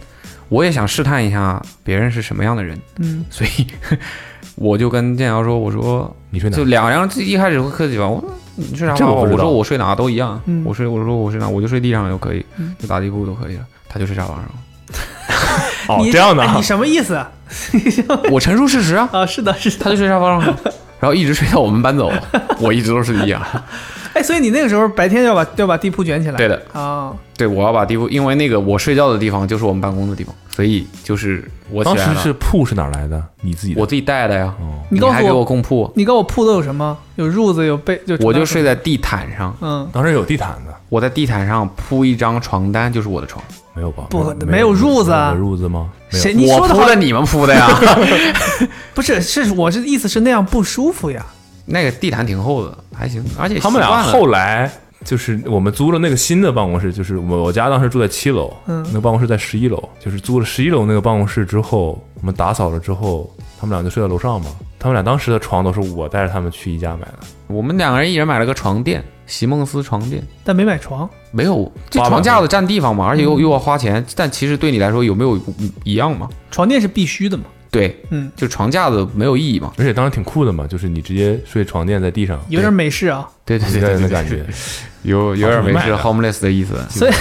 Speaker 5: 我也想试探一下别人是什么样的人，
Speaker 2: 嗯，
Speaker 5: 所以我就跟建瑶说，我说
Speaker 4: 你睡哪
Speaker 5: 就？两人一开始会客气吧，我说你睡啥
Speaker 4: 这
Speaker 5: 吧，
Speaker 4: 个我不知
Speaker 5: 我
Speaker 4: 道
Speaker 5: 说我睡哪都一样，
Speaker 2: 嗯
Speaker 5: 我睡我说我睡哪我就睡地上就可以
Speaker 2: 嗯，
Speaker 5: 就打地铺都可以了。他就睡沙发上，
Speaker 4: 哦
Speaker 2: 你，
Speaker 4: 这样的啊
Speaker 2: 哎你什么意思啊？ [LAUGHS]
Speaker 5: 我陈述事实啊，
Speaker 2: 啊，是的，是的。
Speaker 5: 他就睡沙发上， [LAUGHS] 然后一直睡到我们搬走，我一直都是地上。
Speaker 2: 哎，所以你那个时候白天要把要把地铺卷起来。
Speaker 5: 对的，
Speaker 2: 啊，
Speaker 5: 对我要把地铺，因为那个我睡觉的地方就是我们办公的地方，所以就是我起
Speaker 4: 当
Speaker 5: 来
Speaker 4: 时
Speaker 5: 了
Speaker 4: 是铺是哪儿来的？你自己的
Speaker 5: 我自己带的呀，
Speaker 4: 哦，
Speaker 2: 你告
Speaker 5: 还
Speaker 2: 诉
Speaker 5: 给我
Speaker 2: 我，
Speaker 5: 供铺，
Speaker 2: 你告诉我铺都有什么？有褥子，有被，就
Speaker 5: 我就睡。在地毯上，
Speaker 2: 嗯，
Speaker 4: 当时有地毯的。
Speaker 5: 我在地毯上铺一张床单，就是我的床。
Speaker 4: 没有吧？
Speaker 2: 不
Speaker 4: 没
Speaker 2: 没有褥子啊
Speaker 4: 没有褥子吗？没有
Speaker 2: 谁？你
Speaker 5: 我
Speaker 2: 说的
Speaker 5: 铺
Speaker 2: 好
Speaker 5: 的，你们铺的呀？ [LAUGHS]
Speaker 2: 不是，是我是意思是那样不舒服呀。
Speaker 5: 那个地毯挺厚的，还行，而且
Speaker 4: 他们
Speaker 5: 习
Speaker 4: 俩
Speaker 5: 惯了
Speaker 4: 后来就是我们租了那个新的办公室，就是我我家当时住在七楼，
Speaker 2: 嗯
Speaker 4: 那个办公室在十一楼，就是租了十一楼那个办公室之后，我们打扫了之后，他们俩就睡在楼上嘛。他们俩当时的床都是我带着他们去宜家买的，
Speaker 5: 我们两个人一人买了个床垫，席梦思床垫。
Speaker 2: 但没买床，
Speaker 5: 没有，这
Speaker 4: 八百
Speaker 5: 床架子占地方嘛，而且又又要花钱，但其实对你来说有没有一样嘛？
Speaker 2: 床垫是必须的嘛。
Speaker 5: 对，
Speaker 2: 嗯，
Speaker 5: 就床架子没有意义嘛？
Speaker 4: 而且当时挺酷的嘛，就是你直接睡床垫在地 [LAUGHS] 上，
Speaker 2: 有点美式啊。
Speaker 5: 对对对对
Speaker 4: 那
Speaker 5: 对，
Speaker 4: 感觉，
Speaker 5: 有有点没
Speaker 4: 好像
Speaker 5: 事
Speaker 4: 是卖的
Speaker 5: 啊 homeless 的意思。
Speaker 2: 所以，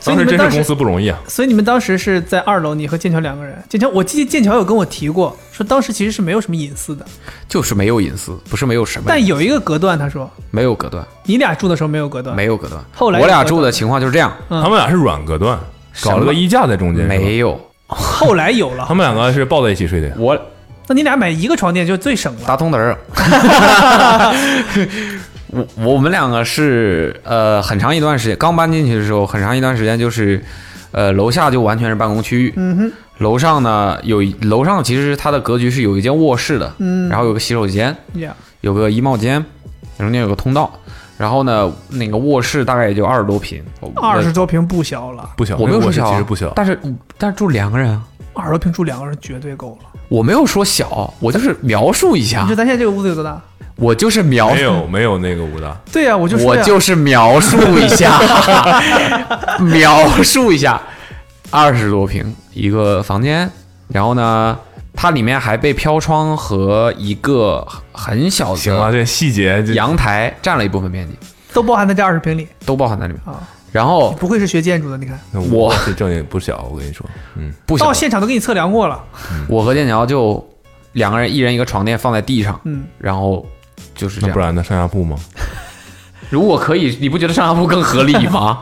Speaker 2: 所以你
Speaker 4: 当时
Speaker 2: 们
Speaker 4: 真
Speaker 2: 当
Speaker 4: 是
Speaker 2: 时
Speaker 4: 公司不容易啊。
Speaker 2: 所以你们当时是在二楼，你和剑桥两个人。剑桥，我记得剑桥有跟我提过，说当时其实是没有什么隐私的，
Speaker 5: 就是没有隐私，不是没有什么，
Speaker 2: 但有一个隔断，他说
Speaker 5: 没有隔断，
Speaker 2: 你俩住的时候没有隔断，
Speaker 5: 没有隔断。
Speaker 2: 后来
Speaker 5: 我俩
Speaker 2: 有隔断
Speaker 5: 住的情况就是这样，
Speaker 2: 嗯
Speaker 4: 他们俩是软隔断，
Speaker 5: 什么
Speaker 4: 搞了个衣架在中间，是吧
Speaker 5: 没有
Speaker 2: 后来有了
Speaker 4: 他。们两个是抱在一起睡的呀。
Speaker 5: 我
Speaker 2: 那你俩买一个床垫就最省了。
Speaker 5: 打通的儿。 [LAUGHS] 我我们两个是呃，很长一段时间刚搬进去的时候，很长一段时间就是，呃，楼下就完全是办公区域，
Speaker 2: 嗯哼，
Speaker 5: 楼上呢有一楼上其实它的格局是有一间卧室的，
Speaker 2: 嗯，
Speaker 5: 然后有个洗手间，
Speaker 2: 呀，
Speaker 5: 有个衣帽间，中间有个通道，然后呢那个卧室大概也就二十多平，我
Speaker 2: 二十多平不小了，
Speaker 4: 不小，
Speaker 5: 我没
Speaker 4: 那
Speaker 5: 有说
Speaker 4: 个卧室
Speaker 5: 小啊，
Speaker 4: 其实不小，
Speaker 5: 但是但是住两个人啊，
Speaker 2: 二十多平住两个人绝对够了。
Speaker 5: 我没有说小，我就是描述一下
Speaker 2: 你说，咱现在这个屋子有多大？
Speaker 5: 我就是描
Speaker 4: 没有没有那个武
Speaker 5: [LAUGHS]
Speaker 4: 大，
Speaker 2: 对呀、我就说
Speaker 5: 我
Speaker 2: 呀
Speaker 5: 就是描述一下，描述一下，二十多平一个房间，然后呢，它里面还被飘窗和一个很小
Speaker 4: 行了，
Speaker 5: 的
Speaker 4: 这细节就
Speaker 5: 阳台占了一部分面积，
Speaker 2: 都包含在这二十平里
Speaker 5: 都包含在里面。
Speaker 2: 啊。
Speaker 5: 然后
Speaker 2: 不愧是学建筑的，你看，
Speaker 4: 那
Speaker 5: 我
Speaker 4: 卧室正经不小，我跟你说，嗯，
Speaker 5: 不小
Speaker 2: 到，现场都给你测量过了。
Speaker 5: 我和剑桥就两个人，一人一个床垫放在地上，
Speaker 2: 嗯，
Speaker 5: 然后就是这
Speaker 4: 那不
Speaker 5: 样。
Speaker 4: 然呢？上下铺吗？
Speaker 5: 如果可以，你不觉得上下铺更合理
Speaker 4: [LAUGHS]
Speaker 5: 吗？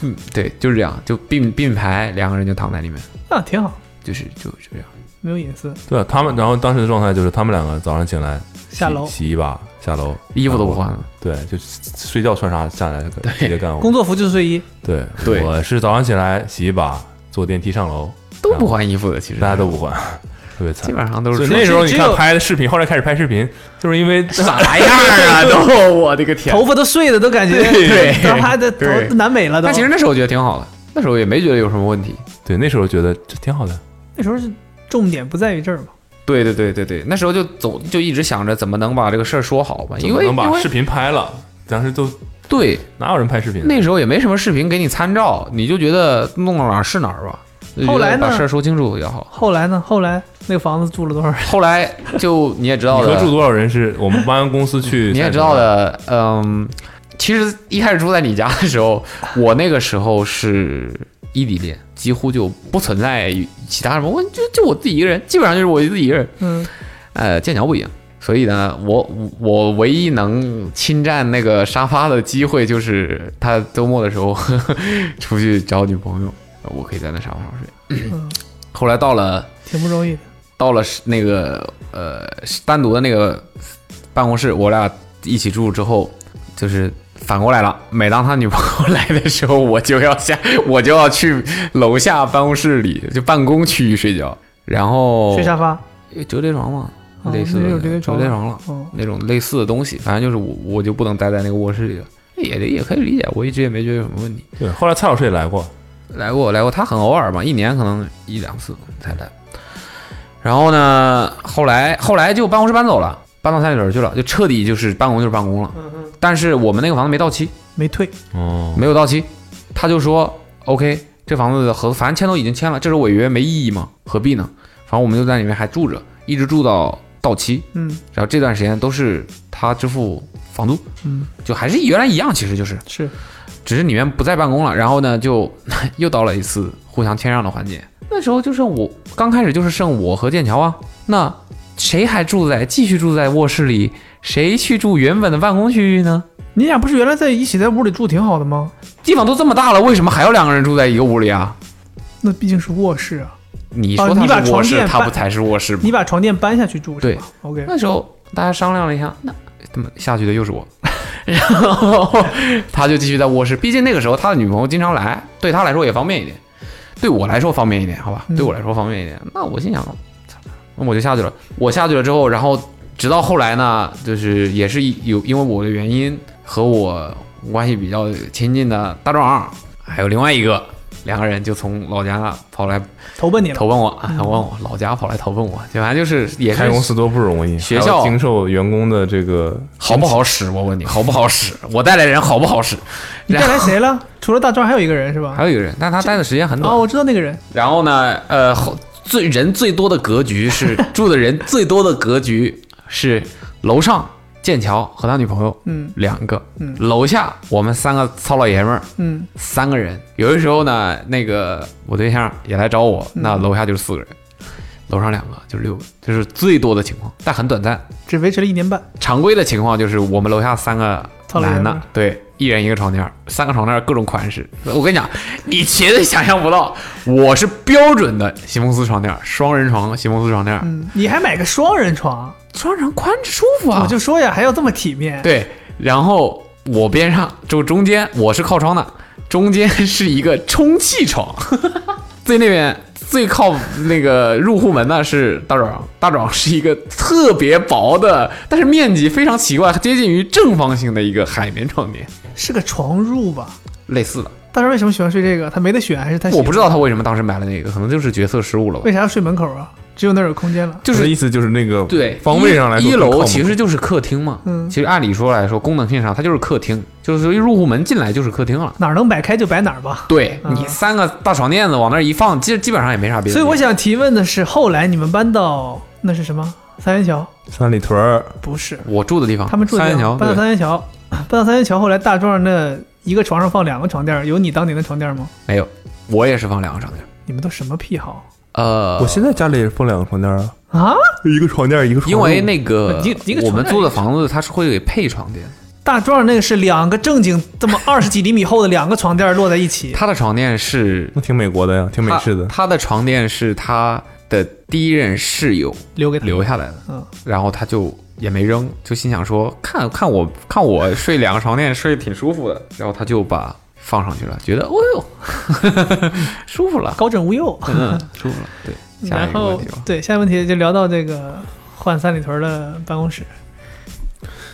Speaker 5: 嗯，对，就是这样，就并并排，两个人就躺在里面，
Speaker 2: 啊，挺好，
Speaker 5: 就是就就这样。
Speaker 2: 没有隐私。
Speaker 4: 对啊，他们然后当时的状态就是他们两个早上醒来
Speaker 2: 下
Speaker 4: 洗
Speaker 2: 楼
Speaker 4: 洗一把，下楼
Speaker 5: 衣服都不换了，
Speaker 4: 对，就睡觉穿啥下来直接干活
Speaker 2: 工。作服就是睡衣，
Speaker 4: 对，
Speaker 5: 对
Speaker 4: 我是早上起来洗一把，坐电梯上楼，
Speaker 5: 都不换衣服的，其实
Speaker 4: 大家都不管， [LAUGHS] 特别惨
Speaker 5: 基。本上都
Speaker 4: 所
Speaker 5: 是
Speaker 4: 以那时候你
Speaker 2: 只有
Speaker 4: 看拍的视频，后来开始拍视频，就是因为
Speaker 5: [LAUGHS] 啥样啊？ [LAUGHS] 都我的个天！
Speaker 2: 头发都碎了，都感觉
Speaker 5: 对
Speaker 2: 都还的头
Speaker 5: 对
Speaker 2: 都南美了都。
Speaker 5: 但其实那时候我觉得挺好的，那时候也没觉得有什么问题。
Speaker 4: 对那时候觉得这挺好的，
Speaker 2: 那时候是重点不在于这儿嘛。
Speaker 5: 对对对对对，那时候就总就一直想着怎么能把这个事儿说好吧，
Speaker 4: 怎
Speaker 5: 因
Speaker 4: 么
Speaker 5: 为
Speaker 4: 能
Speaker 5: 因
Speaker 4: 把视
Speaker 5: 为
Speaker 4: 频拍了？当时都
Speaker 5: 对
Speaker 4: 哪有人拍视频？
Speaker 5: 那时候也没什么视频给你参照，你就觉得弄到哪儿是哪儿吧。就觉得
Speaker 2: 后来呢
Speaker 5: 把事儿说清楚比较好。
Speaker 2: 后来呢？后来那个房子住了多少人？
Speaker 5: 后来就你也知道
Speaker 4: 你说
Speaker 5: 的，
Speaker 4: 住多少人是 [LAUGHS] 我们搬公司去，
Speaker 5: [LAUGHS] 你也知道，的，嗯，其实一开始住在你家的时候，我那个时候是异地恋，几乎就不存在其他什么，我就就我自己一个人，基本上就是我自己一个人。
Speaker 2: 嗯，
Speaker 5: 呃，剑桥不一样，所以呢，我我唯一能侵占那个沙发的机会，就是他周末的时候 [LAUGHS] 呵呵出去找女朋友，我可以在那沙发上睡。
Speaker 2: 嗯
Speaker 5: 后来到了
Speaker 2: 挺不容易的。
Speaker 5: 到了是那个呃是单独的那个办公室，我俩一起住之后，就是反过来了。每当他女朋友来的时候，我就要下， [LAUGHS] 我就要去楼下办公室里，就办公区域睡觉，然后
Speaker 2: 睡沙发。
Speaker 5: 折叠床嘛，
Speaker 2: 哦
Speaker 5: 哦类似
Speaker 2: 那
Speaker 5: 的
Speaker 2: 有折叠床了
Speaker 5: 了，
Speaker 2: 哦，
Speaker 5: 那种类似的东西，反正就是我我就不能待在那个卧室里了。也也可以理解，我一直也没觉得有什么问题。
Speaker 4: 对，后来蔡老师也来过，
Speaker 5: 来过来过，他很偶尔嘛，一年可能一两次才来。然后呢，后来后来就办公室搬走了，搬到三里屯去了，就彻底就是办公就是办公了。但是我们那个房子没到期，
Speaker 2: 没退。
Speaker 4: 哦，
Speaker 5: 没有到期，他就说 OK，这房子的合反正签都已经签了，这时候违约没意义嘛，何必呢？反正我们就在里面还住着，一直住到到期。
Speaker 2: 嗯
Speaker 5: 然后这段时间都是他支付房租，
Speaker 2: 嗯，
Speaker 5: 就还是原来一样，其实就是
Speaker 2: 是。
Speaker 5: 只是里面不再办公了，然后呢，就 [LAUGHS] 又到了一次互相谦让的环节。那时候就剩我刚开始就是剩我和剑桥啊，那谁还住在继续住在卧室里？谁去住原本的办公区域呢？
Speaker 2: 你俩不是原来在一起在屋里住挺好的吗？
Speaker 5: 地方都这么大了，为什么还要两个人住在一个屋里啊？
Speaker 2: 那毕竟是卧室啊，
Speaker 5: 你
Speaker 2: 哦
Speaker 5: 说
Speaker 2: 你把
Speaker 5: 他是卧
Speaker 2: 床
Speaker 5: 室，
Speaker 2: 垫
Speaker 5: 他
Speaker 2: 搬
Speaker 5: 不才是卧室吗？
Speaker 2: 你把床垫搬下去住是吧？OK，
Speaker 5: 那时候大家商量了一下，那怎么下去的又是我？ [LAUGHS] 然后 [LAUGHS] 他就继续在卧室，毕竟那个时候他的女朋友经常来，对他来说也方便一点，对我来说方便一点，好吧？
Speaker 2: 嗯
Speaker 5: 对我来说方便一点。那我心想，操那我就下去了。我下去了之后，然后直到后来呢，就是也是有因为我的原因和我关系比较亲近的大壮，还有另外一个两个人就从老家跑来
Speaker 2: 投奔你了。
Speaker 5: 投奔我，啊，投奔我老家跑来投奔我，反正就是也是
Speaker 4: 开公司多不容易，
Speaker 5: 学
Speaker 4: 还要
Speaker 5: 校
Speaker 4: 经受员工的这个
Speaker 5: 好不好使？我问你，好不好使？我带来人好不好使？
Speaker 2: 你
Speaker 5: 然
Speaker 2: 带
Speaker 5: 后
Speaker 2: 来谁了？除了大壮还有一个人是吧？
Speaker 5: 还有一个人，但他待的时间很
Speaker 2: 哦，
Speaker 5: 短。
Speaker 2: 我知道那个人，
Speaker 5: 然后呢，呃，后最人最多的格局是住的人最多的格局是楼上剑桥和他女朋友
Speaker 2: 嗯
Speaker 5: 两个，
Speaker 2: 嗯
Speaker 5: 楼下我们三个糙老爷们儿
Speaker 2: 嗯，
Speaker 5: 三个人。有的时候呢，那个我对象也来找我，那楼下就是四个人，楼上两个就是六个，这是最多的情况，但很短暂。
Speaker 2: 只维持了一年半。
Speaker 5: 常规的情况就是我们楼下三个
Speaker 2: 操了
Speaker 5: 男
Speaker 2: 原
Speaker 5: 的
Speaker 2: 味，
Speaker 5: 对，一人一个床垫儿，三个床垫儿，各种款式。我跟你讲，你绝对想象不到，我是标准的席梦思床垫儿，双人床席梦思床垫儿，
Speaker 2: 嗯，你还买个双人床，
Speaker 5: 双人床宽舒服啊。
Speaker 2: 我就说呀，还要这么体面。，
Speaker 5: 对，然后我边上就中间我是靠窗的，中间是一个充气床， [LAUGHS] 最那边最靠那个入户门的是大壮，大壮是一个特别薄的，但是面积非常奇怪，接近于正方形的一个海绵床垫，
Speaker 2: 是个床褥吧？
Speaker 5: 类似的。
Speaker 2: 当时为什么喜欢睡这个？他没得选，还是他喜欢
Speaker 5: 我不知道他为什么当时买了那个，可能就是决策失误了吧
Speaker 2: 为。啥要睡门口啊？只有那儿有空间了。
Speaker 5: 就
Speaker 4: 我的
Speaker 5: 是
Speaker 4: 意思就是那个
Speaker 5: 对
Speaker 4: [LAUGHS] 方位上来说
Speaker 5: 一一
Speaker 4: 更靠
Speaker 5: 楼
Speaker 4: 谱
Speaker 5: 其实就是客厅嘛。
Speaker 2: 嗯
Speaker 5: 其实按理说来说，功能性上它就是客厅，就是一入户门进来就是客厅了。
Speaker 2: 哪儿能摆开就摆哪儿吧。
Speaker 5: 对
Speaker 2: 嗯
Speaker 5: 你三个大床垫子往那儿一放，基基本上也没啥别的地
Speaker 2: 所
Speaker 5: 方。
Speaker 2: 以我想提问的是，后来你们搬到那是什么？三元桥？
Speaker 4: 三里屯儿
Speaker 2: 不是，
Speaker 5: 我住的地方，
Speaker 2: 他们住的
Speaker 5: 三元
Speaker 2: 地
Speaker 5: 桥
Speaker 2: 方搬到
Speaker 5: 对
Speaker 2: 三元桥，搬到三元桥。后来大壮那一个床上放两个床垫儿，有你当年的床垫儿吗？
Speaker 5: 没有，我也是放两个床垫。
Speaker 2: 你们都什么癖好
Speaker 5: 呃，
Speaker 4: 我现在家里也放两个床垫儿啊，
Speaker 2: 啊？
Speaker 4: 一个床垫儿一个床褥。
Speaker 5: 因为那个
Speaker 2: 一个一个
Speaker 5: 我们
Speaker 2: 床
Speaker 5: 租的房子它是会给配床垫，
Speaker 2: 大壮那个是两个正经这么二十几厘米厚的两个床垫儿摞在一起，
Speaker 5: 他的床垫是
Speaker 4: 那挺美国的呀，挺美式的。
Speaker 5: 他的床垫是他的第一任室友
Speaker 2: 留给他
Speaker 5: 留下来的，
Speaker 2: 嗯，
Speaker 5: 然后他就也没扔，就心想说看看我看我睡两个床垫睡得挺舒服的，然后他就把放上去了，觉得哦呦 [LAUGHS] 舒服了，
Speaker 2: 高枕无忧。
Speaker 5: 嗯，舒服了，对，下一
Speaker 2: 然
Speaker 5: 个问
Speaker 2: 后
Speaker 5: 题吧。
Speaker 2: 对，下一个问题就聊到这个换三里屯的办公室。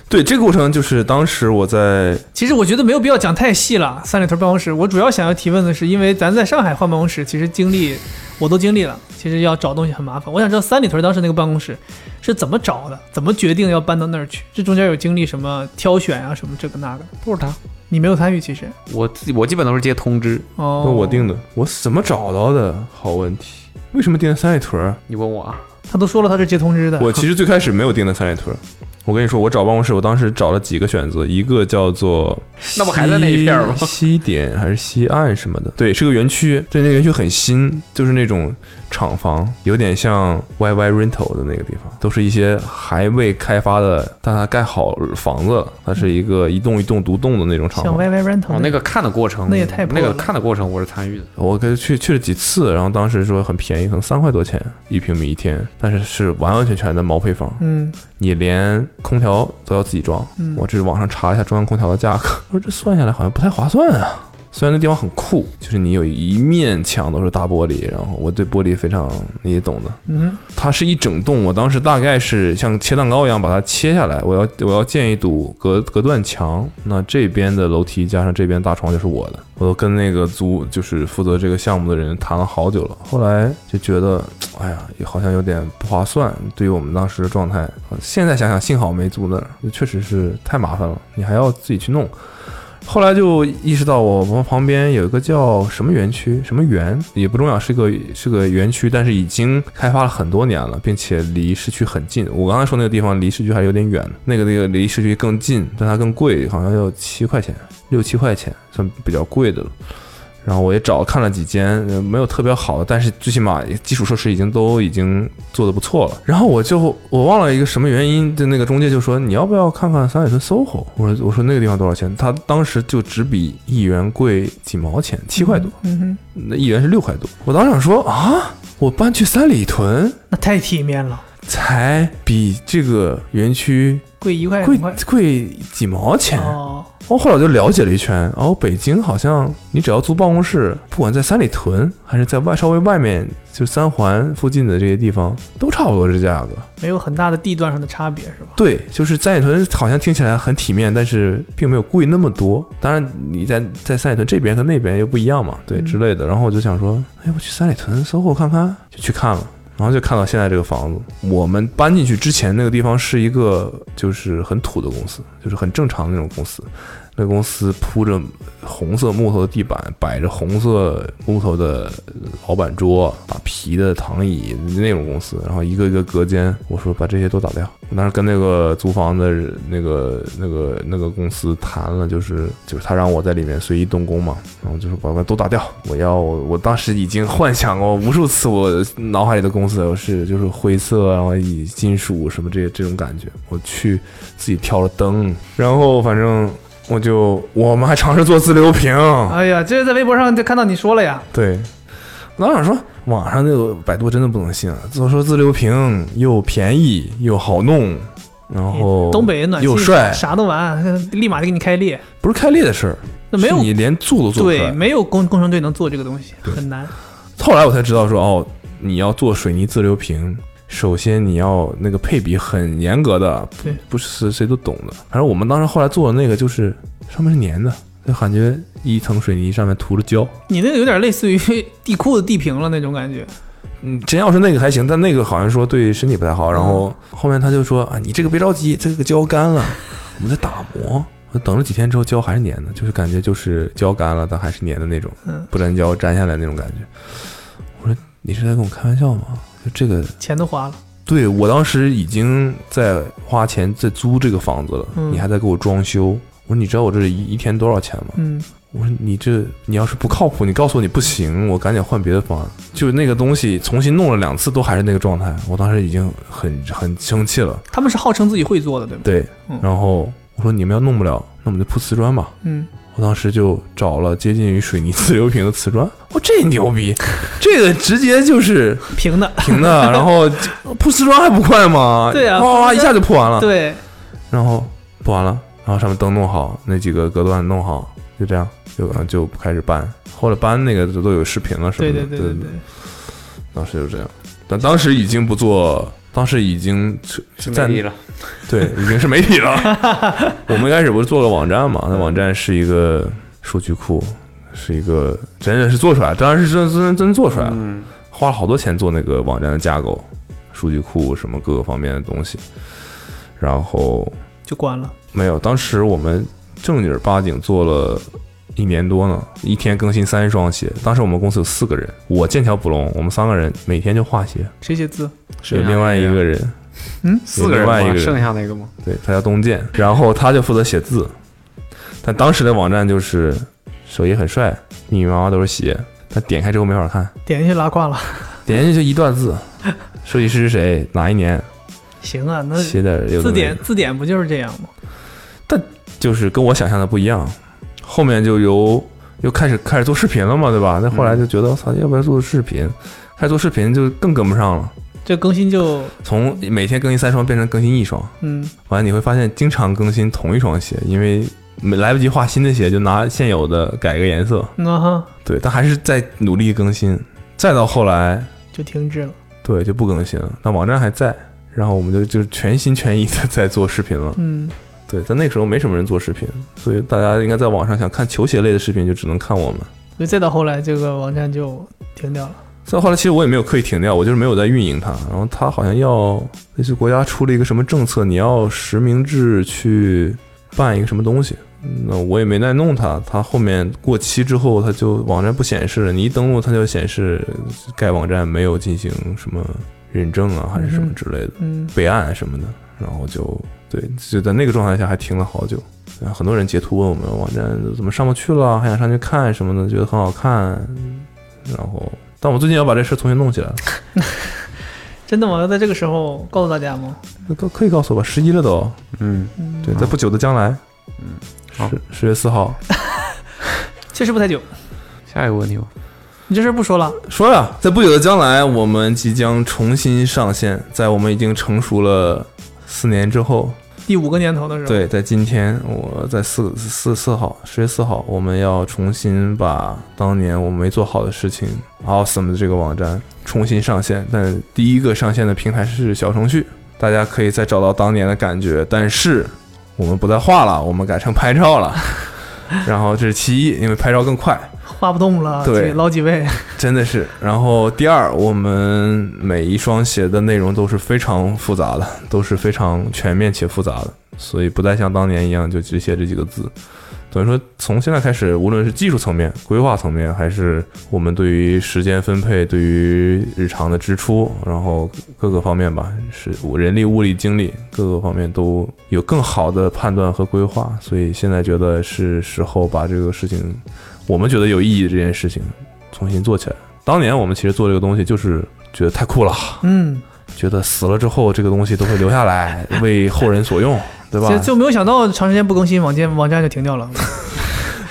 Speaker 4: 对，这个过程就是当时我在
Speaker 2: 其实我觉得没有必要讲太细了，三里屯办公室。我主要想要提问的是，因为咱在上海换办公室，其实经历我都经历了，其实要找东西很麻烦。我想知道三里屯当时那个办公室是怎么找的，怎么决定要搬到那儿去？这中间有经历什么挑选啊，什么这个那个？
Speaker 5: 不是他，
Speaker 2: 你没有参与，其实
Speaker 5: 我自己我基本都是接通知。
Speaker 2: 哦，
Speaker 4: 那我定的，我是怎么找到的？好问题。为什么定的三里屯儿？
Speaker 5: 你问我啊？
Speaker 2: 他都说了他是接通知的，
Speaker 5: [LAUGHS]
Speaker 4: 我其实最开始没有定的三里屯儿。我跟你说，我找办公室，我当时找了几个选择，一个叫做
Speaker 5: 那不还在那一片儿吗
Speaker 4: 西西点还是西岸什么的？对，是个园区，对，那个园区很新，就是那种厂房，有点像 YY Rental 的那个地方，都是一些还未开发的，但它盖好房子了，它是一个一栋一栋独栋的那种厂
Speaker 2: 像
Speaker 4: 房。
Speaker 2: YY Rental
Speaker 5: 哦，那个看的过程，
Speaker 2: 那也太破
Speaker 5: 那个
Speaker 2: 了
Speaker 5: 看的过程我是参与的。
Speaker 4: 我跟去去了几次，然后当时说很便宜，可能三块多钱一平米一天，但是是完完全全的毛坯房，
Speaker 2: 嗯，
Speaker 4: 你连空调都要自己装。
Speaker 2: 嗯
Speaker 4: 我这是网上查了一下中央空调的价格， [LAUGHS] 我说这算下来好像不太划算啊。虽然那地方很酷，就是你有一面墙都是大玻璃，然后我对玻璃非常你也懂的。
Speaker 2: 嗯，
Speaker 4: 它是一整栋，我当时大概是像切蛋糕一样把它切下来，我要我要建一堵隔隔断墙，那这边的楼梯加上这边大床就是我的，我都跟那个租就是负责这个项目的人谈了好久了，后来就觉得，哎呀，也好像有点不划算，对于我们当时的状态，现在想想幸好没租那儿，确实是太麻烦了，你还要自己去弄。后来就意识到，我们旁边有一个叫什么园区，什么园也不重要，是个是个园区，但是已经开发了很多年了，并且离市区很近。我刚才说那个地方离市区还有点远，那个那个离市区更近，但它更贵，好像要七块钱，六七块钱算比较贵的了。然后我也找看了几间，呃没有特别好的，但是最起码基础设施已经都已经做得不错了。然后我就我忘了一个什么原因，就那个中介就说你要不要看看三里屯 SOHO？我说我说那个地方多少钱？他当时就只比一元贵几毛钱，七块多，
Speaker 2: 嗯哼，
Speaker 4: 那一元是六块多。我当时想说啊，我搬去三里屯
Speaker 2: 那太体面了，
Speaker 4: 才比这个园区
Speaker 2: 贵一块
Speaker 4: 贵
Speaker 2: 两块
Speaker 4: 贵几毛钱。
Speaker 2: 哎哦，
Speaker 4: 哦，后来我就了解了一圈，哦，北京好像你只要租办公室，不管在三里屯还是在外稍微外面，就三环附近的这些地方，都差不多这价格。
Speaker 2: 没有很大的地段上的差别是吧？
Speaker 4: 对，就是三里屯好像听起来很体面，但是并没有贵那么多。当然，你在在三里屯这边和那边又不一样嘛，对、之类的。然后我就想说，哎，我去三里屯 SOHO 看看，就去看了。然后就看到现在这个房子，我们搬进去之前那个地方是一个就是很土的公司，就是很正常的那种公司。那公司铺着红色木头的地板，摆着红色木头的老板桌啊，皮的躺椅那种公司，然后一个一个隔间，我说把这些都打掉。我当时跟那个租房的人那个那个那个公司谈了，就是就是他让我在里面随意动工嘛，然后就说把它都打掉。我要我当时已经幻想过无数次，我脑海里的公司我是就是灰色，然后以金属什么这这种感觉，我去自己挑了灯，然后反正我就我们还尝试做自流平，
Speaker 2: 哎呀，这是在微博上就看到你说了呀，
Speaker 4: 对，我当时想说，网上那个百度真的不能信啊！都说自流平又便宜又好弄，然后
Speaker 2: 东北暖气
Speaker 4: 又帅，
Speaker 2: 啥都完，立马就给你开裂。
Speaker 4: 不是开裂的事儿，
Speaker 2: 那没有
Speaker 4: 是你连做都做不出
Speaker 2: 对，
Speaker 4: 来。
Speaker 2: 没有工工程队能做这个东西，很难。
Speaker 4: 后来我才知道说，哦，你要做水泥自流平，首先你要那个配比很严格的，不
Speaker 2: 对
Speaker 4: 不是谁都懂的。反正我们当时后来做的那个就是上面是粘的，就感觉一层水泥上面涂了胶。
Speaker 2: 你那个有点类似于地库的地平了那种感觉，
Speaker 4: 嗯，真要是那个还行，但那个好像说对身体不太好。
Speaker 2: 嗯
Speaker 4: 然后后面他就说啊，你这个别着急，这个胶干了，我们在打磨。我等了几天之后，胶还是粘的，就是感觉就是胶干了，但还是粘的那种
Speaker 2: 嗯，
Speaker 4: 不粘胶粘下来那种感觉。我说你是在跟我开玩笑吗？就这个，
Speaker 2: 钱都花了。
Speaker 4: 对我当时已经在花钱在租这个房子了，
Speaker 2: 嗯
Speaker 4: 你还在给我装修。我说你知道我这一一天多少钱吗？
Speaker 2: 嗯，
Speaker 4: 我说你这你要是不靠谱，你告诉我你不行，我赶紧换别的方案。就是那个东西重新弄了两次，都还是那个状态，我当时已经很很生气了。
Speaker 2: 他们是号称自己会做的，对吧？
Speaker 4: 对
Speaker 2: 嗯，
Speaker 4: 然后我说你们要弄不了，那我们就铺瓷砖吧。
Speaker 2: 嗯，
Speaker 4: 我当时就找了接近于水泥自流平的瓷砖，我、这牛
Speaker 2: [LAUGHS]
Speaker 4: 逼，这个直接就是
Speaker 2: 平的。
Speaker 4: 平的，然后 [LAUGHS] 铺瓷砖还不快吗？
Speaker 2: 对啊
Speaker 4: 哇哇哇一下就铺完了。
Speaker 2: 对，
Speaker 4: 然后不完了，然后上面灯弄好，那几个隔断弄好，就这样就呃就开始搬。后来搬那个都都有视频了什
Speaker 2: 对
Speaker 4: 么的，
Speaker 2: 对对对
Speaker 4: 对
Speaker 2: 对，
Speaker 4: 当时就这样，但当时已经不做，当时已经在
Speaker 5: 了，
Speaker 4: 对已经是媒体
Speaker 2: [LAUGHS]
Speaker 4: 了。我们一开始不是做了网站嘛？那网站是一个数据库，是一个真的是做出来，当然是真真真做出来了。
Speaker 5: 嗯，
Speaker 4: 花了好多钱做那个网站的架构、数据库什么各个方面的东西，然后
Speaker 2: 就关了。
Speaker 4: 没有，当时我们正儿八经做了一年多呢，一天更新三双鞋。当时我们公司有四个人，我剑桥捕龙，我们三个人每天就画鞋，
Speaker 2: 谁写字？
Speaker 4: 有另外一个人，
Speaker 2: 嗯，
Speaker 5: 四个人
Speaker 4: 有另外一
Speaker 5: 吗？
Speaker 4: 个人
Speaker 5: 剩下那个吗？
Speaker 4: 对他叫东健，然后他就负责写字。但当时的网站就是手也很帅，密密麻麻都是鞋，但点开之后没法看，
Speaker 2: 点进去拉胯了。 [LAUGHS]
Speaker 4: 点进去就一段字， [LAUGHS] 设计师是谁，哪一年，
Speaker 2: 行啊，那
Speaker 4: 写点
Speaker 2: 字
Speaker 4: 有的没的
Speaker 2: 典字典不就是这样吗？
Speaker 4: 就是跟我想象的不一样。后面就由又开始开始做视频了嘛，对吧？那后来就觉得，我操，要不要做视频？开始做视频就更跟不上了，
Speaker 2: 这更新就
Speaker 4: 从每天更新三双变成更新一双，
Speaker 2: 嗯，
Speaker 4: 完了你会发现经常更新同一双鞋，因为没来不及画新的鞋，就拿现有的改个颜色。
Speaker 2: 那嗯啊哈
Speaker 4: 对，但还是在努力更新。再到后来，
Speaker 2: 就停滞了。
Speaker 4: 对，就不更新了。但网站还在，然后我们就就全心全意的在做视频了。
Speaker 2: 嗯，
Speaker 4: 对，但那个时候没什么人做视频，所以大家应该在网上想看球鞋类的视频，就只能看我们。
Speaker 2: 所以再到后来，这个网站就停掉了。
Speaker 4: 再后来，其实我也没有刻意停掉，我就是没有在运营它。然后它好像要类似国家出了一个什么政策，你要实名制去办一个什么东西。那我也没再弄它，它后面过期之后，它就网站不显示了。你一登录，它就显示该网站没有进行什么认证啊，还是什么之类的。
Speaker 2: 嗯，
Speaker 4: 备案什么的，然后就对，就在那个状态下还停了好久。然后很多人截图问我们网站怎么上不去了，还想上去看什么的，觉得很好看。然后，但我最近要把这事重新弄起来了，
Speaker 2: 真的吗？要在这个时候告诉大家吗？
Speaker 4: 那都可以告诉我吧，十一了都，
Speaker 5: 嗯，
Speaker 2: 嗯，
Speaker 4: 对，在不久的将来，
Speaker 5: 好
Speaker 4: 十十月四号
Speaker 2: 确实不太久。
Speaker 5: 下一个问题吧，
Speaker 2: 你这事儿不说了，
Speaker 4: 说呀，在不久的将来，我们即将重新上线，在我们已经成熟了四年之后，
Speaker 2: 第五个年头的时候，，
Speaker 4: 对，在今天，我在四四四号，十月四号，我们要重新把当年我没做好的事情，Awesome 的这个网站重新上线。但第一个上线的平台是小程序，大家可以再找到当年的感觉。但是我们不再画了，我们改成拍照了。 [LAUGHS] 然后这是其一，因为拍照更快，
Speaker 2: 画不动了，
Speaker 4: 对
Speaker 2: 得捞几位。
Speaker 4: 真的是。然后第二，我们每一双鞋的内容都是非常复杂的，都是非常全面且复杂的，所以不再像当年一样就只写这几个字。等于说，从现在开始，无论是技术层面、规划层面，还是我们对于时间分配、对于日常的支出，然后各个方面吧，是人力、物力、精力各个方面都有更好的判断和规划。所以现在觉得是时候把这个事情，我们觉得有意义的这件事情，重新做起来。当年我们其实做这个东西，就是觉得太酷了， [LAUGHS]
Speaker 2: 嗯，
Speaker 4: 觉得死了之后这个东西都会留下来，为后人所用。对吧？
Speaker 2: 就就没有想到长时间不更新，网站网站就停掉
Speaker 4: [LAUGHS]
Speaker 2: 了。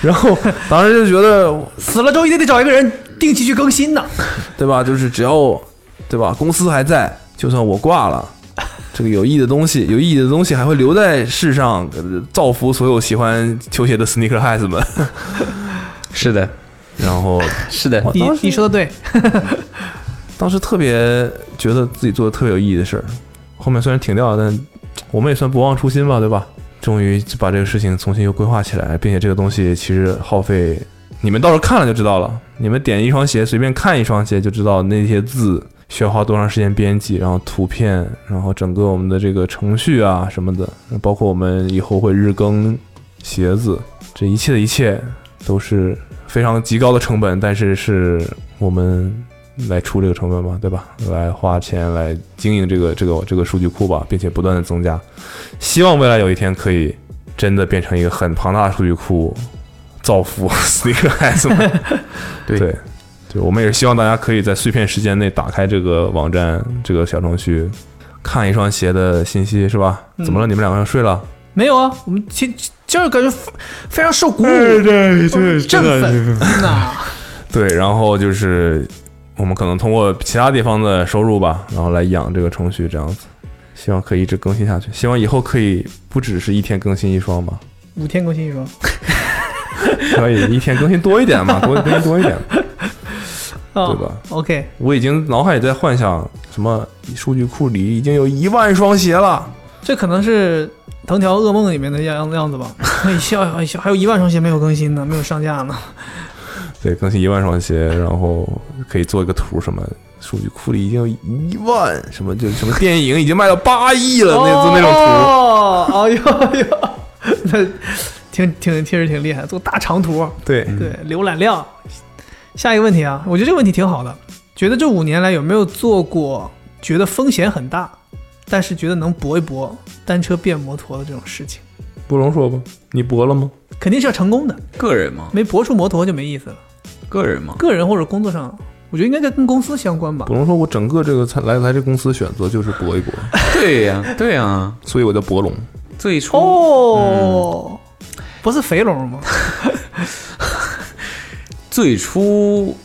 Speaker 4: 然后当时就觉得，
Speaker 2: 死了之后也得找一个人定期去更新呢。
Speaker 4: 对吧？就是只要，对吧？公司还在，就算我挂
Speaker 5: [LAUGHS]
Speaker 4: 了，这个有意义的东西，有意义的东西还会留在世上，呃造福所有喜欢球鞋的 sneaker heads 们。
Speaker 5: 是的，
Speaker 4: [LAUGHS] 然后
Speaker 5: 是的，
Speaker 4: 我
Speaker 2: 你
Speaker 4: 当时
Speaker 2: 你说的对，
Speaker 4: 当时特别觉得自己做的特别有意义的事儿，后面虽然停掉了，但我们也算不忘初心吧，对吧？终于把这个事情重新又规划起来，并且这个东西其实耗费，你们到时候看了就知道了。你们点一双鞋，随便看一双鞋就知道那些字需要花多长时间编辑，然后图片，然后整个我们的这个程序啊什么的，包括我们以后会日更鞋子，这一切的一切都是非常极高的成本，但是是我们来出这个成本嘛，对吧？来花钱来经营这个这个这个数据库吧，并且不断的增加，希望未来有一天可以真的变成一个很庞大的数据库，造福 [LAUGHS] sneaker 孩子们。
Speaker 5: 对
Speaker 4: 对对，我们也是希望大家可以在碎片时间内打开这个网站这个小程序，看一双鞋的信息是吧？怎么了？你们两个要睡了？
Speaker 2: 没有啊，我们其就是感觉非非常受鼓舞，
Speaker 4: 哎对
Speaker 2: 振奋 [LAUGHS] 呐。
Speaker 4: 对，然后就是我们可能通过其他地方的收入吧，然后来养这个程序，这样子，希望可以一直更新下去。希望以后可以不只是一天更新一双吧，
Speaker 2: 五天更新一双，
Speaker 4: 可以一天更新多一点嘛，多更新多一点，对
Speaker 2: 哦
Speaker 4: 吧？
Speaker 2: ，OK，
Speaker 4: 我已经脑海里在幻想什么数据库里已经有一万双鞋了，
Speaker 2: 这可能是《藤条噩梦》里面的样样子吧。哎笑哎笑，还有一万双鞋没有更新呢，没有上架呢。
Speaker 4: 对，更新一万双鞋，然后可以做一个图什么。数据库里已经有一万什么就什么电影已经卖到八亿了，那就那种图。
Speaker 2: 哦，哎呦哎呦，那挺挺确实挺厉害，做大长图，
Speaker 4: 对，
Speaker 2: 对，浏览量。下一个问题啊，我觉得这个问题挺好的。觉得这五年来有没有做过觉得风险很大，但是觉得能搏一搏，单车变摩托的这种事情？
Speaker 4: 不容说吧，你博了吗？
Speaker 2: 肯定是要成功的，
Speaker 5: 个人嘛，
Speaker 2: 没搏出摩托就没意思了。
Speaker 5: 个人 [LAUGHS] 嘛，
Speaker 2: 个人或者工作上，我觉得应该跟公司相关吧
Speaker 4: 不。能说我整个这个参来来这公司选择就是搏一搏，
Speaker 5: 对呀、对呀、
Speaker 4: 所以我叫博龙。
Speaker 5: 最初、
Speaker 4: 嗯
Speaker 2: 哦，不是肥龙吗？
Speaker 5: 最初，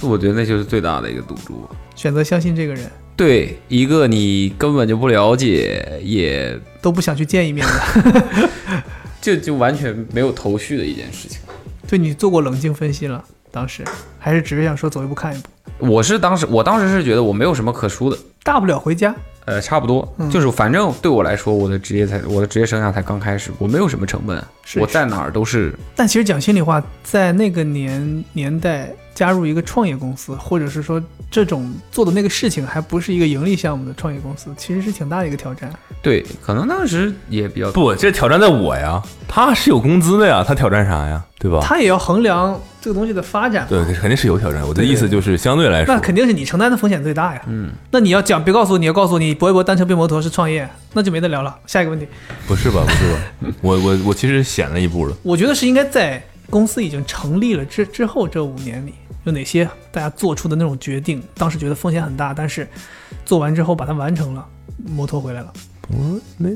Speaker 5: 我觉得那就是最大的一个赌注吧。
Speaker 2: 选择相信这个人，
Speaker 5: 对一个你根本就不了解，也
Speaker 2: 都不想去见一面的。
Speaker 5: 就就完全没有头绪的一件事情。
Speaker 2: 对你做过冷静分析了，当时还是只是想说走一步看一步，
Speaker 5: 我是当时，我当时是觉得我没有什么可输的，
Speaker 2: 大不了回家。
Speaker 5: 呃，差不多，就是反正对我来说，我的职业才，我的职业生涯才刚开始，我没有什么成本，
Speaker 2: 是
Speaker 5: 我在哪儿都是
Speaker 2: 但其实讲心里话，在那个年年代加入一个创业公司，或者是说这种做的那个事情还不是一个盈利项目的创业公司，其实是挺大的一个挑战。
Speaker 5: 对，可能当时也比较
Speaker 4: 不，这挑战在我呀，他是有工资的呀，他挑战啥呀？对吧？
Speaker 2: 他也要衡量这个东西的发展。
Speaker 4: 对，肯定是有挑战。我的意思就是相对来说
Speaker 2: 那，肯定是你承担的风险最大呀。嗯，那你要讲，别告诉我你要告诉我你搏一搏单车变摩托是创业，那就没得聊了。下一个问题，
Speaker 4: 不是吧？不是
Speaker 2: [LAUGHS]
Speaker 4: 吧？我我我其实显了一步了。
Speaker 2: 我觉得是应该在公司已经成立了之之后这五年里，有哪些大家做出的那种决定，当时觉得风险很大，但是做完之后把它完成了，摩托回来了。
Speaker 4: 我没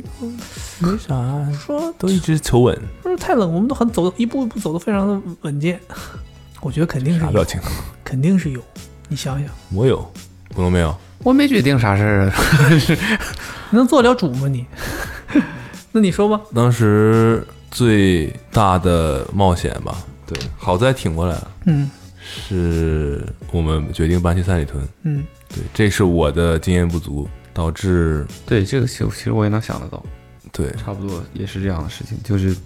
Speaker 4: 没啥，
Speaker 2: 说
Speaker 4: 都一直求稳，
Speaker 2: 不是太冷，我们都很走一步一步走得非常的稳健。 [LAUGHS] 我觉得肯定是
Speaker 4: 啥
Speaker 2: 有
Speaker 4: 表，情？
Speaker 2: [LAUGHS]
Speaker 4: 啊
Speaker 2: 肯定是有。你想想，
Speaker 4: 我有，不能没有。
Speaker 5: 我没决定啥事儿啊，
Speaker 2: 你能做得了主吗你？ [LAUGHS] 那你说吧，
Speaker 4: 当时最大的冒险吧，对，好在挺过来了。
Speaker 2: 嗯
Speaker 4: 是我们决定搬去三里屯，
Speaker 2: 嗯，
Speaker 4: 对，这是我的经验不足导致，
Speaker 5: [LAUGHS] 对这个其实其实我也能想得到，
Speaker 4: 对，
Speaker 5: 差不多也是这样的事情，就是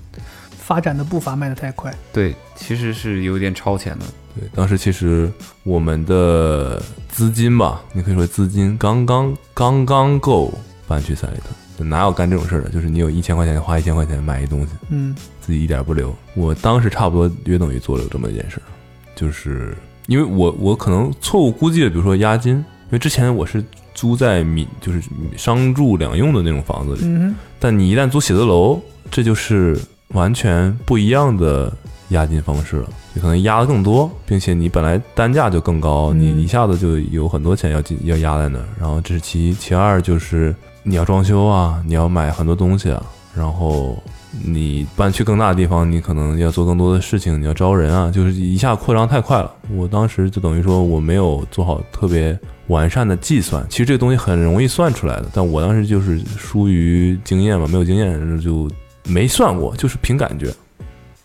Speaker 2: 发展的步伐迈得太快，
Speaker 5: 对，其实是有点超前的，
Speaker 4: 对，当时其实我们的资金吧，你可以说资金刚刚刚刚够搬去三里屯，哪有干这种事儿的？就是你有一千块钱，就花一千块钱买一东西，
Speaker 2: 嗯
Speaker 4: 自己一点儿不留。我当时差不多约等于做了有这么一件事儿，就是因为我我可能错误估计了，比如说押金，因为之前我是租在民就是商住两用的那种房子里，
Speaker 2: 嗯哼，
Speaker 4: 但你一旦租写字楼，这就是完全不一样的押金方式了，就可能压的更多，并且你本来单价就更高，
Speaker 2: 嗯
Speaker 4: 你一下子就有很多钱要进要压在那儿。然后这是其一，其二就是你要装修啊，你要买很多东西啊，然后你搬去更大的地方，你可能要做更多的事情，你要招人啊，就是一下扩张太快了。我当时就等于说我没有做好特别完善的计算，其实这个东西很容易算出来的，但我当时就是疏于经验嘛，没有经验就没算过，就是凭感觉。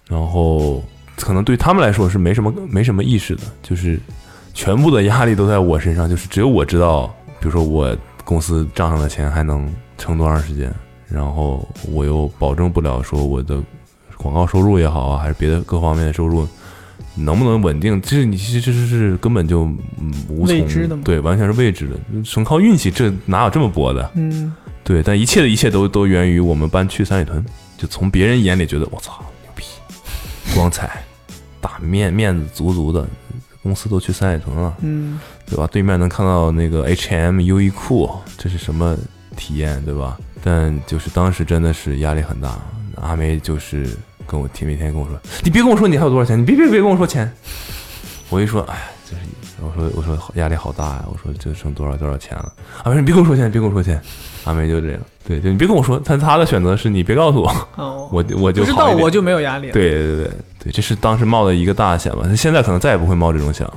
Speaker 4: 然后可能对他们来说是没什么没什么意识的，就是全部的压力都在我身上，就是只有我知道，比如说我公司账上的钱还能撑多长时间，然后我又保证不了说我的广告收入也好啊，还是别的各方面的收入能不能稳定，这是你其实是根本就嗯无从
Speaker 2: 未知的嘛
Speaker 4: 对，完全是未知的，纯靠运气，这哪有这么搏的？
Speaker 2: 嗯，
Speaker 4: 对，但一切的一切都都源于我们班去三里屯，就从别人眼里觉得我操牛逼，光彩，大面面子足足的，公司都去三里屯了，
Speaker 2: 嗯，
Speaker 4: 对吧？对面能看到那个 H&M、优衣库，这是什么体验，对吧？但就是当时真的是压力很大，阿梅就是跟我天每天跟我说，你别跟我说你还有多少钱，你别别别跟我说钱。我一说，哎，就是我说我说好压力好大呀、我说这剩多少多少钱了？阿梅说你别跟我说钱，别跟我说钱。阿梅就这样，对，就你别跟我说，但她的选择是你别告诉我，
Speaker 2: 哦，
Speaker 4: 我我就
Speaker 2: 不知
Speaker 4: 好
Speaker 2: 道
Speaker 4: 一点
Speaker 2: 我就没有压力了。，
Speaker 4: 对对对对，这是当时冒的一个大险吧。现在可能再也不会冒这种险了。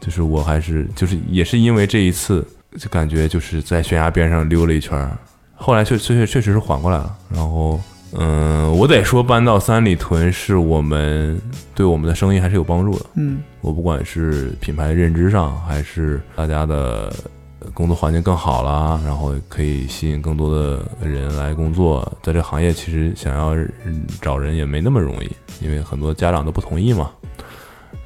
Speaker 4: 就是我还是就是也是因为这一次，就感觉就是在悬崖边上溜了一圈儿，后来确确确确实是缓过来了。然后，嗯，我得说搬到三里屯是我们对我们的生意还是有帮助的。
Speaker 2: 嗯
Speaker 4: 我不管是品牌认知上，还是大家的呃工作环境更好啦，然后可以吸引更多的人来工作。在这行业，其实想要嗯找人也没那么容易，因为很多家长都不同意嘛。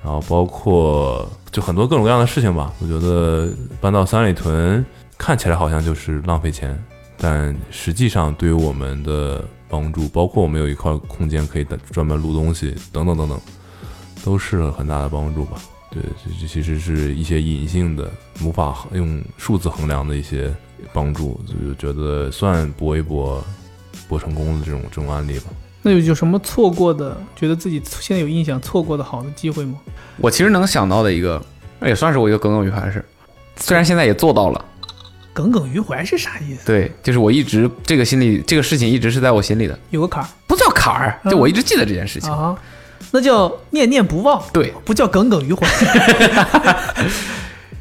Speaker 4: 然后包括就很多各种各样的事情吧。我觉得搬到三里屯看起来好像就是浪费钱，但实际上对于我们的帮助，包括我们有一块空间可以专门录东西，等等等等。都是很大的帮助吧。对，这这其实是一些隐性的、无法衡用数字衡量的一些帮助，所以我觉得算搏一搏，搏成功的这种这种案例吧。
Speaker 2: 那有有什么错过的？觉得自己现在有印象错过的好的机会吗？
Speaker 5: 我其实能想到的一个，也算是我一个耿耿于怀的事儿，虽然现在也做到了，
Speaker 2: 耿耿于怀是啥意思？
Speaker 5: 对，就是我一直这个心里这个事情一直是在我心里的，
Speaker 2: 有个坎儿
Speaker 5: 不叫坎儿，
Speaker 2: 嗯
Speaker 5: 就我一直记得这件事情。
Speaker 2: 啊，那叫念念不忘，
Speaker 5: 对，
Speaker 2: 不叫耿耿于怀。 [LAUGHS]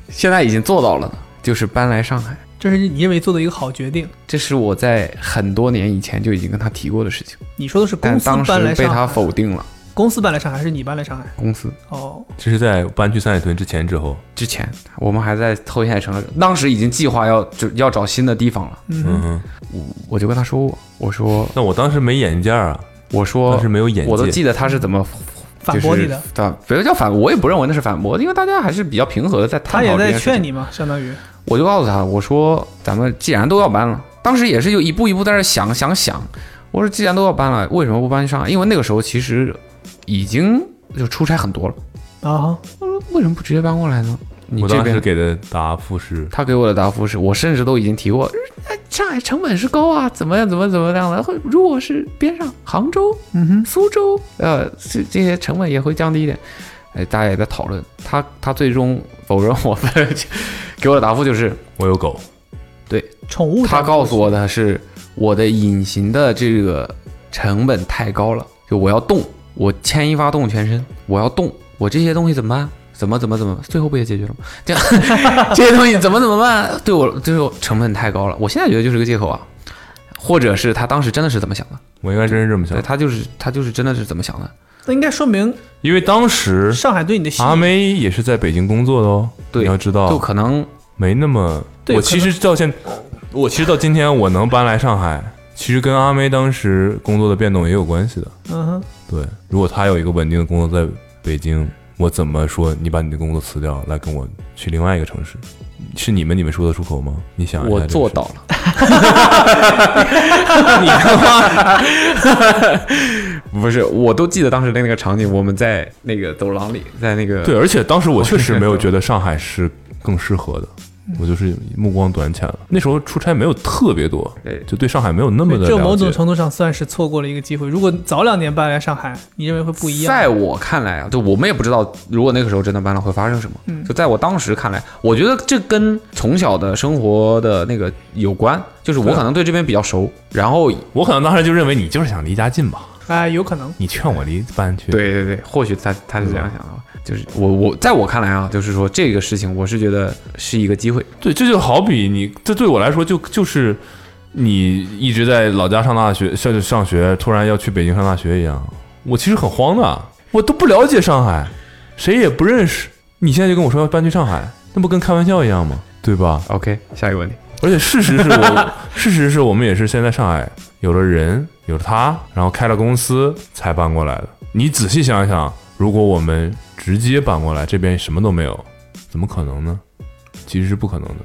Speaker 5: 现在已经做到了的，就是搬来上海，
Speaker 2: 这是你认为做的一个好决定。
Speaker 5: 这是我在很多年以前就已经跟他提过的事情，
Speaker 2: 你说的是
Speaker 5: 但
Speaker 2: 公司
Speaker 5: 当时
Speaker 2: 搬来
Speaker 5: 被他
Speaker 2: 上海，
Speaker 5: 否定了。
Speaker 2: 公司搬来上海还是你搬来上海？
Speaker 5: 公司
Speaker 2: 哦，
Speaker 4: 这是在搬去三里屯之前之后，
Speaker 5: 之前我们还在后现代城了，当时已经计划要就要找新的地方了，
Speaker 4: 嗯
Speaker 2: 嗯，
Speaker 4: 哼，
Speaker 5: 我我就跟他说过，我说
Speaker 4: 那我当时没眼镜儿啊，
Speaker 5: 我说
Speaker 4: 当时没有眼
Speaker 5: 我都
Speaker 4: 界，
Speaker 5: 记得他是怎么
Speaker 2: 反驳你的，
Speaker 5: 就是，对，不要叫反，我也不认为那是反驳，因为大家还是比较平和的在探
Speaker 2: 他
Speaker 5: 讨。
Speaker 2: 也在劝，你嘛，相当于
Speaker 5: 我就告诉他，我说咱们既然都要搬了，当时也是就一步一步在这想想想，我说既然都要搬了，为什么不搬上海？因为那个时候其实已经就出差很多了，
Speaker 2: 啊，
Speaker 5: 为什么不直接搬过来呢？你
Speaker 4: 我
Speaker 5: 这
Speaker 4: 当时
Speaker 5: 边。
Speaker 4: 给的答复是，
Speaker 5: 他给我的答复是我甚至都已经提过，哎上海成本是高啊，怎么样怎么怎么样的。会如果是边上杭州、
Speaker 2: 嗯哼，
Speaker 5: 苏州，呃，这这些成本也会降低一点。哎，大家也在讨论，他他最终否认我的， [LAUGHS] 给我的答复就是，
Speaker 4: 我有狗，
Speaker 2: 宠物
Speaker 5: 他告诉我的是我的隐形的这个成本太高了，就我要动，我牵一发动全身，我要动，我这些东西怎么办？怎么怎么怎么？最后不也解决了吗？这样 [LAUGHS] 这些东西怎么怎么办？对我对我成本太高了，我现在觉得就是个借口啊，或者是他当时真的是怎么想的？
Speaker 4: 我应该真是这么想
Speaker 5: 对，，他就是他就是真的是怎么想的？
Speaker 2: 那应该说明
Speaker 4: 因为当时
Speaker 2: 上海对你的吸
Speaker 5: 啊
Speaker 4: 阿
Speaker 2: 引。
Speaker 4: 梅也是在北京工作的哦，
Speaker 5: 对
Speaker 4: 你要知
Speaker 5: 就
Speaker 4: 道，
Speaker 5: 可能
Speaker 4: 没那么。
Speaker 2: 对
Speaker 4: 我
Speaker 2: 可
Speaker 4: 其实到现，我其实到今天我能搬来上海，其实跟阿梅当时工作的变动也有关系的。
Speaker 2: 嗯哼，
Speaker 4: 对，如果她有一个稳定的工作在北京，我怎么说你把你的工作辞掉来跟我去另外一个城市？是你们你们说得出口吗？你想一下
Speaker 5: 我
Speaker 4: 这个
Speaker 5: 做
Speaker 4: 事
Speaker 5: 到
Speaker 2: [LAUGHS]
Speaker 5: [LAUGHS] 了，
Speaker 4: 你他妈
Speaker 5: [LAUGHS] 不是，我都记得当时的那个场景，我们在那个走廊里，在那个
Speaker 4: 对，而且当时我确实没有觉得上海是更适合的，
Speaker 2: 嗯
Speaker 4: 我就是目光短浅了。那时候出差没有特别多
Speaker 5: 对，
Speaker 4: 就对上海没有那么的
Speaker 2: 这某
Speaker 4: 了解
Speaker 2: 种。程度上算是错过了一个机会。如果早两年搬来上海，你认为会不一样？
Speaker 5: 在我看来啊，就我们也不知道，如果那个时候真的搬了会发生什么。
Speaker 2: 嗯
Speaker 5: 就在我当时看来，我觉得这跟从小的生活的那个有关，就是我
Speaker 4: 对啊
Speaker 5: 可能对这边比较熟，然后
Speaker 4: 我可能当时就认为你就是想离家近吧，
Speaker 2: 哎，有可能。
Speaker 4: 你劝我离搬去。，
Speaker 5: 对对对，或许他他是这样想的吧。就是我我在我看来啊，就是说这个事情，我是觉得是一个机会。
Speaker 4: 对，这就好比你，这对我来说就就是你一直在老家上大学，上上学，突然要去北京上大学一样，我其实很慌的，我都不了解上海，谁也不认识，你现在就跟我说要搬去上海，那不跟开玩笑一样吗？对吧？
Speaker 5: OK，下一个问题，
Speaker 4: 而且事实是我，事实是我们也是先在上海有了人，有了他，然后开了公司才搬过来的。你仔细想一想，如果我们直接搬过来，这边什么都没有，怎么可能呢？其实是不可能的。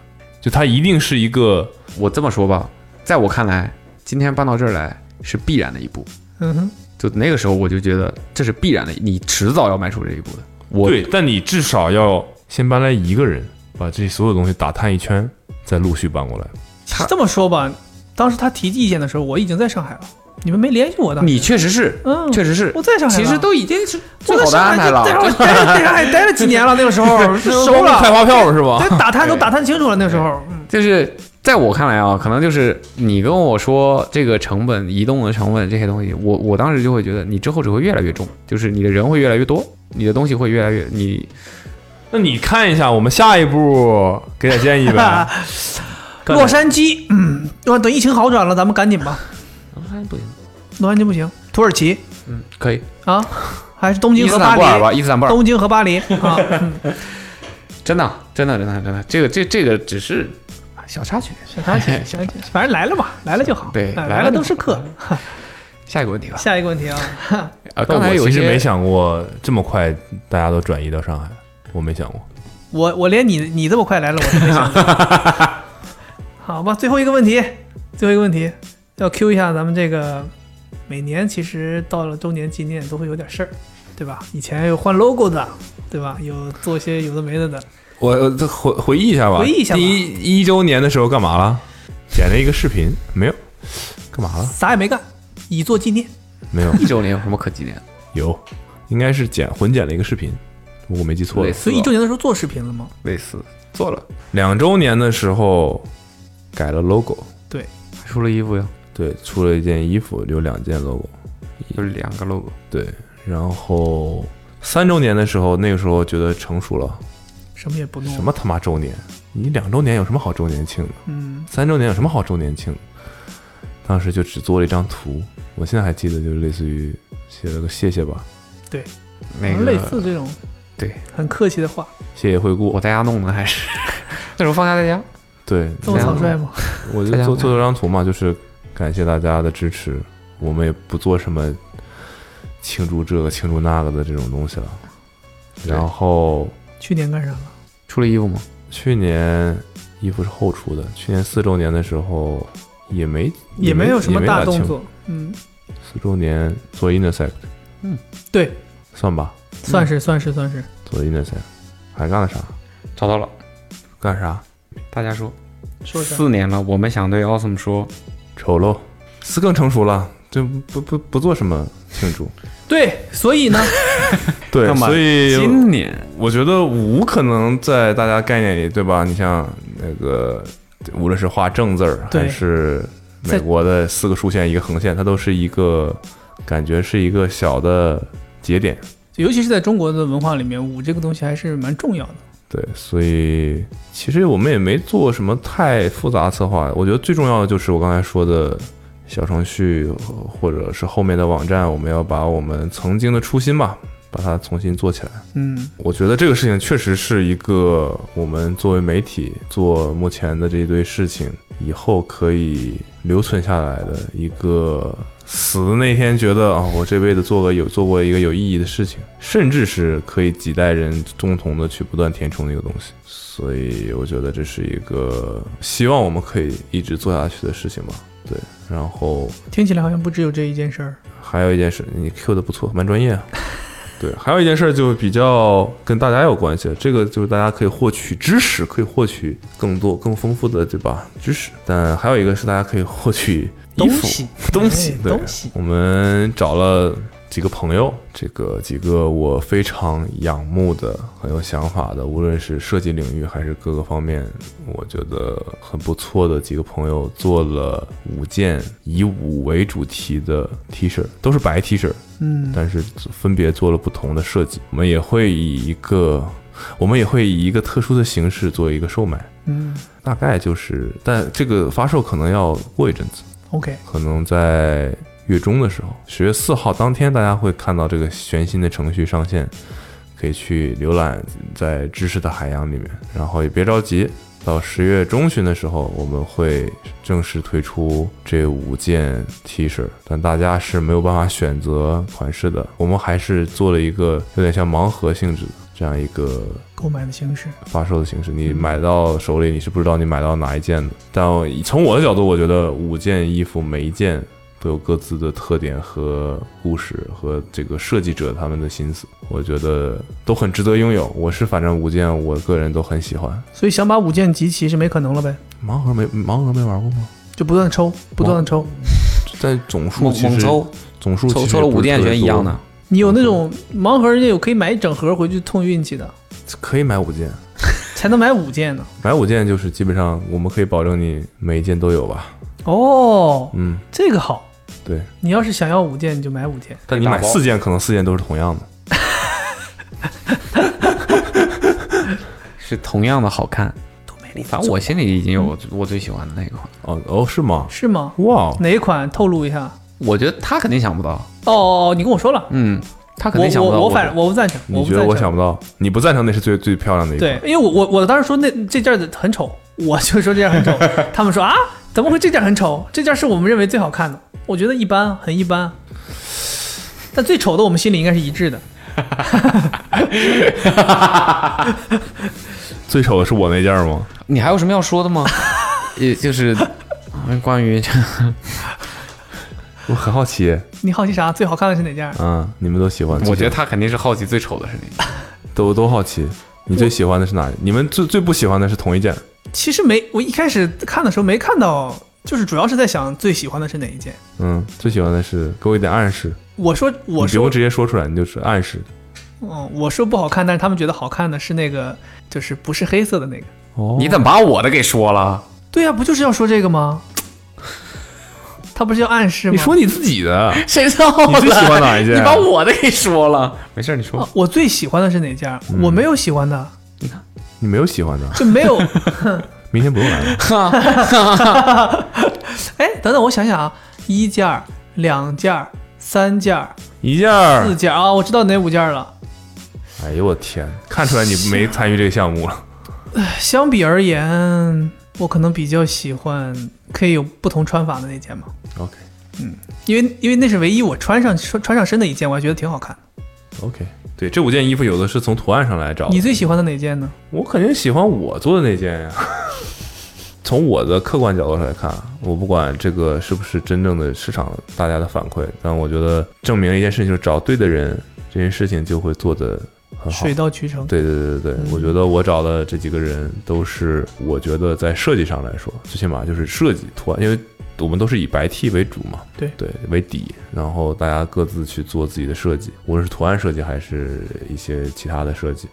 Speaker 4: 就它一定是一个，
Speaker 5: 我这么说吧，在我看来，今天搬到这儿来是必然的一步。
Speaker 2: 嗯哼，
Speaker 5: 就那个时候我就觉得这是必然的，你迟早要迈出这一步的。我
Speaker 4: 对，但你至少要先搬来一个人，把这所有东西打探一圈，再陆续搬过来。
Speaker 5: 他
Speaker 2: 这么说吧，当时他提意见的时候，我已经在上海了，你们没联系我的。
Speaker 5: 你确实是，
Speaker 2: 嗯，
Speaker 5: 确实是
Speaker 2: 我，在上海了，
Speaker 5: 其实都已经是最
Speaker 2: 我在
Speaker 5: 好
Speaker 2: 上海
Speaker 5: 的安排了
Speaker 2: 就。在
Speaker 5: [LAUGHS]
Speaker 2: 上海待在上海待了几年了，那个时候熟了，
Speaker 4: 开发票了是吧？
Speaker 2: 对，打
Speaker 5: [LAUGHS]
Speaker 2: 探都打探清楚了，那时候，嗯，
Speaker 5: 就是在我看来啊，可能就是你跟我说这个成本、移动的成本这些东西，我我当时就会觉得你之后只会越来越重，就是你的人会越来越多，你的东西会越来越你
Speaker 4: 那你看一下，我们下一步给点建议
Speaker 2: [LAUGHS]
Speaker 4: 呗。
Speaker 2: 嗯
Speaker 4: 干
Speaker 2: 洛杉矶，嗯，等等疫情好转了，咱们赶紧吧。
Speaker 5: 不行，
Speaker 2: 洛杉矶不行，土耳其
Speaker 5: 嗯，可以。
Speaker 2: 啊，还是东
Speaker 5: 伊
Speaker 2: 京
Speaker 5: 斯
Speaker 2: 和
Speaker 5: 坦布尔
Speaker 2: 巴
Speaker 5: 吧，
Speaker 2: 黎，
Speaker 5: 伊斯坦布尔，
Speaker 2: 东京和巴黎啊，
Speaker 5: [LAUGHS] 真的，真的，真的，真的，这个这这个只是啊小插曲。
Speaker 2: 小插曲，小插曲，反正来了吧，来了就好，
Speaker 5: 对
Speaker 2: 哎
Speaker 5: 来
Speaker 2: 来
Speaker 5: 了
Speaker 2: 了
Speaker 5: 就
Speaker 2: 都是客。
Speaker 5: 下一个问题吧。
Speaker 2: 下一个问题啊，
Speaker 5: 啊，
Speaker 4: 但
Speaker 5: 刚才
Speaker 4: 我
Speaker 5: 有
Speaker 4: 其
Speaker 5: 一
Speaker 4: 实
Speaker 5: 些，
Speaker 4: 没想过这么快大家都转移到上海，我没想过。
Speaker 2: 我我连你你这么快来了，我都没想到。好吧，最后一个问题，最后一个问题要 Q 一下咱们这个，每年其实到了周年纪念都会有点事儿，对吧？以前有换 logo 的，对吧？有做些有的没的的，
Speaker 4: 我我再回回忆一下吧，
Speaker 2: 回忆一下吧
Speaker 4: 第一一周年的时候干嘛了？剪了一个视频，没有？干嘛了？
Speaker 2: 啥也没干，以作纪念。
Speaker 4: 没有
Speaker 5: 一周年有什么可纪念的？
Speaker 4: 有，应该是剪混剪了一个视频，如果没记错
Speaker 5: 类
Speaker 4: 的。
Speaker 5: 似
Speaker 2: 所以一周年的时候做视频了吗？
Speaker 5: 类似做了，
Speaker 4: 两周年的时候改了 logo，
Speaker 5: 还出了衣服呀，
Speaker 4: 对，出了一件衣服，有两件 logo，
Speaker 5: 有两个 logo。
Speaker 4: 对。然后三周年的时候，那个时候觉得成熟了，
Speaker 2: 什么也不弄。
Speaker 4: 什么？他妈周年？你两周年有什么好周年庆的？
Speaker 2: 嗯，
Speaker 4: 三周年有什么好周年庆？当时就只做了一张图，我现在还记得，就是类似于写了个谢谢吧，
Speaker 5: 那个
Speaker 2: 类似这种
Speaker 5: 对，
Speaker 2: 很客气的话，
Speaker 4: 谢谢惠顾哦
Speaker 5: 我。在家弄的还是那时候放假在家，
Speaker 4: 对，
Speaker 2: 这么草率吗？
Speaker 4: 我就
Speaker 5: 大家
Speaker 4: 做做了张图嘛，就是感谢大家的支持。我们也不做什么庆祝这个庆祝那个的这种东西了。
Speaker 5: 对
Speaker 4: 然后
Speaker 2: 去年干啥了？
Speaker 5: 出了衣服吗？
Speaker 4: 去年衣服是后出的，去年四周年的时候也没
Speaker 2: 也没有什么
Speaker 4: 也
Speaker 2: 大
Speaker 4: 咋
Speaker 2: 动
Speaker 4: 庆
Speaker 2: 作。嗯，
Speaker 4: 祝，四周年做 intersect
Speaker 2: 对，
Speaker 4: 算吧，
Speaker 2: 算是算是算是。
Speaker 4: 做 intersect 还干了啥？
Speaker 5: 找到了，
Speaker 4: 干啥？
Speaker 5: 大家说，
Speaker 2: 说啥？
Speaker 5: 四年了，我们想对 Awesome 说，
Speaker 4: 丑陋，思更成熟了，就不不不做什么庆祝。
Speaker 2: 对，所以呢，
Speaker 4: [LAUGHS] 对
Speaker 5: 那，么
Speaker 4: 所以
Speaker 5: 今年
Speaker 4: 我觉得五可能在大家概念里，对吧？你像那个，无论是画正字儿，
Speaker 2: 对
Speaker 4: 还是美
Speaker 2: 在
Speaker 4: 国的四个竖线一个横线，它都是一个感觉是一个小的节点。
Speaker 2: 尤其是在中国的文化里面，舞这个东西还是蛮重要的。
Speaker 4: 对，所以其实我们也没做什么太复杂的策划。我觉得最重要的就是我刚才说的小程序，呃或者是后面的网站，我们要把我们曾经的初心吧，把它重新做起来。
Speaker 2: 嗯，
Speaker 4: 我觉得这个事情确实是一个我们作为媒体做目前的这一堆事情以后可以留存下来的一个死的那天觉得啊、我这辈子做个有做过一个有意义的事情，甚至是可以几代人共同的去不断填充的一个东西。所以我觉得这是一个希望我们可以一直做下去的事情吧。对，然后
Speaker 2: 听起来好像不只有这一件事儿。
Speaker 4: 还有一件事，你 Q 的不错，蛮专业啊。 [LAUGHS] 对，还有一件事儿就比较跟大家有关系，这个就是大家可以获取知识，可以获取更多、更丰富的，对吧？知识。但还有一个是大家可以获取衣
Speaker 2: 东
Speaker 4: 服、
Speaker 2: 西，
Speaker 4: 东西
Speaker 2: 哎，
Speaker 4: 对
Speaker 2: 东西，
Speaker 4: 我们找了几个朋友，这个几个我非常仰慕的、很有想法的，无论是设计领域还是各个方面，我觉得很不错的几个朋友做了五件以五为主题的 T 恤，都是白 T 恤，
Speaker 2: 嗯，
Speaker 4: 但是分别做了不同的设计。我们也会以一个，我们也会以一个特殊的形式做一个售卖，
Speaker 2: 嗯
Speaker 4: 大概就是，但这个发售可能要过一阵子。
Speaker 2: ，OK，
Speaker 4: 可能在月中的时候，十月四号当天，大家会看到这个全新的程序上线，可以去浏览在知识的海洋里面。然后也别着急，到十月中旬的时候，我们会正式推出这五件 T 恤，但大家是没有办法选择款式的，我们还是做了一个有点像盲盒性质的这样一个
Speaker 2: 购买的形式，
Speaker 4: 发售的形式，
Speaker 5: 嗯
Speaker 4: 你买到手里你是不知道你买到哪一件的。但从我的角度，我觉得五件衣服每一件都有各自的特点和故事和这个设计者他们的心思，我觉得都很值得拥有。我是反正五件，我个人都很喜欢。
Speaker 2: 所以想把五件集齐是没可能了呗，
Speaker 4: 盲盒没盲盒没玩过吗？
Speaker 2: 就不断抽，不断抽。
Speaker 4: 但总数
Speaker 5: 猛
Speaker 4: 其
Speaker 5: 猛
Speaker 4: 实
Speaker 5: 抽，
Speaker 4: 总数
Speaker 5: 抽
Speaker 4: 其实
Speaker 5: 抽了
Speaker 4: 不
Speaker 5: 五
Speaker 4: 是
Speaker 5: 件
Speaker 4: 特别
Speaker 5: 全一样
Speaker 4: 多
Speaker 5: 的，，
Speaker 2: 你有那种盲盒，人家有可以买一整盒回去碰运气的，
Speaker 4: 可以买五件，
Speaker 2: 才能买五件呢。
Speaker 4: 买五件就是基本上我们可以保证你每一件都有吧。
Speaker 2: 哦，
Speaker 4: 嗯，
Speaker 2: 这个好，
Speaker 4: 对。
Speaker 2: 你要是想要五件，你就买五件。
Speaker 4: 但你
Speaker 5: 大
Speaker 4: 买
Speaker 5: 包
Speaker 4: 四件，可能四件都是同样的。
Speaker 5: 是同样的好看。反正我心里已经有我我最喜欢的那一款，
Speaker 4: 哦哦，是吗？
Speaker 2: 是吗？
Speaker 4: 哇，哦
Speaker 2: 哪一款透露一下？
Speaker 5: 我觉得他肯定想不到，
Speaker 2: 哦哦，哦，你跟我说了，
Speaker 5: 嗯，他肯
Speaker 2: 我
Speaker 5: 定想不到。
Speaker 2: 我我反我不赞成，
Speaker 4: 你
Speaker 2: 不
Speaker 4: 觉
Speaker 2: 赞
Speaker 4: 得
Speaker 2: 成。
Speaker 4: 我想不到？你不赞成那是最最漂亮的一
Speaker 2: 对
Speaker 4: 款，，
Speaker 2: 因为我我我当时说那这件儿的很丑，我就说这件儿很丑， [LAUGHS] 他们说啊，怎么会这件儿很丑？这件儿是我们认为最好看的，我觉得一般，很一般。但最丑的我们心里应该是一致的，
Speaker 4: 最丑的是我那件儿吗？
Speaker 5: 你还有什么要说 [LAUGHS] 的吗？也 [LAUGHS] 就是关于这
Speaker 4: 我很好奇，
Speaker 2: 你好奇啥？最好看的是哪件儿？
Speaker 4: 嗯，你们都喜欢？
Speaker 5: 我觉得他肯定是哦好奇最丑的是哪个。
Speaker 4: 都都好奇。你最喜欢的是哪？你们最最不喜欢的是同一件，
Speaker 2: 其实没，我一开始看的时候没看到，就是主要是在想最喜欢的是哪一件。
Speaker 4: 嗯，最喜欢的是给我一点暗示。
Speaker 2: 我说我
Speaker 4: 你不用
Speaker 2: 说
Speaker 4: 直接说出来，你就是暗示。
Speaker 2: 嗯，我说不好看，但是他们觉得好看的是那个，就是不是黑色的那个。
Speaker 4: 哦
Speaker 5: 你怎么把我的给说了？
Speaker 2: 对呀、不就是要说这个吗？他不是要暗示吗？
Speaker 4: 你说你自己的，
Speaker 5: [LAUGHS] 谁知道
Speaker 4: 你最喜欢
Speaker 5: [LAUGHS]
Speaker 4: 哪一件？哦
Speaker 5: 你把我的给说了，没事，你说
Speaker 2: 啊。我最喜欢的是哪件儿？
Speaker 4: 嗯
Speaker 2: 我没有喜欢的，
Speaker 4: 你没有喜欢的，
Speaker 2: 就没
Speaker 4: [LAUGHS]
Speaker 2: 有。
Speaker 4: 明天不用来
Speaker 5: [LAUGHS]
Speaker 4: 了。
Speaker 2: 哎，等等，我想想啊，一件儿、两件儿、三件儿、
Speaker 4: 一件儿，
Speaker 2: 四件儿啊，我知道哪五件儿了。
Speaker 4: 哎呦我天，看出来你没参与这个项目了。
Speaker 2: 相比而言，我可能比较喜欢可以有不同穿法的那件嘛，
Speaker 4: OK
Speaker 2: 因为因为那是唯一我穿上穿穿上身的一件，我还觉得挺好看的。
Speaker 4: OK，对，这五件衣服有的是从图案上来找的。
Speaker 2: 你最喜欢的哪件呢？
Speaker 4: 我肯定喜欢我做的那件呀。 [LAUGHS] 从我的客观角度上来看，我不管这个是不是真正的市场大家的反馈，但我觉得证明一件事情就是找对的人，这件事情就会做得很好
Speaker 2: 水。到渠成。
Speaker 4: 对对对对对，我觉得我找的这几个人都是，我觉得在设计上来说，最起码就是设计图案，因为我们都是以白 T 为主嘛，
Speaker 2: 对
Speaker 4: 对为底，然后大家各自去做自己的设计，无论是图案设计还是一些其他的设计，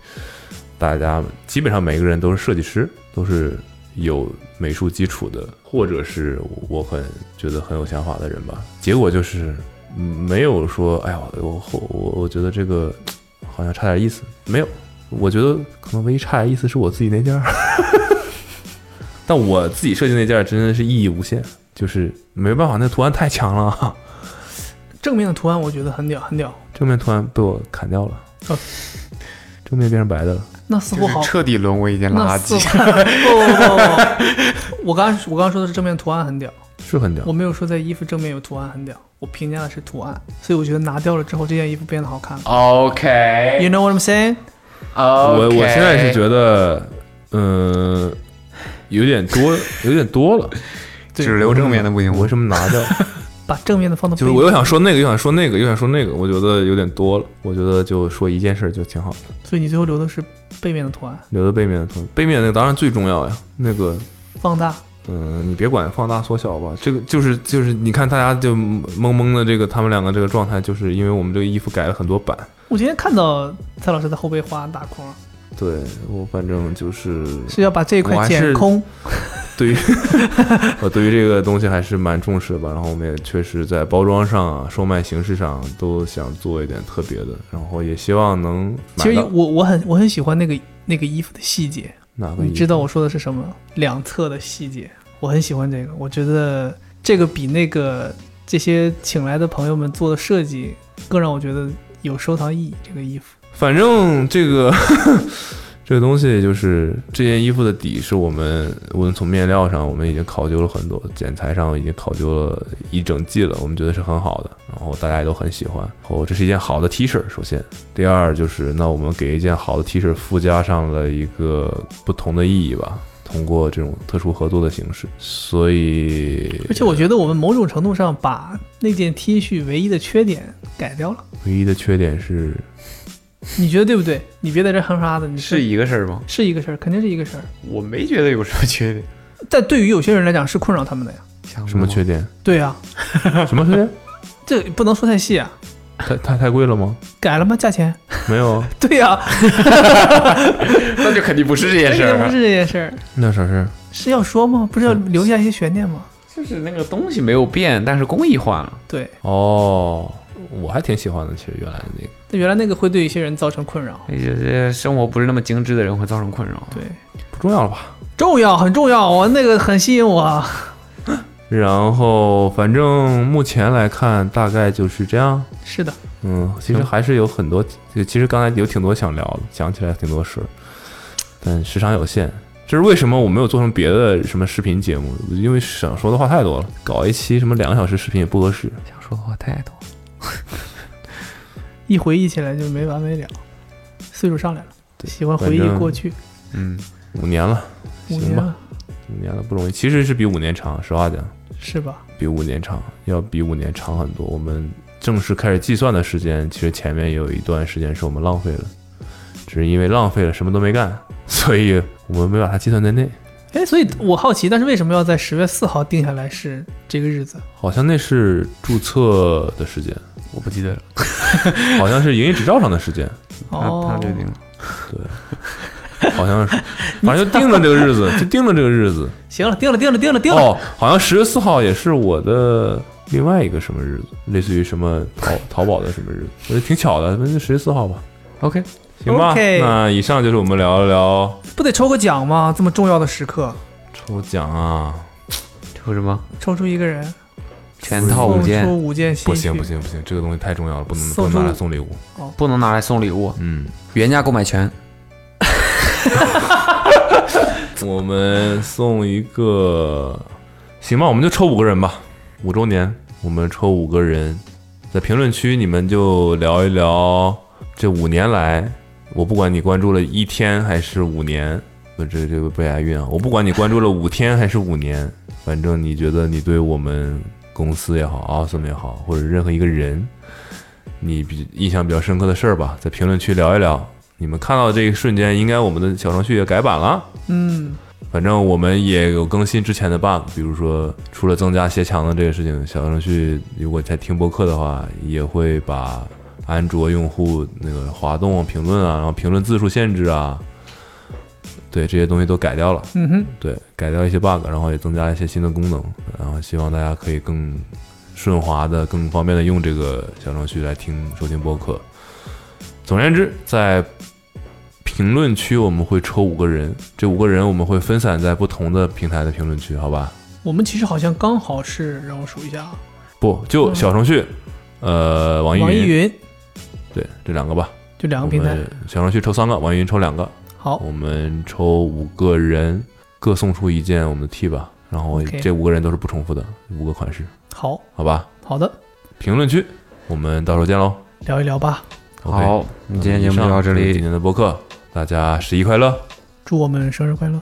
Speaker 4: 大家基本上每个人都是设计师，都是有美术基础的，或者是我很觉得很有想法的人吧。结果就是嗯没有说，哎呀，我我我我觉得这个好像差点意思，没有。我觉得可能唯一差点意思是我自己那件儿，但我自己设计那件儿真的是意义无限，就是没办法，那图案太强了，
Speaker 2: 正面的图案我觉得很屌很屌，
Speaker 4: 正面图案被我砍掉了
Speaker 2: 哦，
Speaker 4: 正面变成白的了。
Speaker 2: 那似乎好
Speaker 5: 彻底沦为一件
Speaker 2: 哦那
Speaker 5: 垃
Speaker 2: 四
Speaker 5: 圾。
Speaker 2: 款不不不不，我刚我刚说的是正面图案很屌，
Speaker 4: 是很屌
Speaker 2: 我，没有说在衣服正面有图案很屌，我评价的是图案，所以我觉得拿掉了之后，这件衣服变得好看了。You
Speaker 5: OK，
Speaker 2: know what I'm saying？
Speaker 4: 我
Speaker 5: 我
Speaker 4: 我现在是觉得，嗯、有点多，有点多了。 [LAUGHS] 嗯
Speaker 5: 只留正面的不行， [LAUGHS]
Speaker 4: 我为什么拿掉？
Speaker 2: 把正面的放到
Speaker 4: 就是
Speaker 2: 背
Speaker 4: 我又
Speaker 2: 面
Speaker 4: 想说那个，又想说那个，又想说那个，我觉得有点多了。我觉得就说一件事就挺好的，
Speaker 2: 所以你最后留的是背面的图案，
Speaker 4: 留到背面的东西，背面那个当然最重要呀。那个，
Speaker 2: 放大。
Speaker 4: 嗯、你别管放大缩小吧，这个就是就是，你看大家就懵懵的这个他们两个这个状态，就是因为我们这个衣服改了很多版。
Speaker 2: 我今天看到蔡老师在后背画大框，
Speaker 4: 对我反正就是
Speaker 2: 是要把这一
Speaker 4: 我
Speaker 2: 块
Speaker 4: 还
Speaker 2: 剪
Speaker 4: 是
Speaker 2: 空。
Speaker 4: [LAUGHS] 对 [LAUGHS] 于我对于这个东西还是蛮重视的吧。然后我们也确实在包装上、啊、售卖形式上都想做一点特别的，然后也希望能
Speaker 2: 其
Speaker 4: 买
Speaker 2: 实
Speaker 4: 到
Speaker 2: 我我很我很喜欢那个那个衣服的细节，
Speaker 4: 哪个
Speaker 2: 你
Speaker 4: 衣
Speaker 2: 知
Speaker 4: 服
Speaker 2: 道我说的是什么？两侧的细节，我很喜欢这个。我觉得这个比那个这些请来的朋友们做的设计更让我觉得有收藏意义。这个衣服，
Speaker 4: 反正这个 [LAUGHS] 这个东西就是这件衣服的底是我们无论从面料上，我们已经考究了很多，剪裁上已经考究了一整季了，我们觉得是很好的，然后大家也都很喜欢。然后这是一件好的 T 恤，首先，第二就是那我们给一件好的 T 恤附加上了一个不同的意义吧。通过这种特殊合作的形式，所以
Speaker 2: 而且我觉得我们某种程度上把那件 T 恤唯一的缺点改掉了。
Speaker 4: 唯一的缺点是，
Speaker 2: 你觉得对不对？你别在这哼哈的，你
Speaker 5: 是
Speaker 2: 是
Speaker 5: 一个事儿吗？
Speaker 2: 是一个事儿，肯定是一个事儿。
Speaker 5: 我没觉得有什么缺点，
Speaker 2: 但对于有些人来讲是困扰他们的呀。
Speaker 4: 什么缺
Speaker 5: 点？
Speaker 4: 点？ [LAUGHS]
Speaker 2: 对啊，
Speaker 4: 什么缺点？
Speaker 2: 这不能说太细啊。
Speaker 4: 太太太贵了吗？
Speaker 2: 改了吗？价钱？ [LAUGHS]
Speaker 4: 没有啊，
Speaker 2: 对呀、
Speaker 5: 那就肯定不是这件
Speaker 2: 肯
Speaker 5: 事
Speaker 2: 定不
Speaker 5: 儿，
Speaker 2: [LAUGHS]
Speaker 5: 啊
Speaker 2: 是这件事儿，
Speaker 4: [LAUGHS] 那啥事儿？
Speaker 2: 是要说吗？不是要留下一些悬念吗？
Speaker 5: [LAUGHS] 就是那个东西没有变，但是工艺换了。
Speaker 2: 对，
Speaker 4: 哦，我还挺喜欢的，其实原来那个。
Speaker 2: 那原来那个会对一些人造成困扰，
Speaker 5: 那些生活不是那么精致的人会造成困扰。
Speaker 2: 对，
Speaker 4: 不重要了吧？
Speaker 2: 重要很重要，我那个很吸引我。啊
Speaker 4: 然后反正目前来看，大概就是这样。
Speaker 2: 是的，
Speaker 4: 嗯，其实还是有很多，其实刚才有挺多想聊的，想起来挺多事儿，但时长有限。这是为什么我没有做成别的什么视频节目？因为想说的话太多了，搞一期什么两个小时视频也不合适。
Speaker 5: 想说的话太多。
Speaker 2: 一回忆起来就没完没了，岁数上来了，
Speaker 4: 对
Speaker 2: 喜欢回忆
Speaker 4: 反正
Speaker 2: 过去
Speaker 5: 嗯，
Speaker 4: 五年了，
Speaker 2: 五
Speaker 4: 行
Speaker 2: 年
Speaker 4: 吧
Speaker 2: 了，
Speaker 4: 五年了不容易，其实是比五年长。实话讲，
Speaker 2: 是吧？
Speaker 4: 比五年长，要比五年长很多。我们正式开始计算的时间，其实前面也有一段时间是我们浪费了，只是因为浪费了什么都没干，所以我们没把它计算在内。
Speaker 2: 哎，所以我好奇，但是为什么要在十月四号定下来是这个日子？
Speaker 4: 好像那是注册的时间，
Speaker 5: 我不记得了。
Speaker 4: [LAUGHS] 好像是营业执照上的时间，
Speaker 5: 他
Speaker 2: 哦
Speaker 5: 他，决定了。
Speaker 4: 好像是，反正就定了这个日子，就定了这个日子。
Speaker 2: 行了，定了，定了，定 [LAUGHS] 了，定了。
Speaker 4: 哦，好像十月四号也是我的另外一个什么日子，类似于什么淘淘宝的什么日子，我觉得挺巧的，那就十月四号吧。
Speaker 5: OK，
Speaker 4: 行吧
Speaker 2: OK
Speaker 4: 那以上就是我们聊一聊
Speaker 2: 不得抽个奖吗？这么重要的时刻，
Speaker 4: 抽奖啊，
Speaker 5: 抽什么？
Speaker 2: 抽出一个人，
Speaker 5: 全套五
Speaker 2: 送
Speaker 5: 件，
Speaker 2: 出五件新
Speaker 4: 不行
Speaker 2: 品
Speaker 4: 不，行不行，这个东西太重要了，不能
Speaker 2: 送
Speaker 4: 不
Speaker 2: 出
Speaker 4: 能拿来送礼物。
Speaker 5: 不能拿来送礼物，
Speaker 4: 嗯，
Speaker 5: 原价购买权。
Speaker 4: [LAUGHS] 我们送一个，行吧，我们就抽五个人吧，五周年，我们抽五个人，在评论区你们就聊一聊这五年来，我不管你关注了一天还是五年，不，这这个不押韵啊，我不管你关注了五天还是五年，反正你觉得你对我们公司也好，Awesome 也好，或者任何一个人，你比印象比较深刻的事儿吧，在评论区聊一聊。你们看到这一瞬间，应该我们的小程序也改版了。
Speaker 2: 嗯，
Speaker 4: 反正我们也有更新之前的 bug，比如说除了增加鞋墙的这个事情，小程序如果在听播客的话，也会把安卓用户那个滑动啊、评论啊，然后评论字数限制啊，对这些东西都改掉了，
Speaker 2: 嗯哼，
Speaker 4: 对，改掉一些 bug，然后也增加一些新的功能，然后希望大家可以更顺滑的、更方便的用这个小程序来听收听播客。总而言之，在评论区我们会抽五个人，这五个人我们会分散在不同的平台的评论区，好吧？
Speaker 2: 我们其实好像刚好是，让我数一下啊，
Speaker 4: 不，就小程序，呃，网易
Speaker 2: 网易云
Speaker 4: 对这两个吧。
Speaker 2: 就两
Speaker 4: 我
Speaker 2: 个平台哦
Speaker 4: 们。小程序抽三个，网易云抽两个，
Speaker 2: 好，
Speaker 4: 我们抽五个人，各送出一件我们的 T 吧。然后
Speaker 2: OK
Speaker 4: 这五个人都是不重复的，五个款式，
Speaker 2: 好，
Speaker 4: 好吧？
Speaker 2: 好的，
Speaker 4: 评论区，我们到时候见喽。
Speaker 2: 聊一聊吧。
Speaker 4: OK，
Speaker 5: 好，我们今天节目就到这
Speaker 4: 以上就是今
Speaker 5: 里，
Speaker 4: 天的播客，大家十一快乐！
Speaker 2: 祝我们生日快乐！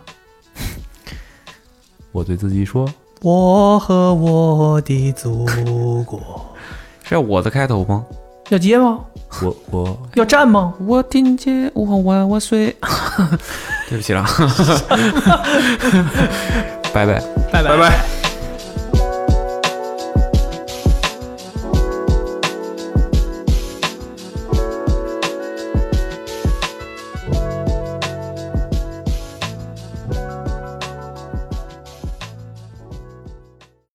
Speaker 4: 我对自己说，
Speaker 2: 我和我的祖
Speaker 4: [LAUGHS]
Speaker 2: 国。
Speaker 5: 是要我的开头吗？
Speaker 2: 要接吗？
Speaker 4: 我我
Speaker 2: 要站吗？
Speaker 5: 我听见我我我睡， [LAUGHS] 对不起了，拜拜。
Speaker 2: 拜拜
Speaker 4: 拜。